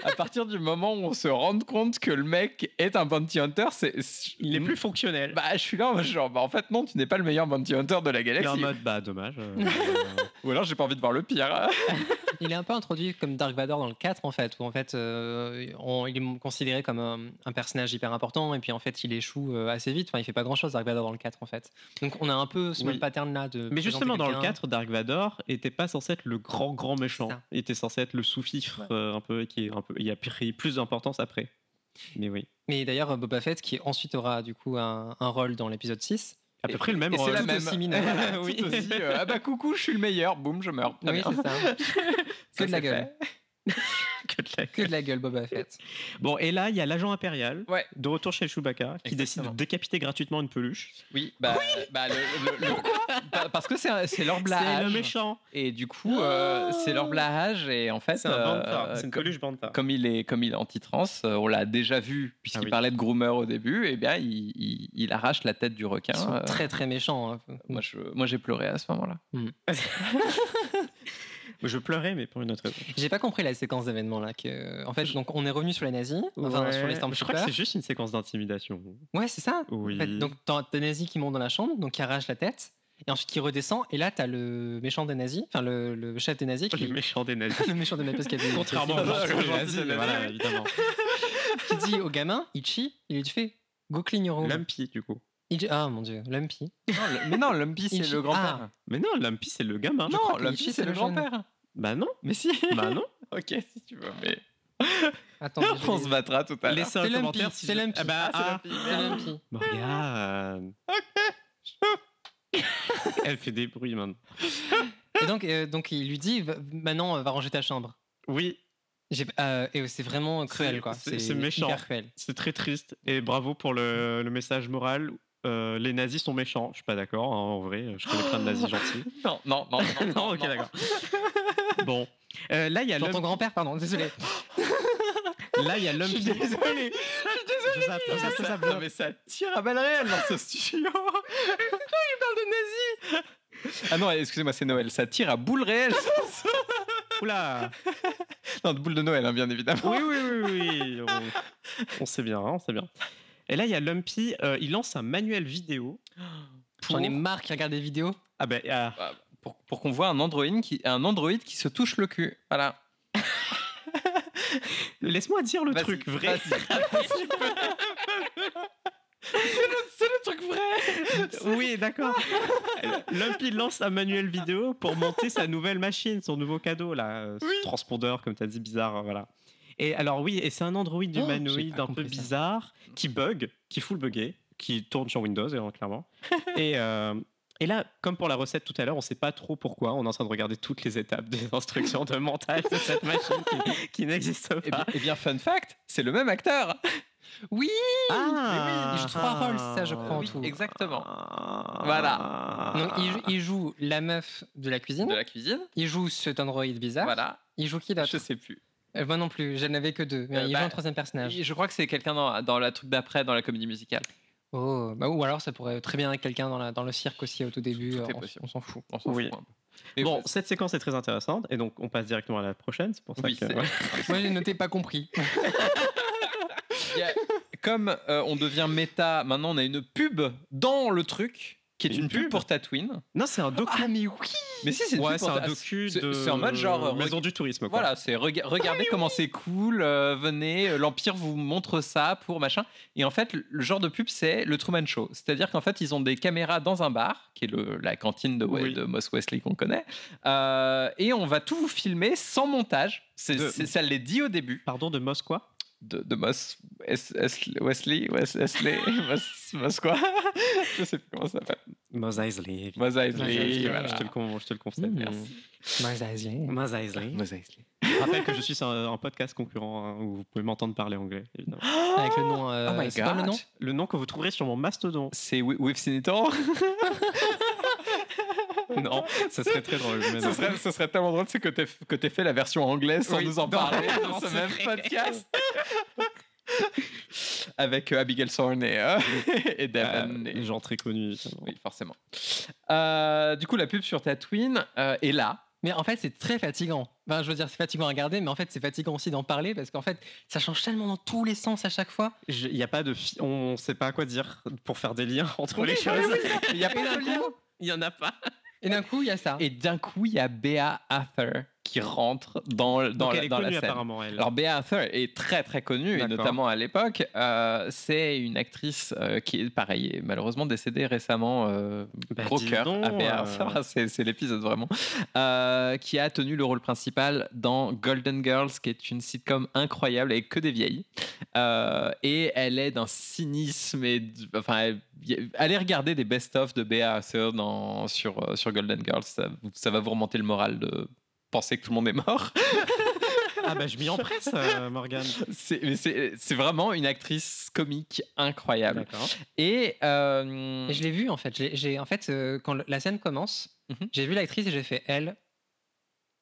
à partir du moment où on se rend compte que le mec est un bounty hunter, c'est. Il est plus fonctionnel. Bah, je suis là, en mode genre, bah, en fait, non, tu n'es pas le meilleur bounty hunter de la Il est en galaxie. mode bah dommage. euh, euh, Ou alors, j'ai pas envie de voir le pire. Il est un peu introduit comme Dark Vador dans le 4, en fait, où en fait, euh, on- il est considéré comme un, un personnage hyper important, et puis en fait, il échoue euh, assez vite. Enfin, il fait pas grand-chose, Dark Vador, dans le 4, en fait. Donc, on a un peu ce Oui. même pattern-là de. présenter Mais justement, dans le quelqu'un. 4, Dark Vador était pas censé être le grand, grand méchant. C'est ça. Il était censé être le sous-fifre, euh, un peu, qui est un peu, il a pris plus d'importance après. Mais oui. Mais d'ailleurs, Boba Fett, qui ensuite aura du coup un, un rôle dans l'épisode 6. À peu près le même Et c'est rôle. la tout même. aussi mineur. Voilà, tout Oui. aussi, euh, ah bah coucou, je suis le meilleur. Boum, je meurs. Très oui, bien. c'est ça. Que Ça, de la c'est gueule. que de la- Que de la gueule, Boba Fett. Bon, et là, il y a l'agent impérial, Ouais. de retour chez Chewbacca, qui décide de Exactement. décapiter gratuitement une peluche. Oui, bah, bah, le- le- le- bah, parce que c'est c'est leur C'est le blahage. méchant. Et du coup, euh, Oh. c'est leur blahage. Et en fait, C'est un euh, Bantha. C'est une comme, peluche Bantha. comme il est, comme il est anti-trans, euh, on l'a déjà vu, puisqu'il Ah oui. parlait de groomer au début, et bien il, il- il arrache la tête du requin. Ils sont euh, très très méchants. hein. moi, je- moi, j'ai pleuré à ce moment-là. Je pleurais, mais pour une autre raison. J'ai pas compris la séquence d'événements là. Que... En fait, donc on est revenu sur les nazis, enfin sur les je crois que Stormtroopers. c'est juste une séquence d'intimidation. Ouais, c'est ça. Oui. En fait, donc t'as t'as les nazis qui monte dans la chambre, donc qui arrache la tête, et ensuite qui redescend, et là t'as le méchant des nazis, enfin le, le chef des nazis qui. Le méchant des nazis. le méchant des nazis parce qu'il y a des- Contrairement au à gentil des nazis, voilà, voilà, évidemment. qui dit au gamin, Ichi, il lui fait Go clean your room. Lumpy, du coup. Il dit- Ah mon dieu, Lumpy. Non, le- mais non, Lumpy, c'est Il- le grand-père. Mais non, Lumpy, c'est le gamin. non, crois que Lumpy, Ichi, c'est c'est le le jeune. grand-père. Bah non. Mais si. Bah non. ok, si tu veux. Mais... Ah, Attends, je On vais- se battra tout à l'heure. Laissez un C'est Lumpy, commentaire si c'est vous- Lumpy. Ah bah, ah, C'est Lumpy. Morgane. Elle fait des bruits maintenant. Et donc, euh, donc il lui dit va- maintenant, euh, va ranger ta chambre. Oui, J'ai- euh, et c'est vraiment cruel, C'est- quoi. c'est- c'est méchant. Hyper cruel. c'est très triste et bravo pour le, le message moral. Euh, les nazis sont méchants, je suis pas d'accord hein, en vrai. Je connais plein de nazis gentils. Non, non, non, non. non, ok, d'accord. Bon, Euh, là il y a Genre ton l'homme, grand-père, pardon, désolé. là il y a l'homme. qui- désolé. Je zappe, je zappe, je zappe. Non, mais ça tire à balles réelles dans ce studio. il parle de nazis. Ah non, excusez-moi, c'est Noël. Ça tire à boules réelles. Oula. non, de boules de Noël, hein, bien évidemment. Oui, oui, oui, oui. On, on sait bien, hein, on sait bien. Et là il y a Lumpy, euh, il lance un manuel vidéo. J'en ai pour- marre qu'il regarde des vidéos. Ah ben, ah, Pour, pour qu'on voit un androïde, qui, un androïde qui se touche le cul. Voilà. laisse-moi dire le Vas-y, truc vrai. vas-y. C'est le truc vrai Oui, d'accord. Lumpy lance un manuel vidéo pour monter sa nouvelle machine, son nouveau cadeau, là. euh, ce Transpondeur, comme tu as dit, bizarre, euh, voilà. Et alors, oui, et c'est un androïde Oh, j'ai humanoïde pas un peu compris ça. bizarre qui bug, qui full bugger, qui tourne sur Windows, euh, clairement. et, euh, et là, comme pour la recette tout à l'heure, on sait pas trop pourquoi. On est en train de regarder toutes les étapes des instructions de montage de cette machine qui, qui n'existe Eh pas. bien, eh bien, fun fact, c'est le même acteur. eh Oui Ah, il joue trois rôles, ça, je crois, en tout. exactement. Voilà. Donc, il, il joue la meuf de la cuisine, Ah. De la cuisine. il joue cet androïde bizarre, Voilà. il joue qui d'autre Je sais plus. Euh, Moi non plus, je n'avais que deux, mais Euh, il bah, joue un troisième personnage. Je crois que c'est quelqu'un dans, dans la truc d'après, dans la comédie musicale. Oh, bah, ou alors ça pourrait très bien être quelqu'un dans, la- dans le cirque aussi au tout début, tout euh, est on, s- possible. on s'en fout. On s'en Oui. fout un peu. Mais bon, ouais, cette séquence est très intéressante et donc on passe directement à la prochaine. C'est pour ça Oui, que. c'est- ouais. Moi j'ai noté pas compris. Il y a- comme euh, on devient méta, maintenant on a une pub dans le truc qui est Une une, pub pub pour Tatooine. Non, c'est un docu. Ah, mais oui Mais si, c'est une ouais, pub c'est pour un Ta- docu c'est- de. c'est en mode genre, euh, maison reg- du tourisme. Quoi. Voilà, c'est rega- regardez comment c'est cool, euh, venez, euh, l'Empire vous montre ça pour machin. Et en fait, le- le genre de pub, c'est le Truman Show. C'est-à-dire qu'en fait, ils ont des caméras dans un bar, qui est le- la cantine de, Oui. de Moss Wesley qu'on connaît, euh, et on va tout vous filmer sans montage. C'est- De- c'est- Ça l'est dit au début Pardon, de Moss quoi de, de Moss S- S- Wesley, Wes- Wesley, Moss, Moss quoi Je sais plus comment ça s'appelle. Moss Eisley. Moss Eisley, Eisley, voilà. Mmh. Je te le con- je te le conseille. Moss Eisley. Moss Eisley. Je rappelle que je suis sur un, un podcast concurrent hein, où vous pouvez m'entendre parler anglais, évidemment. Avec le nom. euh, Oh my c'est pas le God. nom Le nom que vous trouverez sur mon mastodon. C'est We- We've Seen It All Non, ça serait très drôle. mais Ce non. serait, ce serait tellement drôle c'est que t'aies que t'aies fait la version anglaise sans Oui, nous en dans- parler en dans ce même secret. podcast. Avec euh, Abigail Thorne et, euh, et Euh, Devon. et- les gens très connus. évidemment. Oui, forcément. Euh, du coup, la pub sur Tatooine euh, est là. Mais en fait, c'est très fatigant. Enfin, je veux dire, c'est fatigant à regarder, mais en fait, c'est fatigant aussi d'en parler parce qu'en fait, ça change tellement dans tous les sens à chaque fois. Je- Il n'y a pas de. fi- On sait pas quoi dire pour faire des liens entre les choses. Il y a pas Et d'un de lien. coup- Il n'y en a pas. Et d'un coup, il y a ça. Et d'un coup, il y a Bea Arthur qui rentre dans, dans, Donc la, elle est dans la connue scène. apparemment, elle. Alors Bea Arthur est très très connue, et D'accord. notamment à l'époque. Euh, c'est une actrice euh, qui est pareil, est malheureusement décédée récemment. euh, Bah, gros dis cœur donc, à Bea euh. Arthur, c'est c'est l'épisode vraiment. Euh, qui a tenu le rôle principal dans Golden Girls, qui est une sitcom incroyable avec que des vieilles. Euh, et elle est d'un cynisme et d- enfin elle- y a- allez regarder des best-of de Bea Arthur dans- sur euh, sur Golden Girls, ça, ça va vous remonter le moral de penser que tout le monde est mort. Ah bah je m'y empresse, euh, Morgane. C'est mais c'est- c'est vraiment une actrice comique incroyable. Et, euh, Et je l'ai vu en fait. J'ai- J'ai en fait euh, quand le- la scène commence, Mhm. j'ai vu l'actrice et j'ai fait elle.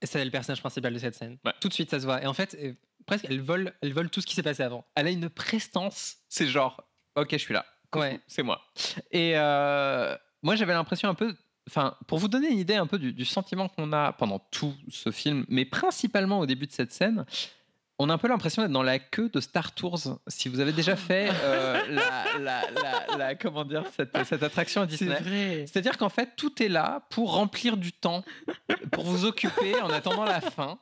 C'est le personnage principal de cette scène. Ouais. Tout de suite, ça se voit. Et en fait, euh, presque, elle vole, elle vole tout ce qui s'est passé avant. elle a une prestance. C'est genre, ok, je suis là. Ouais. C'est moi. Et euh, moi, j'avais l'impression un peu. Enfin, pour vous donner une idée un peu du, du sentiment qu'on a pendant tout ce film, mais principalement au début de cette scène, on a un peu l'impression d'être dans la queue de Star Tours. Si vous avez déjà fait euh, la, la- la- la- comment dire, cette, cette attraction à Disney. vrai. C'est-à-dire qu'en fait, tout est là pour remplir du temps, pour vous occuper en attendant la fin,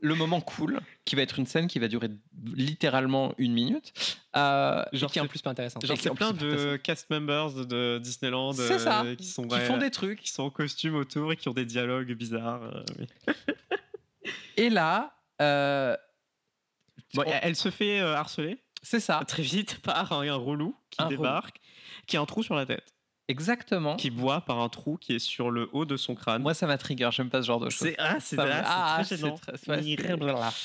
le moment cool, qui va être une scène qui va durer littéralement une minute. euh, et Genre qui, en Plus pas intéressant. Genre, Genre, c'est c'est plein en plus de cast members de Disneyland C'est ça, euh, qui sont, qui ouais, font des trucs. qui sont en costume autour et qui ont des dialogues bizarres. euh, mais- Et Ah. là, euh, Bon, elle, elle se fait euh, harceler C'est ça, très vite par un, un relou qui Un relou. débarque, qui a un trou sur la tête, Exactement. qui boit par un trou qui est sur le haut de son crâne. Moi, ça m'a trigger. J'aime pas ce genre de choses. c'est ah, c'est Ça me- ah, ah, c'est c'est très gênant. très- ouais, c'est-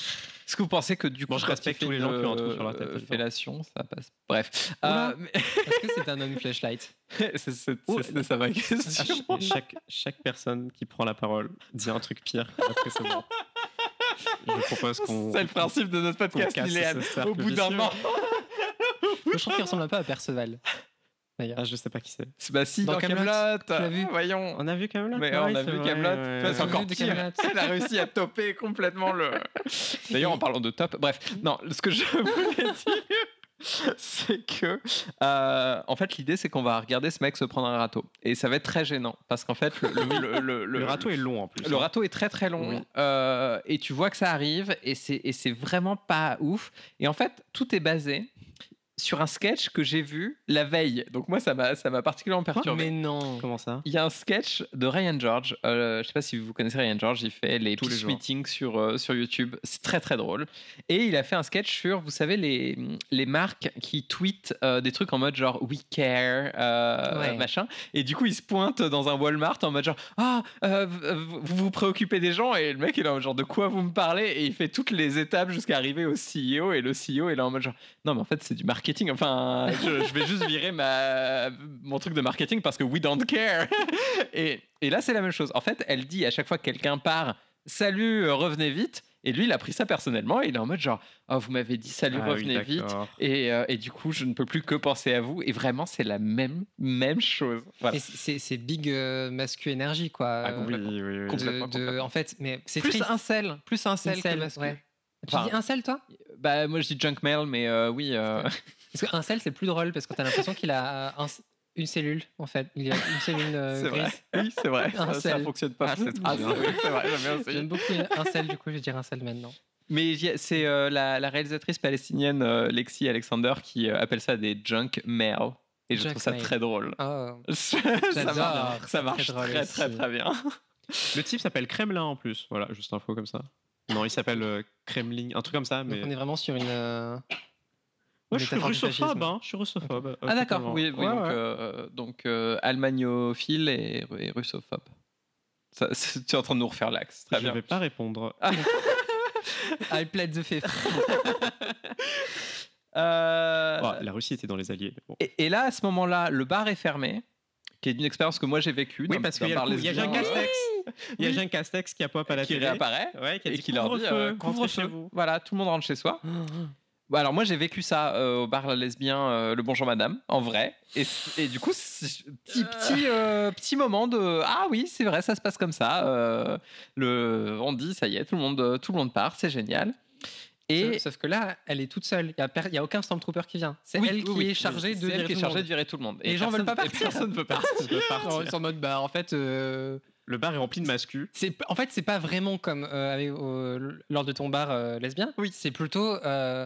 Est-ce que vous pensez que du coup, Bon, je quand il respecte fait tous les gens une, qui ont un trou sur la euh, tête, évidemment. Fellation, ça passe. Bref. Oula. Euh, mais- parce que c'est un homme flashlight. c'est- c'est- c'est- Oh, c'est ça ma question. Et chaque, chaque personne qui prend la parole dit un truc pire que la précédente. Je propose qu'on. C'est le principe de notre qu'on podcast, casse Liliane. ce cercle Au bout d'un vicieux. moment. Je trouve qu'il ressemble un peu à Perceval. Ah, je sais pas qui c'est. C'est- Bah si, Dans dans Kaamelott, tu l'as vu Camelot. euh, Voyons. On a vu Camelot. Mais on a vu Camelot. c'est J'ai vu encore de pire. Kaamelott. Elle a réussi à toper complètement le. D'ailleurs, en parlant de top, bref, non, ce que je voulais dire, c'est que, euh, en fait, l'idée, c'est qu'on va regarder ce mec se prendre un râteau. Et ça va être très gênant, parce qu'en fait, le, le- le- le- Le, le- râteau est long en plus. hein. le râteau est très très long Oui. euh, et tu vois que ça arrive et c'est et c'est vraiment pas ouf. Et en fait, tout est basé sur un sketch que j'ai vu la veille. Donc moi, ça m'a ça m'a particulièrement perturbé. Mais non. Comment ça Il y a un sketch de Ryan George. euh, je sais pas si vous connaissez Ryan George. Il fait les Tous les pitch jours. meetings sur, euh, sur YouTube. C'est très très drôle. Et il a fait un sketch sur, vous savez, les, les marques qui tweetent euh, des trucs en mode genre We care, euh, Ouais. machin. Et du coup, il se pointe dans un Walmart en mode genre Ah, euh, vous vous vous préoccupez des gens. Et le mec, il est en mode genre De quoi vous me parlez Et il fait toutes les étapes jusqu'à arriver au CEO. Et le CEO est là en mode genre non, mais en fait, c'est du marketing. Enfin, je, je vais juste virer ma, mon truc de marketing parce que we don't care. Et, et là, c'est la même chose. En fait, elle dit à chaque fois que quelqu'un part, salut, euh, revenez vite. Et lui, il a pris ça personnellement. Et il est en mode genre, oh, vous m'avez dit salut, Ah oui, revenez vite. d'accord. Et, euh, et du coup, je ne peux plus que penser à vous. Et vraiment, c'est la même, même chose. Voilà. Mais C'est c'est big euh, mascu énergie, quoi. Ah, Euh, Oui, oui, oui, oui. de- de- en fait, mais c'est Plus triste. un sel, plus un sel, Une que selle, masque. ouais. Tu Enfin, dis un sel, toi Bah, moi, je dis junk mail, mais euh, oui. euh, Parce qu'un sel, c'est plus drôle parce que t'as l'impression qu'il a un- une cellule, en fait. Il a une cellule euh, C'est vrai. grise. oui, c'est vrai. Un ça, ça sel. fonctionne pas. Ah, c'est trop Ah, bien. oui, c'est vrai, j'aime bien aussi. J'aime beaucoup un sel, du coup, je vais dire un sel maintenant. Mais j'y- c'est euh, la, la réalisatrice palestinienne euh, Lexi Alexander qui euh, appelle ça des junk mail. Et je Junk trouve ça mail. très drôle. Oh. ça J'adore, marche, c'est ça marche très drôle très, très, aussi. très, bien. Le type s'appelle Kremlin en plus. Voilà, juste info comme ça. Non, il s'appelle euh, Kremlin, un truc comme ça. Mais Donc on est vraiment sur une. euh, moi, je suis métaphore du russophobe. fascisme. Hein, je suis russophobe. euh, Ah, d'accord. totalement. Oui, oui, Ouais, donc, ouais. euh, donc, euh, almagnophile et, et russophobe. Ça, c'est- tu es en train de nous refaire l'axe. Très je bien. Ah, vais pas répondre. I plaid the fifth. Euh, Oh, la Russie était dans les alliés. mais bon. et, et là, à ce moment-là, le bar est fermé, qui est une expérience que moi j'ai vécue. Oui, d'un- parce d'un qu'il y a bar le coup- il y a lesbien, Jean Castex. Il y a Oui. Jean Castex qui a pop à la qui télé. réapparaît. Ouais, qui a et dit qui leur dit couvre-feu, euh, couvre-feu. couvre-feu. Voilà, tout le monde rentre chez soi. Ah, Bah, Alors moi j'ai vécu ça euh, au bar lesbien euh, le bonjour madame en vrai et, et du coup c'est- petit petit euh, petit moment de ah oui c'est vrai ça se passe comme ça euh, le on dit ça y est tout le monde tout le monde part c'est génial Sauf- et Sauf que là, elle est toute seule. Il n'y a, per- il y a aucun Stormtrooper qui vient. C'est Oui, elle qui oui, oui. est chargée de C'est elle virer qui est tout le chargée monde. de virer tout le monde Les gens veulent pas personne- et partir. personne ne veut partir Il veut partir. Non, Ils sont en mode, bah en fait, euh, Le bar est rempli de mascu. c'est p- en fait c'est pas vraiment comme euh, avec- au- lors de ton bar euh, lesbien. Oui. C'est plutôt euh,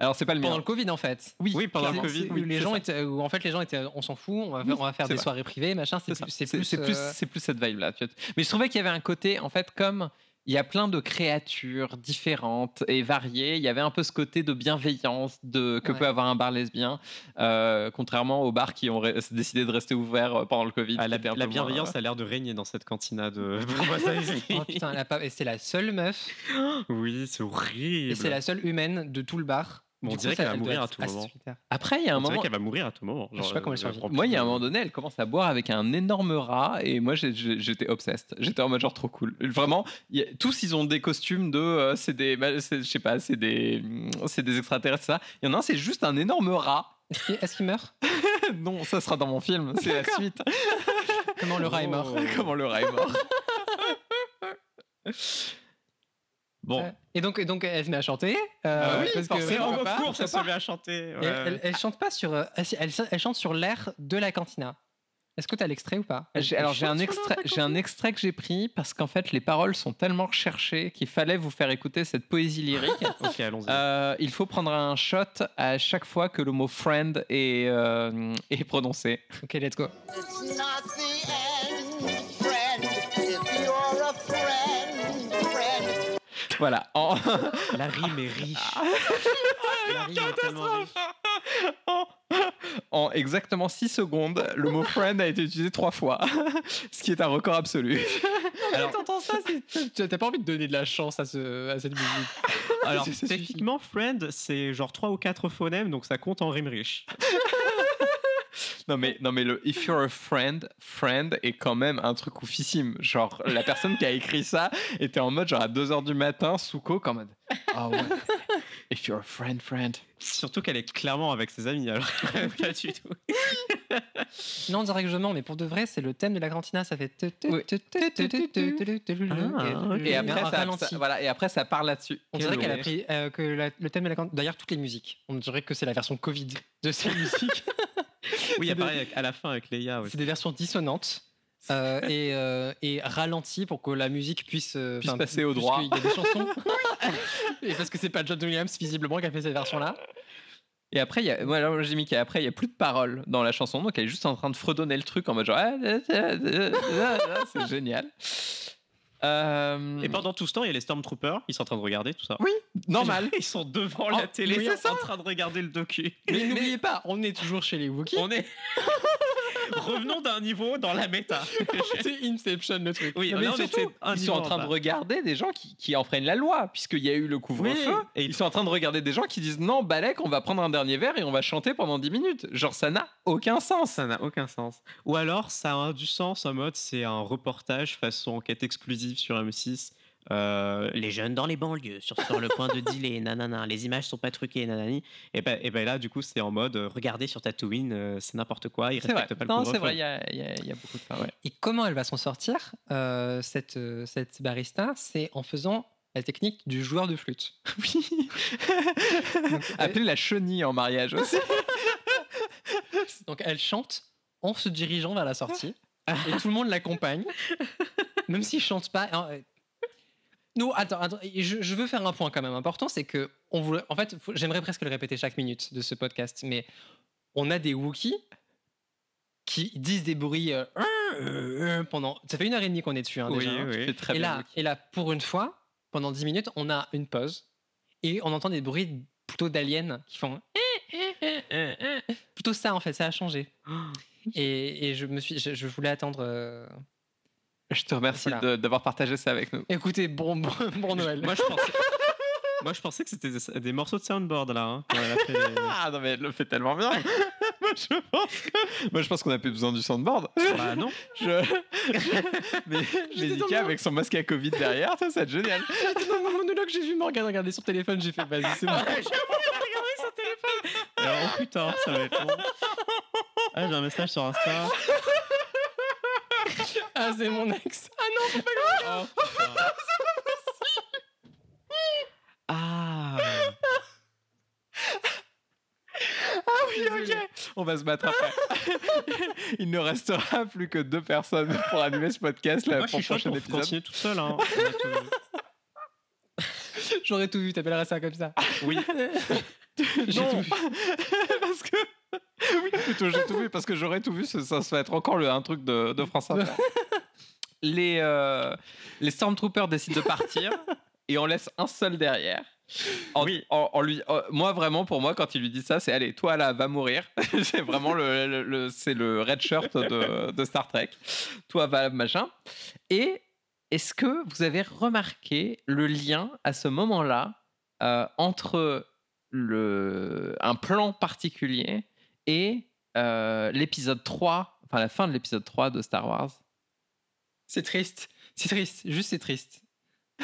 alors c'est pas le pendant mien le Covid en fait. oui, Oui, pendant le C'est- Covid. c'est- oui, où les c'est gens ça. étaient, où en fait les gens étaient, on s'en fout, on va, Oui, on va faire c'est des vrai. soirées privées, machin. C'est ça. plus, c'est C'est- plus, c'est plus, euh, c'est plus cette vibe-là. tu vois. Mais je trouvais qu'il y avait un côté, en fait, comme il y a plein de créatures différentes et variées, il y avait un peu ce côté de bienveillance de, que Ouais. peut avoir un bar lesbien, euh, contrairement aux bars qui ont re- décidé de rester ouverts euh, pendant le Covid. Ah, qui la, étaient un la peu moins- bienveillance a l'air de régner dans cette cantina de. Pourquoi ça existe oh, putain, elle a pas- et c'est la seule meuf Oui, c'est horrible. et c'est la seule humaine de tout le bar. Bon, on Du coup, dirait ça- qu'elle va elle doit mourir être à tout assez moment. solitaire. Après, il y a un On dirait moment. qu'elle va mourir à tout moment. euh, Je sais pas comment elle survit. Moi, il y a un moment donné, elle commence à boire avec un énorme rat et moi, j'ai- j'ai- j'étais obsessed. J'étais en mode genre trop cool. Vraiment, il y a- tous ils ont des costumes de, euh, c'est des, bah, c'est- je sais pas, c'est des, hum, c'est des extraterrestres ça. Il y en a un, c'est juste un énorme rat. Est-ce qu'il- Est-ce qu'il meurt Non, ça sera dans mon film. C'est la suite. Oh, Comment le rat est mort Comment le rat est mort Bon, Euh, Ouais. Et donc, et donc elle se met à chanter. euh, parce que- forcément, pourquoi of pas, course, elle pourquoi se met à chanter. pas. ouais. Et Elle, elle- elle chante pas sur. euh, ah, si, Elle, elle chante sur l'air de la cantina. Est-ce que tu as l'extrait ou pas Euh, J'ai- Alors j'ai un extrait, j'ai un extrait que j'ai pris parce qu'en fait les paroles sont tellement recherchées qu'il fallait vous faire écouter cette poésie lyrique. Ok, allons-y. Euh, il faut prendre un shot à chaque fois que le mot friend est, euh, est prononcé. Ok, let's go. It's not the end, friend. If you're a friend, friend, Voilà. En- La rime est riche. Ah. La rime est tellement riche. en, en exactement 6 secondes, le mot friend a été utilisé 3 fois, ce qui est un record absolu. Alors- t'entends ça, t'as pas envie de donner de la chance à, ce, à cette musique. Alors, Ça suffit. techniquement, friend, c'est genre 3 ou 4 phonèmes, donc ça compte en rime riche. Non mais, non mais le if you're a friend, friend est quand même un truc oufissime. Genre la personne qui a écrit ça était en mode genre à 2h du matin sous coke en mode ah ouais. If you're a friend, friend. Surtout qu'elle est clairement avec ses amis, alors pas du tout. Non, directement, mais pour de vrai, c'est le thème de la cantina, ça fait. Oui. Ah, Et après, ça, ralenti. ça- voilà, et après ça part là-dessus. On dirait qu'elle a pris euh, que la- le thème de la cantina. D'ailleurs, toutes les musiques. On dirait que c'est la version Covid de ces musiques. Oui, il y C'est a de- pareil avec- à la fin avec Leia. ouais. C'est des versions dissonantes euh, et, euh, et ralenties pour que la musique puisse, euh, Puisse enfin, passer au puisque droit. Il y a des chansons. et parce que c'est pas John Williams visiblement qui a fait ces versions-là. Et après, il y a, moi, alors, j'ai mis qu'après, il n'y a plus de paroles dans la chanson, donc elle est juste en train de fredonner le truc en mode genre. Ah, da, da, da, da, da. C'est génial. Euh, Et pendant tout ce temps, il y a les Stormtroopers, ils sont en train de regarder tout ça. Oui, normal. Ils sont devant la Oh, télé, mais ils c'est sont en train de regarder le docu. Mais n'oubliez pas, on est toujours chez les Wookiees. On est. Revenons d'un niveau dans la méta. C'est Inception le truc. Oui, Non, mais là, on surtout, était un ils sont en niveau train de bas. regarder des gens qui, qui enfreignent la loi, puisqu'il y a eu le couvre-feu. Oui, et Et ils sont en train de regarder des gens qui disent non, Balek, on va prendre un dernier verre et on va chanter pendant 10 minutes. Genre, ça n'a aucun sens. Ça n'a aucun sens. Ou alors, ça a du sens en mode c'est un reportage façon enquête exclusive sur M6. euh, les jeunes dans les banlieues, sur, sur le point de dealer, nanana, les images sont pas truquées, nanani. Et ben, et ben là, du coup, c'est en mode euh, regardez sur Tatooine, euh, c'est n'importe quoi, ils C'est vrai. respectent pas le Non, c'est vrai, couvre-feu. il y a, il y a- il y a beaucoup de ça. ouais. Et comment elle va s'en sortir, euh, cette, euh, cette barista C'est en faisant la technique du joueur de flûte. Donc, elle- Appelez la chenille en mariage aussi. Donc elle chante en se dirigeant vers la sortie et tout le monde l'accompagne, même s'il chante pas. hein, euh. Non, attends, attends. et Je, je veux faire un point quand même important, c'est que on voulait- en fait, faut- j'aimerais presque le répéter chaque minute de ce podcast, mais on a des Wookiees qui disent des bruits euh, euh, euh, pendant. Ça fait une heure et demie qu'on est dessus. hein, déjà, hein. Tu fais très et bien, là, et là, pour une fois, pendant 10 minutes, on a une pause et on entend des bruits plutôt d'aliens qui font. eh, Plutôt ça, en fait, ça a changé. Et, et je, me suis, je, je voulais attendre. euh, Je te remercie Voilà. de- d'avoir partagé ça avec nous. Écoutez, bon, bon, bon Noël. Moi, je pensais, moi, je pensais que c'était des, des morceaux de soundboard là. hein, quand elle a fait les- Ah non mais elle le fait tellement bien. moi je pense, que- moi je pense qu'on a plus besoin du soundboard. bah non, Je... je- Mais Jessica avec son masque à Covid derrière, ça, ça va être génial. dans mon monologue, j'ai vu Morgane regarder son téléphone, j'ai fait, vas-y, c'est Ah moi. Alors, oh putain, ça va être long. Ah, j'ai un message sur Insta. Ah, c'est mon ex. Ah non, c'est pas Oh, putain. Ah, Ah oui, ok. On va se battre après. Il ne restera plus que deux personnes pour animer ce podcast là, moi je pour suis le chaud prochain pour épisode. continuer tout seul. Hein. On a tout- grave. J'aurais tout vu, t'appellerais ça comme ça. Oui. Non, parce que oui, plutôt j'ai tout vu parce que j'aurais tout vu. Ça, ça va être encore le un truc de, de France Inter. les euh, les stormtroopers décident de partir et on laisse un seul derrière. En, en- en lui, en- moi vraiment pour moi quand il lui dit ça c'est allez toi là va mourir c'est vraiment le, le- le- c'est le red shirt de, de Star Trek toi va machin et est-ce que vous avez remarqué le lien à ce moment-là euh, entre le, un plan particulier et euh, l'épisode 3, enfin la fin de l'épisode 3 de Star Wars C'est triste. C'est triste. Juste, c'est triste.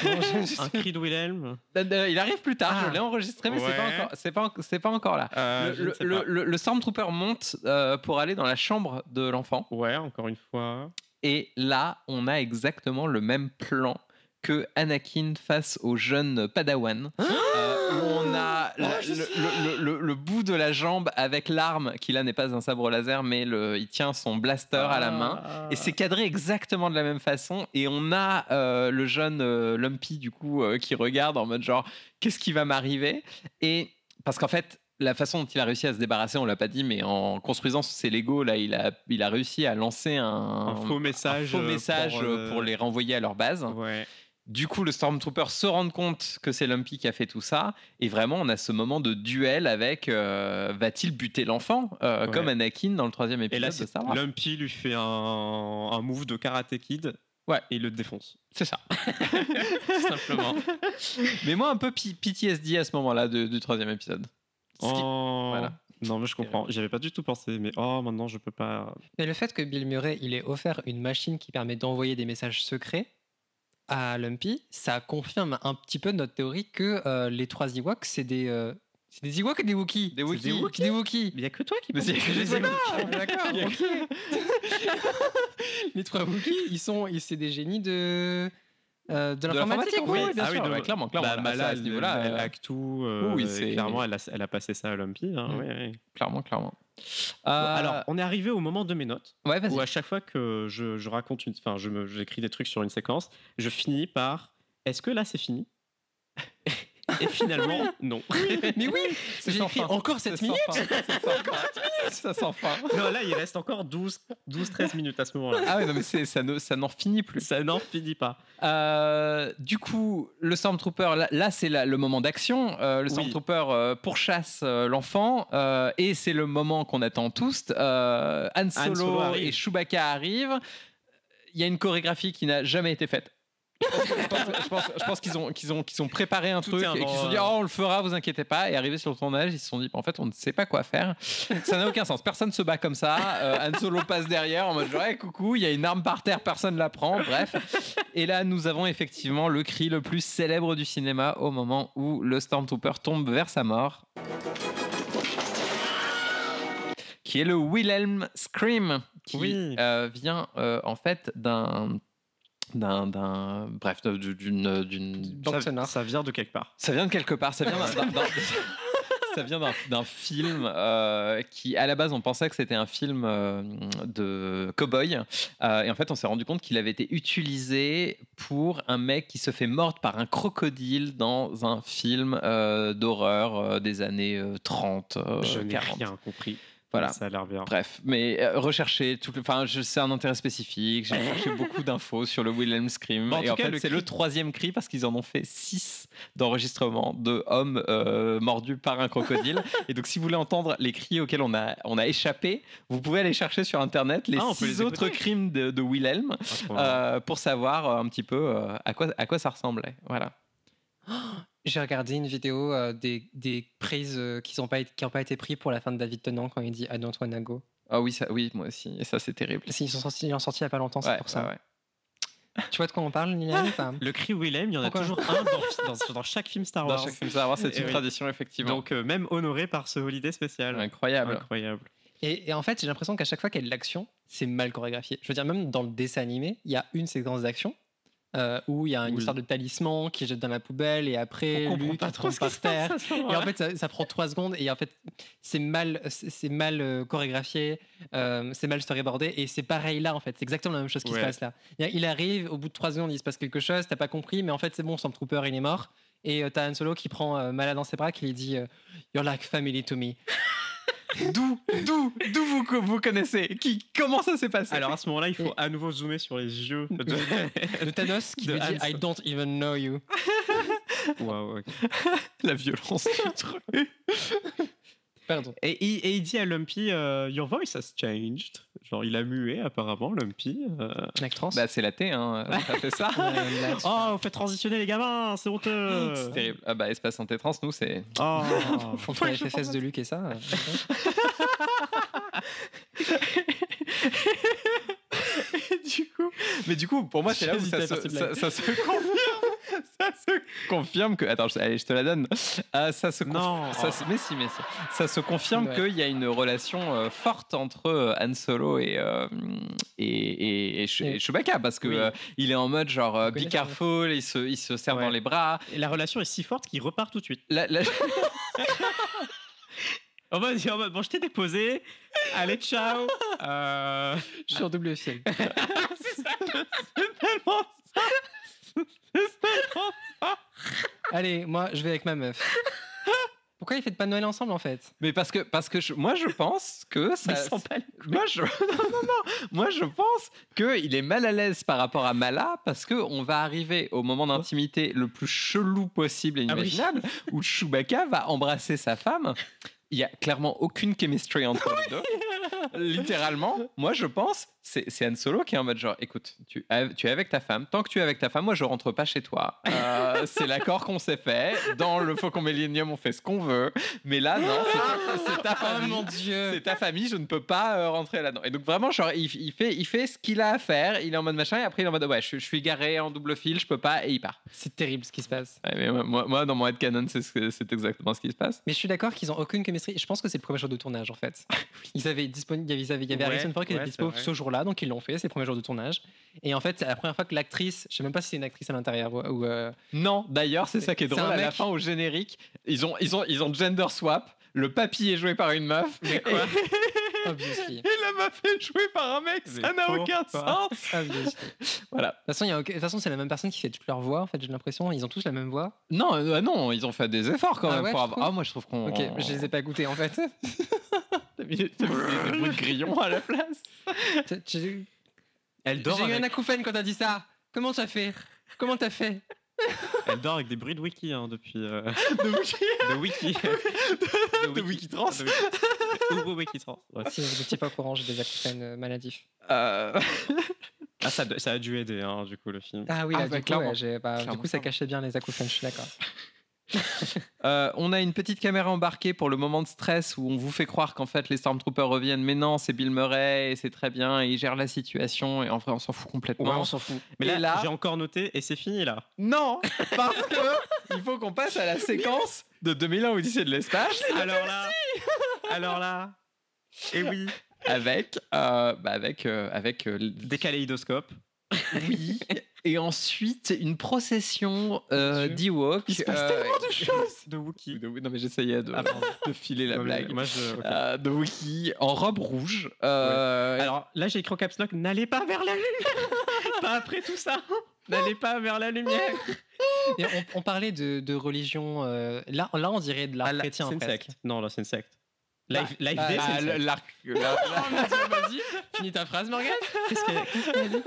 Non, je- je- Un cri de Wilhelm. Euh, euh, Il arrive plus tard, Ah. je l'ai enregistré, mais c'est pas Ouais. encore- c'est pas, en- c'est pas encore là. Euh, je ne le, sais le- pas. le- le Stormtrooper monte euh, pour aller dans la chambre de l'enfant. Ouais, encore une fois. Et là, on a exactement le même plan que Anakin face au jeune Padawan. euh, où on a la- le, le- le- le- le bout de la jambe avec l'arme, qui là n'est pas un sabre laser, mais le- il tient son blaster à la main. Et c'est cadré exactement de la même façon. Et on a euh, le jeune euh, Lumpy, du coup, euh, qui regarde en mode genre, qu'est-ce qui va m'arriver Et parce qu'en fait, la façon dont il a réussi à se débarrasser, on l'a pas dit, mais en construisant ses Lego, là, il a, il a réussi à lancer un, un faux message. un faux euh, message, euh, pour, euh, les renvoyer à leur base. Ouais. Du coup, le Stormtrooper se rend compte que c'est Lumpy qui a fait tout ça. Et vraiment, on a ce moment de duel avec euh, va-t-il buter l'enfant Euh, Ouais. Comme Anakin dans le troisième Et épisode là, de c'est- Star Wars. Lumpy lui fait un, un move de Karate Kid. Ouais. Et il le défonce. C'est ça. Tout simplement. Mais moi, un peu P- PTSD à ce moment-là de- du troisième épisode. Ce qui- Oh. Voilà. Non, mais je comprends. J'avais pas du tout pensé, mais oh, maintenant je peux pas. Mais le fait que Bill Murray il ait offert une machine qui permet d'envoyer des messages secrets à Lumpy, ça confirme un petit peu notre théorie que euh, les trois Ewoks, c'est des, euh, c'est des Ewoks et des Wookiees. Des C'est Wookiees. Des Wookiees. Il y a que toi qui Mais c'est que je sais pas. D'accord, ok. les trois Wookiees, ils sont, ils- c'est des génies de, euh, de De l'informatique. l'informatique, en oui, fait. oui, bien Ah oui, sûr. donc, ouais, clairement, clairement. Bah, là, Mala, ça, à ce elle, niveau-là, elle euh, hack tout. euh, oui, et c'est- clairement, elle a, elle a passé ça à Lumpy. hein, Mm. ouais, ouais. clairement, clairement. Bon, Euh, alors, on est arrivé au moment de mes notes. ouais, vas-y. où à chaque fois que je, je raconte une, enfin, je me- j'écris des trucs sur une séquence, je finis par Est-ce que là c'est fini Et finalement, non. Mais oui, C'est j'ai sans écrit fin. encore cette Ça minute. sent fin, ça sent fin. Ça sent fin. non, là, il reste encore 12, 12 13 minutes à ce moment-là. Ah ouais, non, mais c'est- ça ne- ça n'en finit plus. Ça n'en finit pas. Euh, du coup, le Stormtrooper, là, là, c'est la- le moment d'action. Euh, le Oui. Stormtrooper euh, pourchasse euh, l'enfant euh, et c'est le moment qu'on attend tous. Euh, Han Solo, Han Solo arrive. et Chewbacca arrivent. Il y a une chorégraphie qui n'a jamais été faite. je pense, je pense- je pense qu'ils ont, qu'ils ont, qu'ils ont préparé un Tout truc est euh, et qu'ils se sont dit inventé. oh, on le fera, vous inquiétez pas. Et arrivé sur le tournage, ils se sont dit en fait on ne sait pas quoi faire. Ça n'a aucun sens. Personne se bat comme ça. Euh, Han Solo passe derrière en mode genre, hey, coucou, il y a une arme par terre, personne la prend. Bref. Et là, nous avons effectivement le cri le plus célèbre du cinéma au moment où le Stormtrooper tombe vers sa mort. Qui est le Wilhelm Scream, qui Oui. euh, vient euh, en fait d'un. d'un. d'un- bref, de- d'une. d'une- Banque ça, sonore. ça vient de quelque part. Ça vient de quelque part, ça vient d'un- d'un- d'un- ça vient d'un- d'un film euh, qui, à la base, on pensait que c'était un film euh, de cow-boy. Euh, et en fait, on s'est rendu compte qu'il avait été utilisé pour un mec qui se fait mordre par un crocodile dans un film euh, d'horreur euh, des années euh, 30, euh, je n'ai 40. rien compris. Voilà. Ça a l'air bien. Bref, mais euh, recherchez tout le. Enfin, je- c'est un intérêt spécifique. J'ai cherché beaucoup d'infos sur le Wilhelm Scream. Bon, en et tout en cas, fait, le c'est cri- le troisième cri parce qu'ils en ont fait six d'enregistrements de hommes euh, mordus par un crocodile. et donc, si vous voulez entendre les cris auxquels on a, on a échappé, vous pouvez aller chercher sur internet les Ah, on peut six les autres écouter. crimes de, de Wilhelm Ah, trop bien. euh, pour savoir euh, un petit peu euh, à, quoi, à quoi ça ressemblait. Voilà. J'ai regardé une vidéo euh, des, des prises euh, qui n'ont pas, été- qui ont pas été prises pour la fin de David Tennant quand il dit I don't wanna go. Ah oui, ça, oui, moi aussi. Et ça, c'est terrible. Ils sont sortis, ils l'ont sorti il n'y a pas longtemps, c'est Ouais, pour ça. ouais, ouais. Tu vois de quoi on parle, Liliane ou pas Le cri Willem, il y en a Pourquoi toujours un dans, dans- dans chaque film Star Dans Wars. chaque film Star Wars, c'est Eh une oui. tradition, effectivement. Donc, euh, même honoré par ce holiday spécial. incroyable. Incroyable. Et, et en fait, j'ai l'impression qu'à chaque fois qu'il y a de l'action, c'est mal chorégraphié. Je veux dire, même dans le dessin animé, il y a une séquence d'action euh, où il y a une Oui. histoire de talisman qui jette dans la poubelle et après, On comprend Luke, pas il trop tombe ce qui par se terre. passe. à ce Et en moment-là. fait, ça, ça prend trois secondes et en fait, c'est mal, c'est c'est mal euh, chorégraphié, euh, c'est mal storyboardé et c'est pareil là en fait. C'est exactement la même chose qui Ouais. se passe là. Il y a- Il arrive, au bout de trois secondes, il se passe quelque chose, t'as pas compris, mais en fait, c'est bon, Stormtrooper, il est mort. Et euh, t'as Han Solo qui prend euh, Mala dans ses bras, qui lui dit euh, You're like family to me. D'où, d'où, d'où vous, co- vous connaissez qui, Comment ça s'est passé Alors à ce moment-là, il faut Et- à nouveau zoomer sur les yeux. de- Ah, Le Thanos qui De lui dit Han I don't even know you. Waouh, ok. la violence du truc. Pardon. et, il- et il dit à Lumpy, euh, Your voice has changed. Genre, il a mué apparemment, Lumpy. euh. Mec trans. Bah, c'est la T, hein. Ça fait ça. Ouais, une blague. Oh, vous faites transitionner les gamins, c'est honteux. C'est terrible. Ah bah, espace santé trans, nous, c'est. Oh. Entre les fesses de Luc et ça. euh, du coup. Mais du coup, pour moi, c'est là où J'hésite à ça se, faire cette blague. ça- ça se confirme. ça se confirme que. Attends, je- allez, je te la donne. Ah, ça se confirme. Non. Ça se... Mais si, mais si. Ça se confirme Ouais. qu'il y a une relation euh, forte entre euh, Han Solo et, euh, et, et, et Che- Et- et Chewbacca parce que Oui. euh, il est en mode genre euh, be connaît ça, ouais. careful, il se, il se serre dans Ouais. les bras. Oh. Et la relation est si forte qu'il repart tout de suite. La- la- En mode, en mode, oh, bah, bon, je t'ai déposé. Allez, ciao. Euh, Je suis en double fil. tellement- Allez, moi, je vais avec ma meuf. pourquoi ils fêtent pas Noël ensemble en fait Mais parce que, parce que je- moi, je pense que ça. Ils s'en pas les couilles. Moi je... non, non, non. Moi, je pense qu'il est mal à l'aise par rapport à Mala parce qu'on va arriver au moment d'intimité le plus chelou possible et Oh. Ah oui. imaginable où Chewbacca va embrasser sa femme. Il n'y a clairement aucune chemistry entre les deux. Littéralement, moi, je pense, c'est c'est Han Solo qui est en mode genre écoute, tu, av- tu es avec ta femme. Tant que tu es avec ta femme, moi, je rentre pas chez toi. Euh, c'est l'accord qu'on s'est fait. Dans le Faucon Millennium, on fait ce qu'on veut. Mais là, non, c'est ta- c'est ta Oh famille mon dieu Ah, c'est ta famille, je ne peux pas euh, rentrer là-dedans. Et donc vraiment, genre, il, il fait, il fait ce qu'il a à faire, il est en mode machin, et après il est en mode ouais, je, je suis garé en double fil, je peux pas, et il part. C'est terrible ce qui se passe. Ouais, mais moi, moi- moi, dans mon headcanon, c'est ce que- c'est exactement ce qui se passe. Mais je suis d'accord qu'ils ont aucune chemistry. Je pense que c'est le premier jour de tournage en fait. Ils avaient disponible, il y avait, il y avait Ouais, Harrison Ford qui était ouais, dispo c'est vrai. ce jour-là, donc ils l'ont fait. C'est le premier jour de tournage. Et en fait, c'est la première fois que l'actrice, je sais même pas si c'est une actrice à l'intérieur ou- ou. euh, Non, d'ailleurs, c'est ça qui est C'est drôle. un À la mec. fin, au générique, ils ont, ils ont, ils ont gender swap. Le papy est joué par une meuf. et, obviously. et la meuf est jouée par un mec. Mais Ça n'a aucun pourquoi sens. Obviously. Voilà. De toute façon, il y a aucun- de toute façon, c'est la même personne qui fait toute leur voix en fait. J'ai l'impression ils ont tous la même voix. Non, euh, ah non, ils ont fait des efforts quand Ah même ouais, pour tu avoir- trouves Ah, moi, je trouve qu'on. Ok, je les ai pas goûtés en fait. T'as mis des- t'as mis des- des bruits de grillons à la place. J'ai- J'ai Elle j'ai dort, eu avec, un acouphène quand t'as dit ça. Comment t'as fait Comment t'as fait elle dort avec des bruits de wiki hein, depuis. euh, de wiki De Wikitrans. De wiki- Ou- ou Wikitrans, ouais. Si vous n'étiez pas au courant, j'ai des acouphènes euh, maladifs. Euh, Ah, ça, ça a dû aider, hein, du coup, le film. Ah oui, Ah là, bah, du, coup, clairement. ouais, j'ai- bah, du Clairement, coup, ça clairement. cachait bien les acouphènes, je suis d'accord. Euh, on a une petite caméra embarquée pour le moment de stress où on vous fait croire qu'en fait les Stormtroopers reviennent, mais non, c'est Bill Murray et c'est très bien, et il gère la situation et en vrai on s'en fout complètement. s'en fout. Mais Et là, là- j'ai encore noté et c'est fini là. Non, parce que il faut qu'on passe à la séquence de 2001 Odyssée de l'espace Alors là, alors là, et oui, avec euh, bah, avec euh, avec euh, l- des kaléidoscopes. oui. Et ensuite, une procession euh, Dieu. d'Ewok. Il se passe tellement de choses De Wookie. Non, mais j'essayais de, Ah, pardon. de filer la Ouais, mais blague. Moi, je, ok. Euh, de Wookie en robe rouge. euh, Alors là, j'ai écrit en caps lock n'allez pas vers la lumière. pas après tout ça. N'allez pas vers la lumière. Et on, on parlait de, de religion. euh, là, là, on dirait de l'art Ah, là, chrétien. c'est une presque. secte. Non, là, c'est une secte. Live, live Ah, Day, bah, c'est une le- secte. l'arc- la- Ah, la- Finis ta phrase, Morgane. Qu'est-ce qu'elle qu'est-ce qu'elle a dit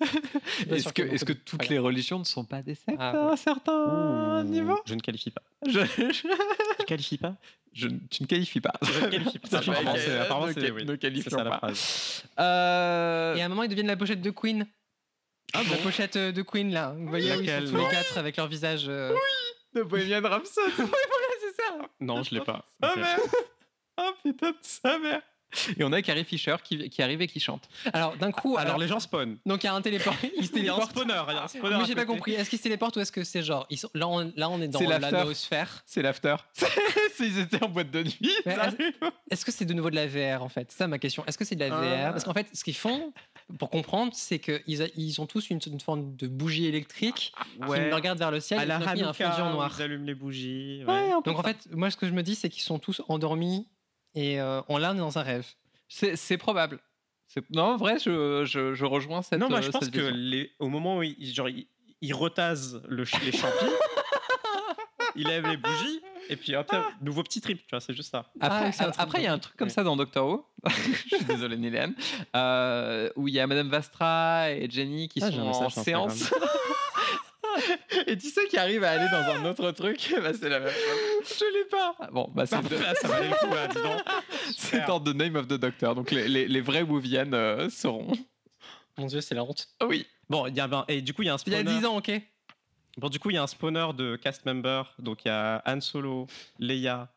Je suis pas Est-ce sûr que, qu'il y a est-ce que beaucoup de- toutes Voilà. les religions ne sont pas des sectes Ah, à un certain Ouh, niveau Je ne qualifie pas. je, je- Je qualifie pas. je- Tu ne qualifies pas. Je ne qualifie pas. Apparemment, Ok, c'est- bah, apparemment, ne c'est quali- oui. ne C'est qualifions ça la pas. phrase. Euh, Et à un moment, ils deviennent la pochette de Queen. la pochette euh, de Queen, là. Vous voyez où ils sont Ah Laquelle, tous les non quatre avec leur visage. euh, de Bohemian Rhapsody. Oui, voilà, c'est ça. Non, je l'ai pas. Ah Ok. merde. Ah putain de sa mère. Et on a Carrie Fisher qui, qui arrive et qui chante. Alors, d'un coup, alors, Ah, Alors les gens spawnent. donc il y a un téléport. Ils se Il y a un Ah, téléportent. spawner. Il y a un spawner. Moi, à j'ai pas côté. compris. Est-ce qu'ils se téléportent ou est-ce que c'est genre. Ils sont... là, on... là, on est dans C'est l'after. la noosphère. C'est l'after. C'est- Ils étaient en boîte de nuit. ils Mais- arrivent. Est-ce que c'est de nouveau de la VR en fait C'est ça ma question. Est-ce que c'est de Ah. la VR Parce qu'en fait, ce qu'ils font, pour comprendre, c'est qu'ils a- ils ont tous une, une forme de bougie électrique qui Ouais. me regarde vers le ciel À et la qui a un fondu en Hanouka, noir. ils allument les bougies. ouais. Ouais, un peu Donc en fait, moi, ce que je me dis, c'est qu'ils sont tous endormis et euh, on là, on est dans un rêve. C'est c'est probable. C'est- Non, en vrai, je, je, je rejoins cette. non, moi je euh, pense cette que vision. les, au moment où ils, genre, ils, ils retasent le, ch- les champignons, ils lèvent les bougies, et puis hop, hop, nouveau petit trip, tu vois, c'est juste ça. Après, euh, Ah, c'est un truc après, il y a un truc comme Oui. ça dans Doctor Who. je suis désolé, Nélène. Euh, où il y a Madame Vastra et Jenny qui Ah, sont j'ai un en message Instagram. séance. et tu sais qui arrive à aller dans un autre truc Bah, C'est la même chose. Je l'ai pas. Bon, bah, c'est de- Là, Ah, ça valait le coup, hein, dis donc. c'est dans The Name of the Doctor. Donc les, les, les vrais Whovian euh, seront. Mon dieu, c'est la honte. Ah Oui. Bon, il y a, ben, et du coup, il y a un Il y spawner. a 10 ans, ok. Bon, du coup, il y a un spawner de cast member, donc il y a Han Solo, Leia,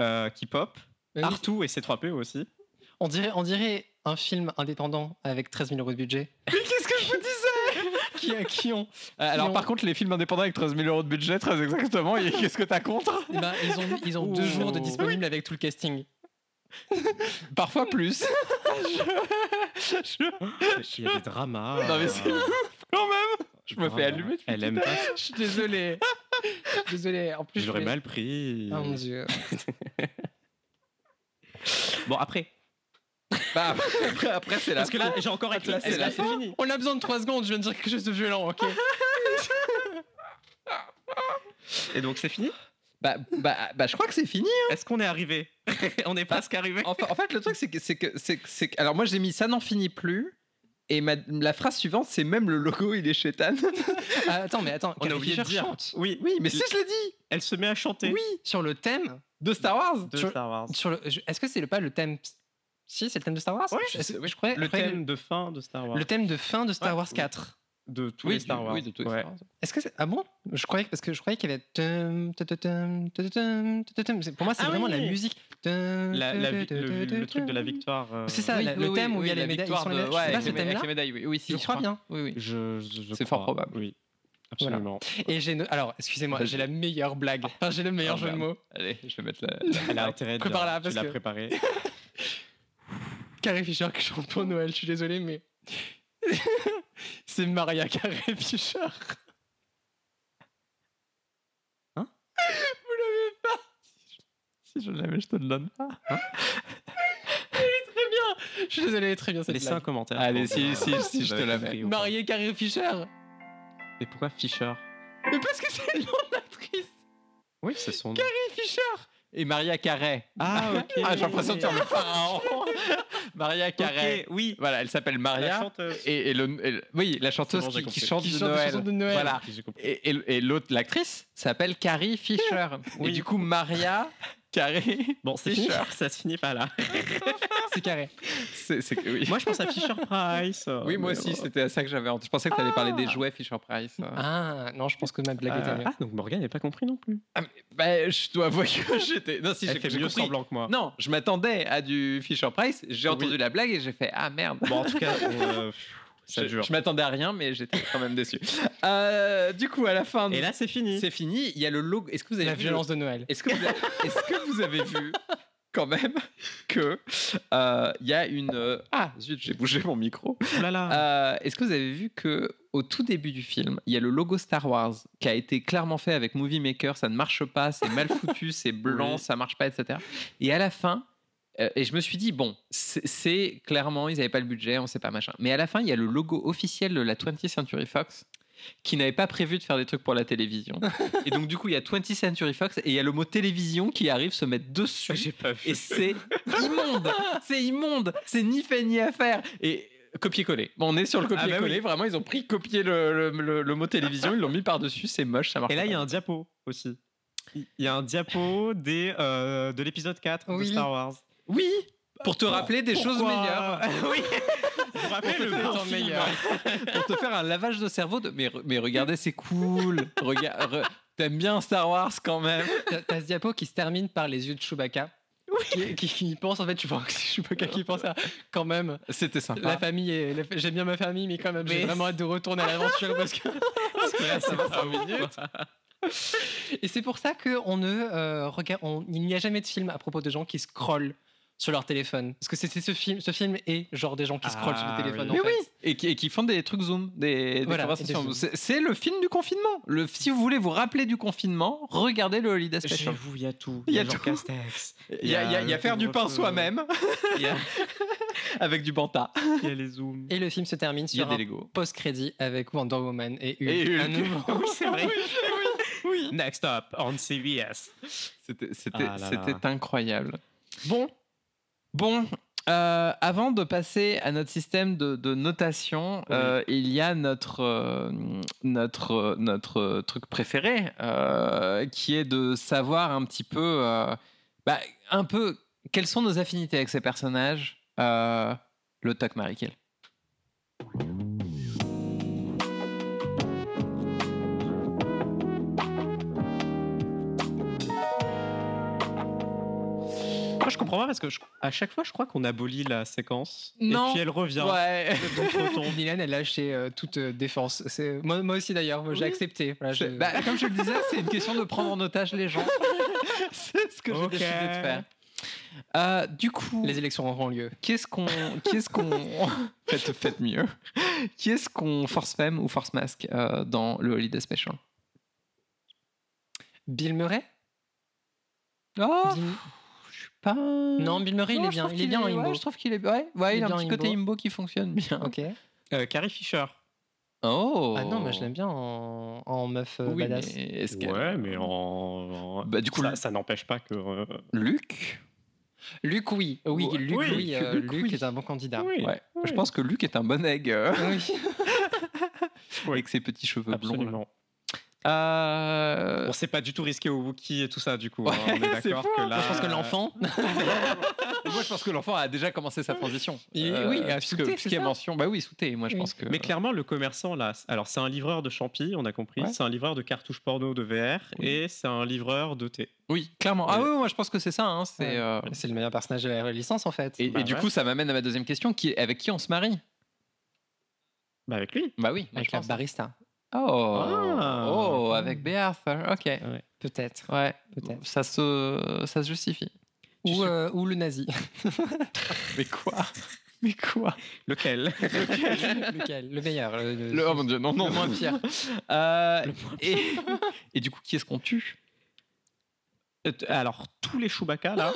euh, qui pop, Oui. Artu et C3PO aussi. On dirait, on dirait un film indépendant avec 13 000 euros de budget. Mais qu'est-ce que je vous disais qui, qui ont Euh, Alors Qui ont- par contre, les films indépendants avec 13 000 euros de budget, très exactement. et Qu'est-ce que t'as contre Eh ben, ils ont, ils ont deux Ouh. jours de disponible avec tout le casting. Parfois plus. Je- je- Il y a des dramas. Non, mais c'est euh, quand même. Je me dramas. fais allumer. Elle aime pas. Je suis désolé. désolé. En plus, Je l'aurais fais- mal pris. Ah mon dieu. Bon, après. Bah, après, après, c'est la Parce que là, j'ai encore écrit. là, Ah, c'est Est-ce la que fin. fini On a besoin de 3 secondes, je viens de dire quelque chose de violent, ok Et donc, c'est fini Bah, bah, bah, je crois que c'est fini. hein. Est-ce qu'on est arrivé On est presque arrivé. En, fa- en fait, le truc, c'est que. c'est que- c'est que- c'est que- alors, moi, j'ai mis ça n'en finit plus. Et ma- la phrase suivante, c'est même le logo, il est chétan. Ah, attends, mais attends, On a Carrie oublié de Fisher dire. chante Oui, oui, mais si, je l'ai dit elle se met à chanter. Oui sur le thème. De Star Wars De Sur- Star Wars. Sur le, je- est-ce que c'est le, pas le thème Si, c'est le thème de Star Wars Ouais, Est-ce- je, croyais, Le je croyais thème de fin de Star Wars. le thème de fin de Star Ouais. Wars 4. De tous Oui, les Star du- Wars. oui, de tous les Ouais. Star Wars. Est-ce que c'est- ah bon Je croyais que- parce que je croyais qu'il y avait tum, tum, tum, tum, tum, tum, tum, tum. C'est- pour moi c'est Ah vraiment la oui. musique. Tum, La- la tum, vi- tum, le, tum, le truc de la tum. victoire. euh, C'est ça, la- le thème où il y a les la médailles, victoire ils sont de- les médailles. ouais, C'est pas avec ce les mé- avec thème-là les médailles, oui. Oui, si, Je crois bien. Oui, oui. Je, je- je C'est fort crois. probable. Oui, Voilà. absolument. Et j'ai no- alors excusez-moi, j'ai la meilleure blague. Oh, Enfin, j'ai le meilleur Ah, jeu de merde. mots. Allez, je vais mettre la. Elle a intérêt de Prépare-la, la, parce que- préparée. Carrie Fisher qui chante pour Noël. Je suis désolé mais c'est Maria Carrie Fisher. si je l'avais, je te le donne. Très bien. Je suis désolé, elle est très bien cette Laissez un blague. Bah, commentaire. Allez, pour si, dire, si, euh, si, vous je te avez la compris mets. ou pas. Maria Carrie Fisher. Mais pourquoi Fischer Mais parce que c'est le nom de l'actrice. Oui, c'est son nom. Carrie Fisher. Et Maria Carré. Ah, ok. Ah, j'ai l'impression de faire le pharaon. Maria Carré. Ok, oui. Voilà, elle s'appelle La Maria. chanteuse. Et, et le, et le- oui, la chanteuse bon, j'ai qui, qui compris. chante Qui de chante des Noël. chansons de Noël. Voilà. J'ai compris. Et, et- et l'autre, l'actrice, s'appelle Carrie Fisher. Et du coup, Maria Carré. Bon, c'est Fisher. Fischer, ça se finit pas là. C'est carré. C'est, c'est que- oui. Moi, je pense à Fisher Price. oui, moi mais aussi, bon. c'était à ça que j'avais. en- Je pensais que tu allais parler des jouets Fisher Price. hein. Ah non, je pense que ma blague Euh, était mieux. ah, donc Morgan n'est pas compris non plus. Bah, je dois avouer que j'étais. Non, si, Elle j'ai, fait j'ai mieux compris. semblant que moi. Non, je m'attendais à du Fisher Price. J'ai Oui. entendu la blague et j'ai fait Ah merde. Bon, en tout cas, on, euh, pff, ça je, dure. je m'attendais à rien, mais j'étais quand même déçu. Euh, du coup, à la fin, Et là, c'est fini. c'est fini. Il y a le logo. Est-ce que vous avez La vu violence de Noël. Est-ce que, vous avez- est-ce que vous avez vu quand même que euh, il y a une euh, ah zut j'ai bougé mon micro. Oh là là. Euh, est-ce que vous avez vu que au tout début du film il y a le logo Star Wars qui a été clairement fait avec Movie Maker ça ne marche pas c'est mal foutu c'est blanc Oui. ça marche pas etc. Et à la fin euh, et je me suis dit bon c'est, c'est clairement ils n'avaient pas le budget on sait pas machin. Mais à la fin il y a le logo officiel de la 20th Century Fox qui n'avait pas prévu de faire des trucs pour la télévision. et donc, du coup, il y a 20th Century Fox et il y a le mot télévision qui arrive se mettre dessus. pas Et c'est immonde C'est immonde C'est ni fait ni à faire Et copier-coller. Bon, on est sur le bah oui. copier-coller. Vraiment, ils ont pris copier le, le- le- le mot télévision, ils l'ont mis par-dessus, c'est moche, ça marche Et là, il y a pas. un diapo aussi. Il il y a un diapo des, euh, de l'épisode 4 Oui. de Star Wars. Oui Pour te rappeler des choses Bah, meilleures. Pourquoi oui. Vous vous rappelez le bon film pour te faire un lavage de cerveau de... Mais, re- mais regardez, c'est cool Rega- re- T'aimes bien Star Wars quand même T'as- T'as ce diapo qui se termine par les yeux de Chewbacca. Qui, qui- qui pense en fait, tu vois que c'est Chewbacca qui pense à quand même C'était sympa. la famille. est- la fa- J'aime bien ma famille, mais quand même, j'ai Ah, Mais- vraiment hâte de retourner à l'aventure parce que. Ah Et c'est pour ça qu'on ne euh, regarde, on- il n'y a jamais de film à propos de gens qui scrollent sur leur téléphone. Parce que c'est c'est ce film, ce film est genre des gens qui scrollent sur Ah, le téléphone. oui. en Mais fait. oui, et qui, et qui font des trucs Zoom, des, des Voilà, conversations. et des Zoom. C'est- C'est le film du confinement. Le, si vous voulez vous rappeler du confinement, regardez le Holiday Special. J'avoue, il y a tout. Il y a Jean tout. Castex. Il y a, il y a- il y a le faire du pain couvre-feu. soi-même euh, Il y a- avec du banta. il y a les zooms. Et le film se termine Il y a sur des un Lego. post-crédit avec Wonder Woman et Hulk. Et Hulk. à nouveau. Oui, c'est vrai. Next up on CBS. C'était c'était- Ah là là. c'était incroyable. Bon, bon. euh, avant de passer à notre système de, de notation, euh, il y a notre, euh, notre, euh, notre euh, truc préféré euh, qui est de savoir un petit peu, euh, bah, un peu quelles sont nos affinités avec ces personnages. Euh, le toc Marikel. Moi, je comprends pas parce que je- à chaque fois, je crois qu'on abolit la séquence. Non. Et puis elle revient. Ouais. Donc, retombe. Dylan, elle a lâché euh, toute euh, défense. C'est- Moi, moi aussi d'ailleurs, moi, j'ai Oui. accepté. Voilà, je- Bah, comme je le disais, c'est une question de prendre en otage les gens. c'est ce que Ok. j'ai décidé de faire. Euh, du coup, Les élections auront lieu. qu'est-ce qu'on, qu'est-ce qu'on, faites, faites mieux. Qu'est-ce qu'on force femme ou force masque euh, dans le Holiday Special Bill Murray Oh, Dis- je suis pas. Non, Bill Murray, il est bien. Il est bien en Imbo. je trouve qu'il est ouais, ouais, il, Il est a un bien petit en côté Imbo. imbo qui fonctionne bien. Ok. Euh, Carrie Fisher. Oh Ah non, mais je l'aime bien en, en meuf euh, Oui, badass. mais est-ce qu'elle- Ouais, mais en. en- Bah, du coup, ça, le- ça n'empêche pas que. euh, Luc Luc, oui. Oui, Ouais, Luc, oui, oui, euh, Luc, Luc oui. est un bon candidat. oui, Ouais. oui, Je pense que Luc est un bon egg euh, Oui. Ouais. avec ses petits cheveux blonds. là. absolument. Euh, On s'est pas du tout risqué au Wookiee et tout ça, du coup. Ouais, hein, on est c'est d'accord fou, que hein. là. euh, Je pense que l'enfant, Moi, je pense que l'enfant a déjà commencé sa transition. Et- oui, euh, puisque, sous-té, c'est puisqu'il y a ça mention. Bah oui, souté. Moi, je Oui. pense que. Mais clairement, le commerçant, là, c- alors c'est un livreur de champi, on a compris. Ouais. C'est un livreur de cartouches porno de VR Oui. et c'est un livreur de thé. Oui, clairement. Ah Et- oui, moi, je pense que c'est ça. hein, c'est, Ouais. euh, c'est le meilleur personnage de la licence en fait. Et, et Bah du ouais. coup, ça m'amène à ma deuxième question qui est avec qui on se marie Bah, avec lui. Bah oui, moi, Avec je la pense. barista, Oh, Ah. oh, avec Béarthur, ok. peut-être. Ouais, Peut-être. ça se, ça se justifie. Tu Ou, sais- euh, ou le nazi. Mais quoi Mais quoi Lequel Lequel Le meilleur. Le, le- Oh mon dieu, non, non, le moins pire. Euh, et, et du coup, qui est-ce qu'on tue Euh, t- Alors, tous les Chewbacca, là,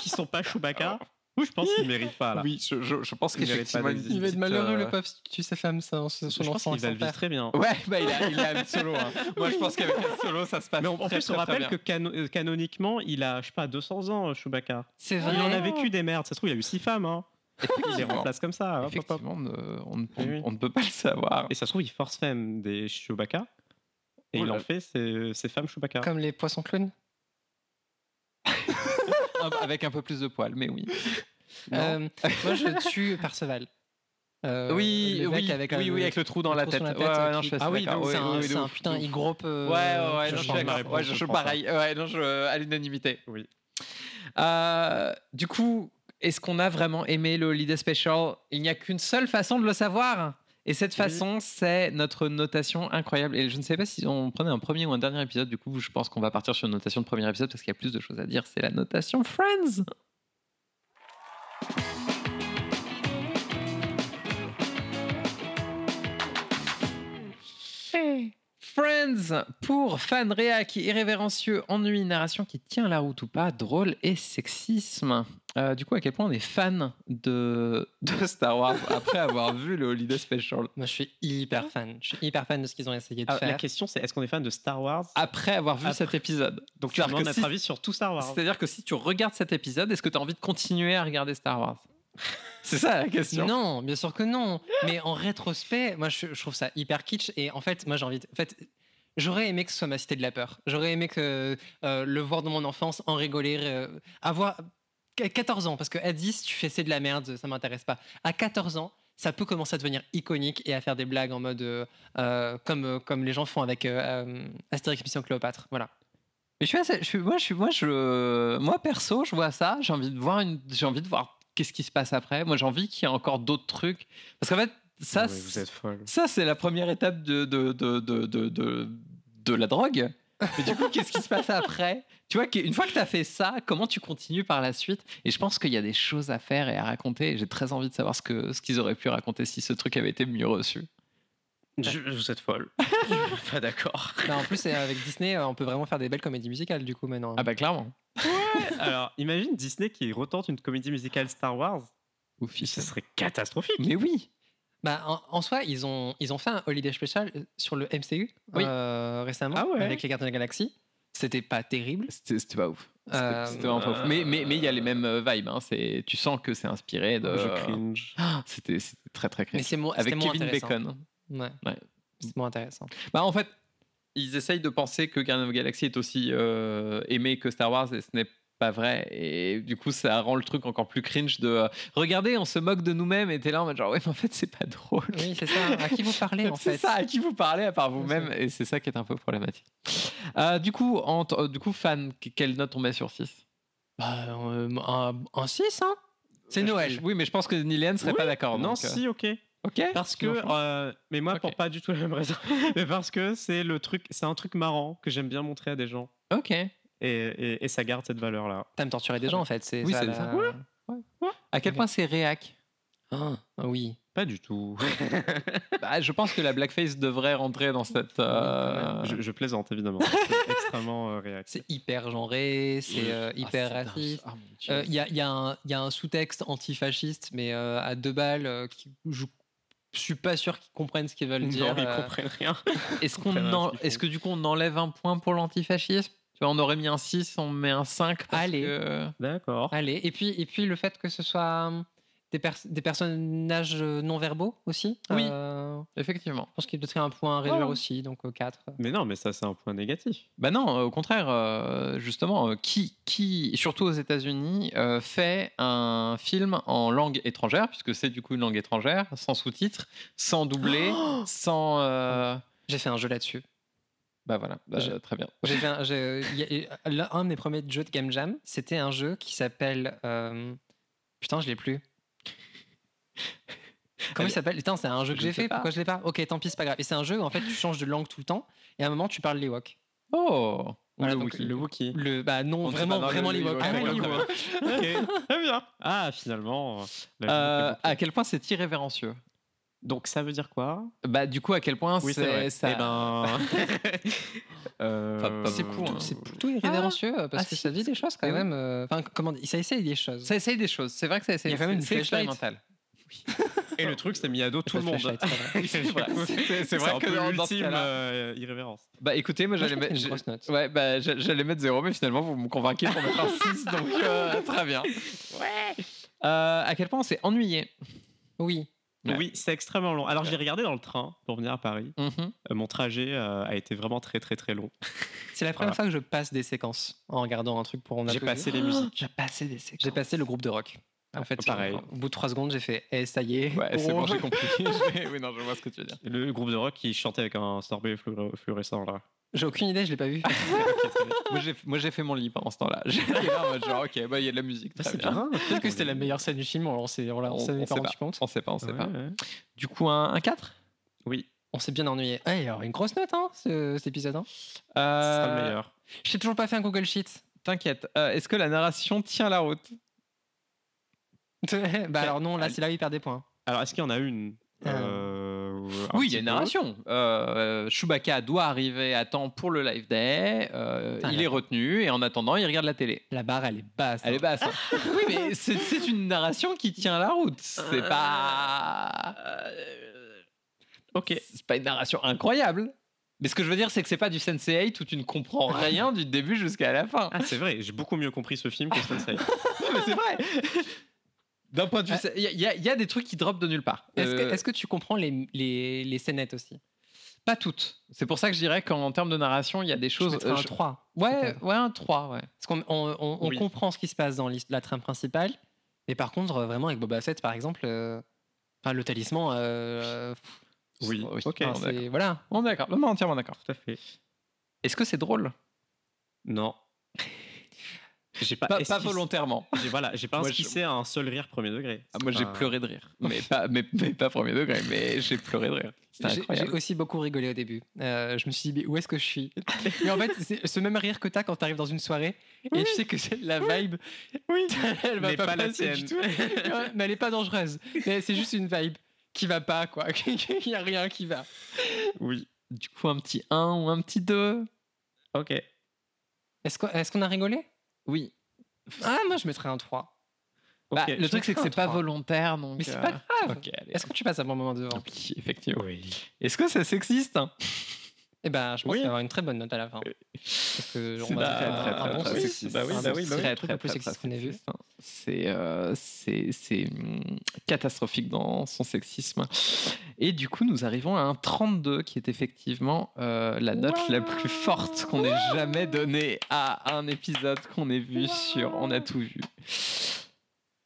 qui sont pas Chewbacca, je pense qu'ils méritent pas, là. Oui, je, je- je pense Il mérite pas qu'effectivement. d'exister. Il va être petite, malheureux euh, le pauvre si tu sa femme ça, son Je son pense enfant et qu'il va son le vivre père. très bien. Ouais, bah il a, il a Han solo. hein. Moi, je pense qu'avec Han solo, ça se passe. Mais en, en très, plus, très, on très rappelle bien. que cano- euh, canoniquement, il a, je sais pas, 200 ans, euh, Chewbacca. C'est Il vrai. en a vécu des merdes, ça se trouve, il a eu six femmes, hein. Il les Effectivement. remplace comme ça, hop, hop, hop. Effectivement, ne- on, ne- on- Ah, Oui, oui. on ne peut pas le savoir. Et ça se trouve, il force femme des Chewbacca. Et il Oula. en fait ses, ses femmes Chewbacca. Comme les poissons clowns. Un- avec un peu plus de poils, mais oui. Euh, moi, je tue Perceval. Euh, oui, le mec oui, avec, euh, oui, oui, avec le trou dans le la trou tête. sur la Ouais, tête, ouais, euh, non, qui- je suis assez ah oui, d'accord. c'est un, oui, c'est de un ouf, putain de ouf. groupe. Ouais, ouais, ouais, euh, je non, je suis change ma d'accord. réponse, Ouais, je, je je- prends ça. pareil, ouais, non, je, à l'unanimité. Oui. Euh, du coup, est-ce qu'on a vraiment aimé le Holiday Special Il n'y a qu'une seule façon de le savoir. Et cette façon, c'est notre notation incroyable. Et je ne sais pas si on prenait un premier ou un dernier épisode. Du coup, je pense qu'on va partir sur une notation de premier épisode parce qu'il y a plus de choses à dire. C'est la notation Friends. Friends pour fan qui irrévérencieux, ennui, narration qui tient la route ou pas, drôle et sexisme. Euh, du coup, à quel point on est fan de, de Star Wars après avoir vu le Holiday Special Moi, je suis hyper fan. Je suis hyper fan de ce qu'ils ont essayé de Ah, la faire. question, c'est est-ce qu'on est fan de Star Wars Après avoir vu Après- cet épisode. Donc, tu Ah, C'est-à-dire demandes que notre si- avis sur tout Star Wars. C'est-à-dire que si tu regardes cet épisode, est-ce que tu as envie de continuer à regarder Star Wars C'est ça la question. Non, bien sûr que non. Mais en rétrospect, moi, je, je trouve ça hyper kitsch. Et en fait, moi, j'ai envie. de- En fait, j'aurais aimé que ce soit ma cité de la peur. J'aurais aimé que euh, le voir dans mon enfance, en rigoler, euh, avoir qu- 14 ans. Parce que à 10, tu fais c'est de la merde, ça m'intéresse pas. À 14 ans. Ça peut commencer à devenir iconique et à faire des blagues en mode euh, euh, comme, euh, comme les gens font avec euh, euh, Astérix Mission Cléopâtre. Voilà. Mais je suis assez- je suis- moi, je suis, moi, je, moi, perso, je vois ça. J'ai envie de voir, une- j'ai envie de voir qu'est-ce qui se passe après. Moi, j'ai envie qu'il y ait encore d'autres trucs. Parce qu'en fait, Ah ça, c'est- folle. ça, c'est la première étape de de, de, de, de, de- de la drogue. Mais du coup, qu'est-ce qui se passe après Tu vois, qu'une fois que tu as fait ça, comment tu continues par la suite Et je pense qu'il y a des choses à faire et à raconter. et J'ai très envie de savoir ce que ce qu'ils auraient pu raconter si ce truc avait été mieux reçu. vous êtes folle. pas d'accord. Bah, en plus, euh, avec Disney, euh, on peut vraiment faire des belles comédies musicales du coup maintenant. hein. Ah bah clairement. Alors, imagine Disney qui retente une comédie musicale Star Wars. Ou Ce fils. serait catastrophique. Mais oui. Bah, en, en soi, ils ont, ils ont fait un holiday special euh, sur le MCU Oui. euh, récemment Ah ouais. avec les Gardiens de la Galaxie. C'était pas terrible. C'était c'était pas ouf. C'était- Euh, c'était vraiment pas ouf. Mais mais- mais il y a les mêmes euh, vibes. hein. C'est- Tu sens que c'est inspiré de. Je cringe. euh, Ah, C'était c'était très très Mais cringe. c'est mo- c'était Avec moins Kevin intéressant. Bacon. Ouais. Ouais. C'est moins intéressant. Bah, en fait, ils essayent de penser que Guardians of the Galaxy est aussi euh, aimé que Star Wars et ce n'est pas vrai. Et du coup, ça rend le truc encore plus cringe de euh, regardez, on se moque de nous-mêmes et t'es là en mode genre ouais, mais en fait, c'est pas drôle. Oui, c'est ça. À qui vous parlez en C'est fait ça, à qui vous parlez à part vous-même et c'est ça qui est un peu problématique. Euh, du coup, en t- euh, du coup, fan, que- quelle note on met sur 6 Bah, euh, un, 6, hein C'est Noël. Oui, mais je pense que Nilen serait Oui. pas d'accord. Non, donc, euh, si, ok. Ok. Parce que, Sinon, je- euh, mais moi, pour Ok. pas du tout la même raison, mais parce que c'est le truc, c'est un truc marrant que j'aime bien montrer à des gens. Ok. Et, et- et ça garde cette valeur-là. T'aimes torturer des gens en fait. C'est Ah Oui, ça. c'est la- ça. Ouais. À quel Ok. point c'est réac Ah, oui. Pas du tout. Bah, Je pense que la blackface devrait rentrer dans cette. euh, Je, je plaisante, évidemment. C'est extrêmement euh, réactif. C'est hyper genré, c'est euh, Ah, hyper c'est dingue. raciste. Ah, mon Dieu. Il y, a- y a un- y a un sous-texte antifasciste, mais euh, à deux balles, euh, qui, je je suis pas sûr qu'ils comprennent ce qu'ils veulent dire. Non, ils euh, comprennent rien. Est-ce qu'on Comprennent rien en- à ce qu'ils est-ce font. que du coup on enlève un point pour l'antifascisme Tu vois, on aurait mis un 6, on met un 5 parce Allez. que- euh, D'accord. Allez, et puis, et puis le fait que ce soit euh, des, pers- des personnages euh, non-verbaux aussi. Oui. euh, Effectivement. je pense qu'il donnerait un point à réduire Ouais. aussi, donc euh, 4. Mais non, mais ça, c'est un point négatif. Bah non, euh, au contraire, euh, justement, euh, qui, qui, surtout aux États-Unis, euh, fait un film en langue étrangère, puisque c'est du coup une langue étrangère, sans sous-titres, sans doublé, sans. euh, J'ai fait un jeu là-dessus. Bah voilà, bah, Je- très bien. J'ai fait un, j'ai- il y a- l'un- un de mes premiers jeux de Game Jam, c'était un jeu qui s'appelle. euh, Putain, je l'ai plus. Comment Allez. il s'appelle Putain, c'est un jeu que Je j'ai sais fait. pas. Pourquoi je l'ai pas Ok, tant pis, c'est pas grave. Et c'est un jeu où en fait tu changes de langue tout le temps. Et à un moment tu parles les Wok. Oh Voilà, le donc Wookiee. Le Wookiee. Le bah non, On dit vraiment, pas, non, vraiment le- les le Wok. Ewok, Vraiment le les Ewok. Wok. Ok, très bien. Ah, finalement. euh, la Euh, vie est à bouclée. quel point c'est irrévérencieux Donc, ça veut dire quoi Bah du coup, à quel point Oui, c'est c'est vrai. ça Eh ben. euh, Pas- pas beaucoup, hein. C'est plutôt irrévérencieux parce ah, que si, ça dit des choses quand oui. même. euh, Enfin, comment dire, ça essaye des choses. Ça essaye des choses. C'est vrai que ça essaye. Il y a quand même c'est une flashlight. expérimental. Et le truc, c'est mis à dos tout le monde. C'est vrai, c'est- c'est C'est vrai un que peu dans- dans ce l'ultime cas-là- euh, irrévérence. Bah écoutez, moi J'allais j'allais mettre mettre. une j'ai- grosse note. Ouais, bah j'a- j'allais mettre 0, mais finalement vous me convainquez pour mettre un 6, donc euh, très bien. Ouais Euh, À quel point on s'est ennuyé Oui. Ouais. Oui, c'est extrêmement long. Alors, j'ai regardé dans le train pour venir à Paris. Mhm. Euh, Mon trajet euh, a été vraiment très, très, très long. C'est la première fois que je passe des séquences en regardant un truc pour en J'ai applaudir. passé les musiques. J'ai passé des séquences. J'ai passé le groupe de rock. en fait, pareil. Au bout de trois secondes, j'ai fait Eh, ça y est. Oh. Ouais, c'est on- bon, j'ai compris. Je- oui, non, je vois ce que tu veux dire. Le groupe de rock qui chantait avec un sorbet fluor- fluorescent là. J'ai aucune idée, je l'ai pas Ah, vu. Moi, j'ai- Moi j'ai fait mon lit pendant ce temps-là. J'étais là en mode genre, ok, bah il y a de la musique. Très bien. Ah, Peut-être que c'était la meilleure scène du film, on s'est on l'a- on On- s'en on est sait pas rendu compte. On sait pas, on sait Ouais, pas. ouais. Du coup, un, 4 Oui, On s'est bien ennuyé. Eh, alors, une grosse note, hein, ce- cet épisode. Hein. Euh, c'est le meilleur. J'ai toujours pas fait un Google Sheet. T'inquiète. Euh, Est-ce que la narration tient la route bah alors non, là, c'est là où il perd des points. Alors, est-ce qu'il y en a une Euh, Euh, ou un Oui, il y petit a une peu narration. Euh, euh, Chewbacca doit arriver à temps pour le live day. euh, Putain, il la- est retenu et en attendant, il regarde la télé. La barre, elle est basse. Elle est hein. basse. hein. oui, mais c'est- c'est une narration qui tient la route. C'est Euh, pas. Ok. C'est pas une narration incroyable. Mais ce que je veux dire, c'est que c'est pas du Sensei où tu ne comprends rien du début jusqu'à la fin. Ah, c'est vrai, j'ai beaucoup mieux compris ce film que Sensei. Non, mais c'est vrai. D'un point Ah. de vue, il y, a- y a- y a des trucs qui drop de nulle part. Est-ce que, Euh, est-ce que tu comprends les, les, les scénettes aussi pas toutes. C'est pour ça que je dirais qu'en termes de narration, il y a des Je choses. mettrais euh, un je- 3. Ouais, peut-être. ouais, un 3, ouais. Parce qu'on on, on- on Oui. comprend ce qui se passe dans l'his- la trame principale, mais par contre, euh, vraiment avec Boba Fett, par exemple, euh, enfin, le talisman, euh, oui, Oui. ok, enfin, on est c'est- voilà. On est Ah, d'accord, non, non, entièrement d'accord. tout à fait. Est-ce que c'est drôle Non. J'ai Bah, pas, pas, pas esquissé- volontairement. j'ai- Voilà, j'ai pas Moi, je- esquissé à un seul rire premier degré. Ah, moi j'ai Enfin, pleuré de rire, mais pas, mais, mais pas premier degré, mais j'ai pleuré de rire. C'était J'ai- J'ai incroyable. aussi beaucoup rigolé au début. Euh, je me suis dit, mais où est-ce que je suis Et en fait, c'est ce même rire que t'as quand t'arrives dans une soirée et tu sais que c'est la vibe, elle va mais pas, pas la passer du tienne. tout. Ouais, mais elle est pas dangereuse. Mais c'est juste une vibe qui va pas, quoi. Il y a rien qui va. oui, Du coup, un petit 1 ou un petit 2 ok. Est-ce qu'on est-ce qu'on a rigolé Oui. Ah, moi, je mettrais un 3. Bah, Ok. le truc, c'est que c'est pas trois. volontaire, donc. Mais c'est euh, pas grave. Ok, allez. Est-ce que tu passes un bon moment devant Oui, effectivement. Est-ce que c'est sexiste hein Eh ben, je pense Oui. Euh, qu'il va avoir une très bonne note à la fin. Parce que on C'est va bah, faire très, un- très, un bon très sexisme. sexiste. Bah oui, Un bah bon oui, bah sexisme. oui. le truc le plus sexiste qu'on ait vu. sexiste, hein. C'est euh, c'est- c'est, hum, catastrophique dans son sexisme. Et du coup, nous arrivons à un 32 qui est effectivement euh, la note la plus forte qu'on ait jamais donnée à un épisode qu'on ait vu sur On a tout vu.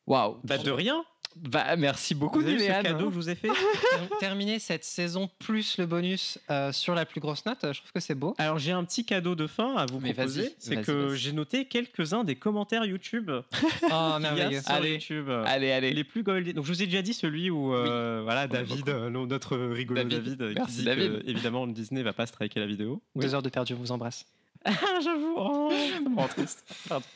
Waouh! Bah, de rien. Bah, merci beaucoup, hein. Vous avez vu ce Dylan. cadeau que je vous ai fait Donc, Terminer cette saison plus le bonus euh, sur la plus grosse note, euh, je trouve que c'est beau. Alors j'ai un petit cadeau de fin à vous Mais vas-y, proposer. C'est vas-y, que vas-y. Ah, j'ai noté quelques-uns des commentaires YouTube. Oh, qu'il y a merveilleux. sur Allez. YouTube. Allez, allez. Les plus goldés. Donc je vous ai déjà dit celui où euh, voilà aime David, beaucoup. euh, non, notre rigolo David. David, euh, qui Merci, dit David. que, évidemment Disney va pas striker la vidéo. Deux heures de perdu, je vous embrasse. Ah, j'avoue. oh, ça me rend triste. Pardon.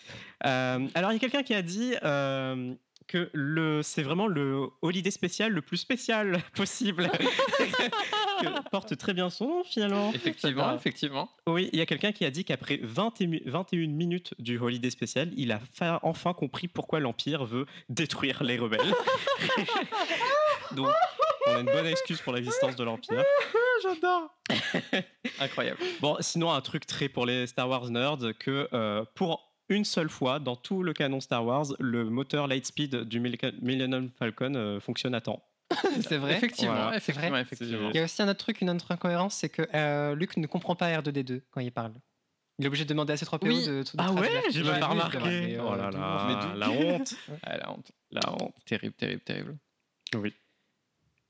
Euh, alors, il y a quelqu'un qui a dit euh, que le, c'est vraiment le holiday spécial le plus spécial possible. que porte très bien son nom, finalement. Effectivement, effectivement. Oui, il y a quelqu'un qui a dit qu'après 20 et mi- 21 minutes du holiday spécial, il a fa- enfin compris pourquoi l'Empire veut détruire les rebelles. Donc, On a une bonne excuse pour l'existence de l'Empire. J'adore. Incroyable. Bon, sinon, un truc très pour les Star Wars nerds, que euh, pour une seule fois, dans tout le canon Star Wars, le moteur Lightspeed du Mil- Millennium Falcon euh, fonctionne à temps. c'est vrai. Effectivement, Voilà. effectivement, C'est effectivement. Il y a aussi un autre truc, une autre incohérence, c'est que euh, Luke ne comprend pas R2D2 quand il parle. Il est obligé de demander à C3PO Oui. de, de Ah ouais, traduire. j'ai même pas oui, c'est vrai, remarqué. mais, euh, Oh là d'où- là, mais d'où- la honte. Ah, la honte, La honte. terrible, terrible, terrible. Oui.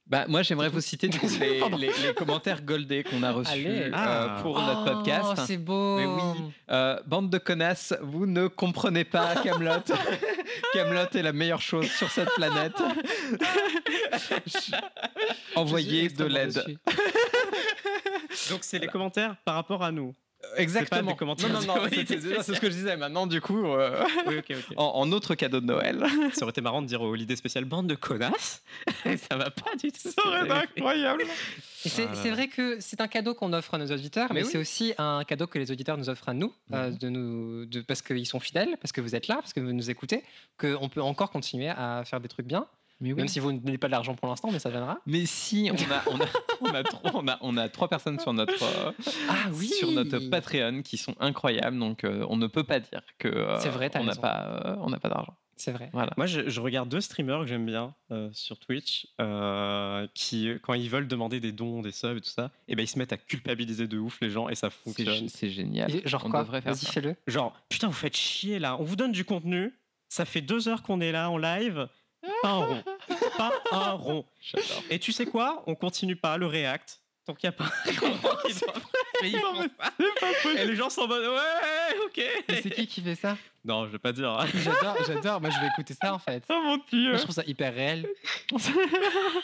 Bah, moi, j'aimerais vous citer tous les, Pardon. les- les commentaires goldés qu'on a reçus Allez. euh, Ah. pour notre Oh, podcast. C'est beau. Mais oui. Euh, bande de connasses, vous ne comprenez pas Camelot. Camelot est la meilleure chose sur cette planète. Envoyez de l'aide. Donc, c'est les commentaires par rapport à nous. Exactement. C'est pas des commentaires non, non, non, théoriques. c'était- c'est ce que je disais. Maintenant, du coup, euh, Oui, ok, ok. en, en autre cadeau de Noël. Ça aurait été marrant de dire au l'idée spéciale bande de connasses. ça va pas du tout. Ça incroyable. Et c'est, Ah là c'est là. vrai que c'est un cadeau qu'on offre à nos auditeurs, mais, Mais oui. Mhm. c'est aussi un cadeau que les auditeurs nous offrent à nous, euh, de nous de, parce qu'ils sont fidèles, parce que vous êtes là, parce que vous nous écoutez, qu'on peut encore continuer à faire des trucs bien, Mais même si vous ne donnez pas de l'argent pour l'instant, mais ça viendra. Mais si, on a, on a, on a, trois, on a, on a trois personnes sur notre, euh, Ah sur notre Patreon qui sont incroyables. Donc, euh, on ne peut pas dire que euh, C'est vrai, t'as on n'a raison. pas, euh, on n'a pas d'argent. C'est vrai. Voilà. Moi, je, je regarde deux streamers que j'aime bien euh, sur Twitch euh, qui, euh, quand ils veulent demander des dons, des subs et tout ça, et ben ils se mettent à culpabiliser de ouf les gens et ça C'est fonctionne. gé- C'est génial. Et genre on quoi devrait faire Vas-y, ça. fais-le. Genre, putain, vous faites chier là, on vous donne du contenu, ça fait deux heures qu'on est là en live, pas un rond, pas un rond. J'adore. Et tu sais quoi On continue pas le React tant qu'il n'y a pas. Mais ils font ça. Et les gens sont en mode ouais, Mais c'est ok. qui qui fait ça Non, je vais pas dire. hein. J'adore, j'adore. Moi, je vais écouter ça en fait. Oh mon Moi, dieu. je trouve ça hyper réel.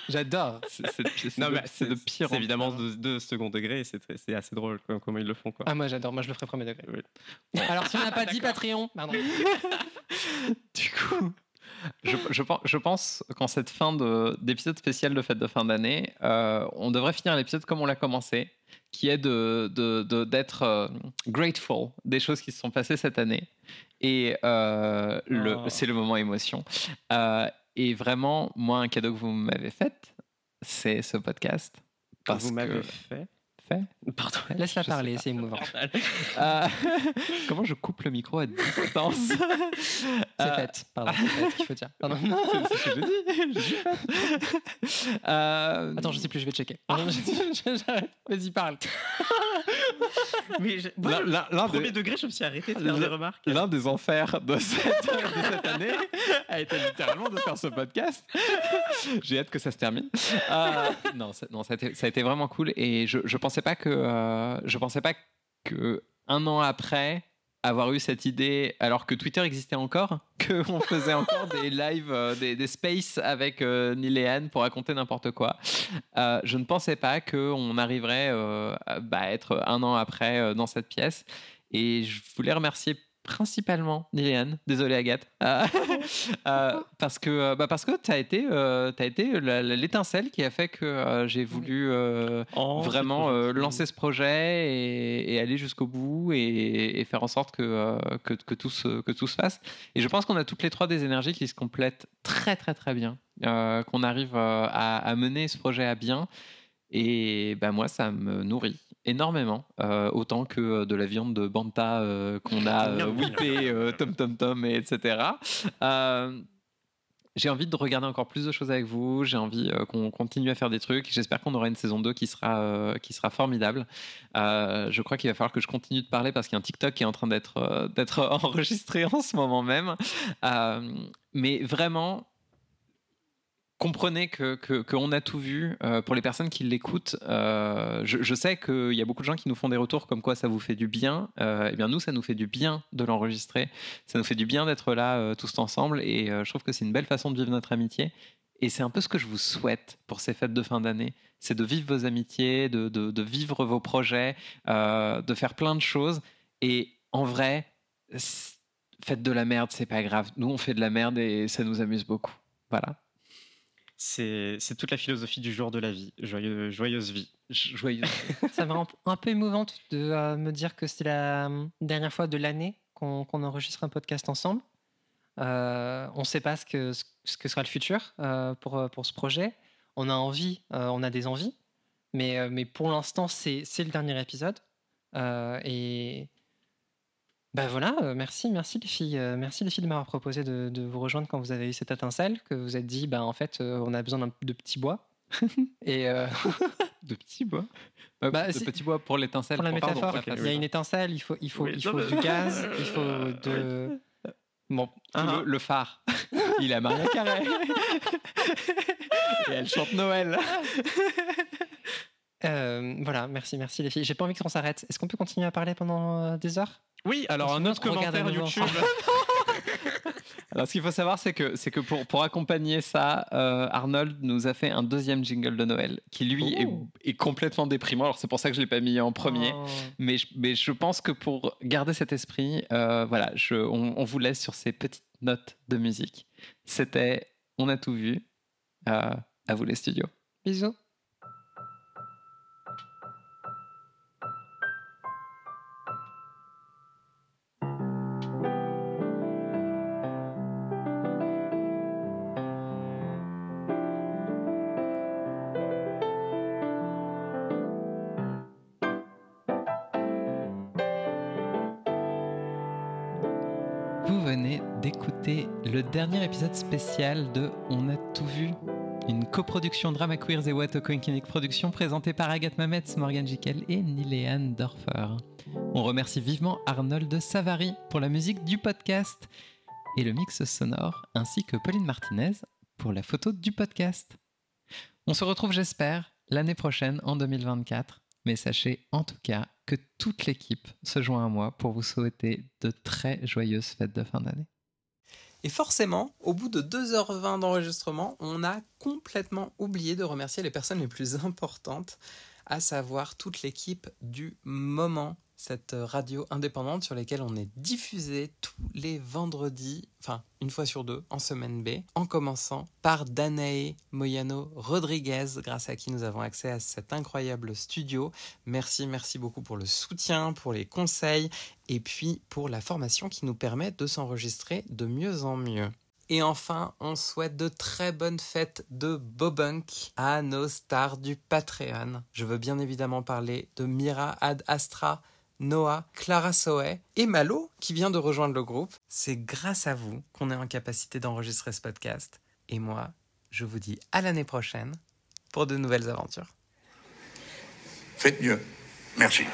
J'adore. C'est- c'est- c'est Non, de- mais c'est de pire. C'est en évidemment pire. de, de second degré et c'est très- c'est assez drôle comme- comment ils le font. Quoi. Ah, moi, j'adore. Moi, je le ferai premier degré. Oui. Alors, si on n'a pas dit Patreon, pardon. Du coup, je, je pen- je pense qu'en cette fin de- d'épisode spécial de fête de fin d'année, euh, on devrait finir l'épisode comme on l'a commencé, qui est de- de- de- d'être euh, grateful des choses qui se sont passées cette année. Et euh, le- Oh. c'est le moment émotion. Euh, et vraiment, moi, un cadeau que vous m'avez fait, c'est ce podcast. Parce vous que... m'avez fait. fait. Pardon. Laisse-la Je sais parler, c'est émouvant. Euh, comment je coupe le micro à distance C'est Euh, fait. Pardon, c'est fait, qu'il faut dire. Pardon. C'est ce que je dis. J'ai fait. Euh, Attends, je sais plus, Ah, je vais checker. Pardon, je- j'arrête. Vas-y, parle. Mais je- moi, l'un- je- l'un- l'un premier des- degré, je me suis arrêté de faire des Le- remarques. L'un des enfers de cette, de cette année a été littéralement de faire ce podcast. J'ai hâte que ça se termine. Euh, non, ça, non, ça a été, ça a été vraiment cool et je, je pensais pas que euh, je pensais pas que un an après avoir eu cette idée, alors que Twitter existait encore, qu'on faisait encore des lives, euh, des, des spaces avec euh, Neil et Anne pour raconter n'importe quoi. Euh, je ne pensais pas qu'on arriverait euh, à bah, être un an après euh, dans cette pièce. Et je voulais remercier principalement Niliane, désolé Agathe, Euh, euh, parce que, euh, bah, parce que tu as été, euh, t'as été la- la- l'étincelle qui a fait que euh, j'ai voulu euh, Oh, vraiment euh, lancer ce projet et, et aller jusqu'au bout et, et faire en sorte que, euh, que, que tout se, que tout se fasse. Et je pense qu'on a toutes les trois des énergies qui se complètent très très très bien, euh, qu'on arrive euh, à, à mener ce projet à bien. Et ben moi, ça me nourrit énormément, euh, autant que euh, de la viande de banta euh, qu'on a euh, whippée, euh, tom tom tom, et etc. Euh, j'ai envie de regarder encore plus de choses avec vous. J'ai envie euh, qu'on continue à faire des trucs. J'espère qu'on aura une saison 2 qui sera, euh, qui sera formidable. Euh, je crois qu'il va falloir que je continue de parler parce qu'il y a un TikTok qui est en train d'être euh, d'être enregistré en ce moment même. Euh, mais vraiment, comprenez que que- qu'on a tout vu. Euh, pour les personnes qui l'écoutent, euh, je, je sais qu'il y a beaucoup de gens qui nous font des retours comme quoi ça vous fait du bien. Euh, eh bien, nous, ça nous fait du bien de l'enregistrer. Ça nous fait du bien d'être là euh, tous ensemble. Et euh, je trouve que c'est une belle façon de vivre notre amitié. Et c'est un peu ce que je vous souhaite pour ces fêtes de fin d'année. C'est de vivre vos amitiés, de, de- de vivre vos projets, euh, de faire plein de choses. Et en vrai, c'est- faites de la merde, c'est pas grave. Nous, on fait de la merde et ça nous amuse beaucoup. Voilà. C'est c'est toute la philosophie du jour de la vie. Joyeux- joyeuse vie. Joyeux. Ça me rend un peu émouvante de euh, me dire que c'est la euh, dernière fois de l'année qu'on qu'on enregistre un podcast ensemble. Euh, on ne sait pas ce que, ce que sera le futur euh, pour, euh, pour ce projet. on a envie, euh, on a des envies, mais, euh, mais pour l'instant, c'est c'est le dernier épisode. Euh, et ben voilà, euh, merci, merci les filles, euh, merci les filles de m'avoir proposé de, de vous rejoindre quand vous avez eu cette étincelle, que vous vous êtes dit, bah en fait, euh, on a besoin d'un- de petits bois. et euh, De petits bois. Euh, Bah, de c'est- petits bois pour l'étincelle. Oh, pour la pardon, métaphore, pour la il y a phrase. une étincelle, il faut, il faut, Oui, il non, faut mais- du gaz, il faut de. Bon, Ah. le, le phare. Il a Maria Carré. Et elle chante Noël. ah. Euh, voilà, merci, merci les filles. J'ai pas envie qu'on s'arrête. Est-ce qu'on peut continuer à parler pendant euh, des heures Oui, alors un Sinon, autre on se regarde commentaire à nouveau YouTube. Alors, ce qu'il faut savoir, c'est que, c'est que pour, pour accompagner ça, euh, Arnold nous a fait un deuxième jingle de Noël qui, lui, est, Ouh. est complètement déprimant. Alors, c'est pour ça que je ne l'ai pas mis en premier. Oh. Mais, je, mais je pense que pour garder cet esprit, euh, voilà, je- on, on vous laisse sur ces petites notes de musique. C'était On a tout vu. Euh, à vous, les studios. Bisous. Vous venez d'écouter le dernier épisode spécial de On a tout vu, une coproduction Drama Queers et Watoko Clinic Productions présentée par Agathe Mametz, Morgan Jikel et Niléane Dorfer. On remercie vivement Arnold Savary pour la musique du podcast et le mix sonore, ainsi que Pauline Martinez pour la photo du podcast. On se retrouve, j'espère, l'année prochaine, en 2024. Mais sachez en tout cas que toute l'équipe se joint à moi pour vous souhaiter de très joyeuses fêtes de fin d'année. Et forcément, au bout de 2h20 d'enregistrement, on a complètement oublié de remercier les personnes les plus importantes, à savoir toute l'équipe du moment, cette radio indépendante sur laquelle on est diffusé tous les vendredis, enfin une fois sur deux, en semaine B, en commençant par Danae Moyano Rodriguez, grâce à qui nous avons accès à cet incroyable studio. Merci, merci beaucoup pour le soutien, pour les conseils, et puis pour la formation qui nous permet de s'enregistrer de mieux en mieux. Et enfin, on souhaite de très bonnes fêtes de Bobunk à nos stars du Patreon. Je veux bien évidemment parler de Mira Ad Astra, Noah, Clara Soe et Malo qui vient de rejoindre le groupe. C'est grâce à vous qu'on est en capacité d'enregistrer ce podcast. Et moi, je vous dis à l'année prochaine pour de nouvelles aventures. Faites mieux. Merci.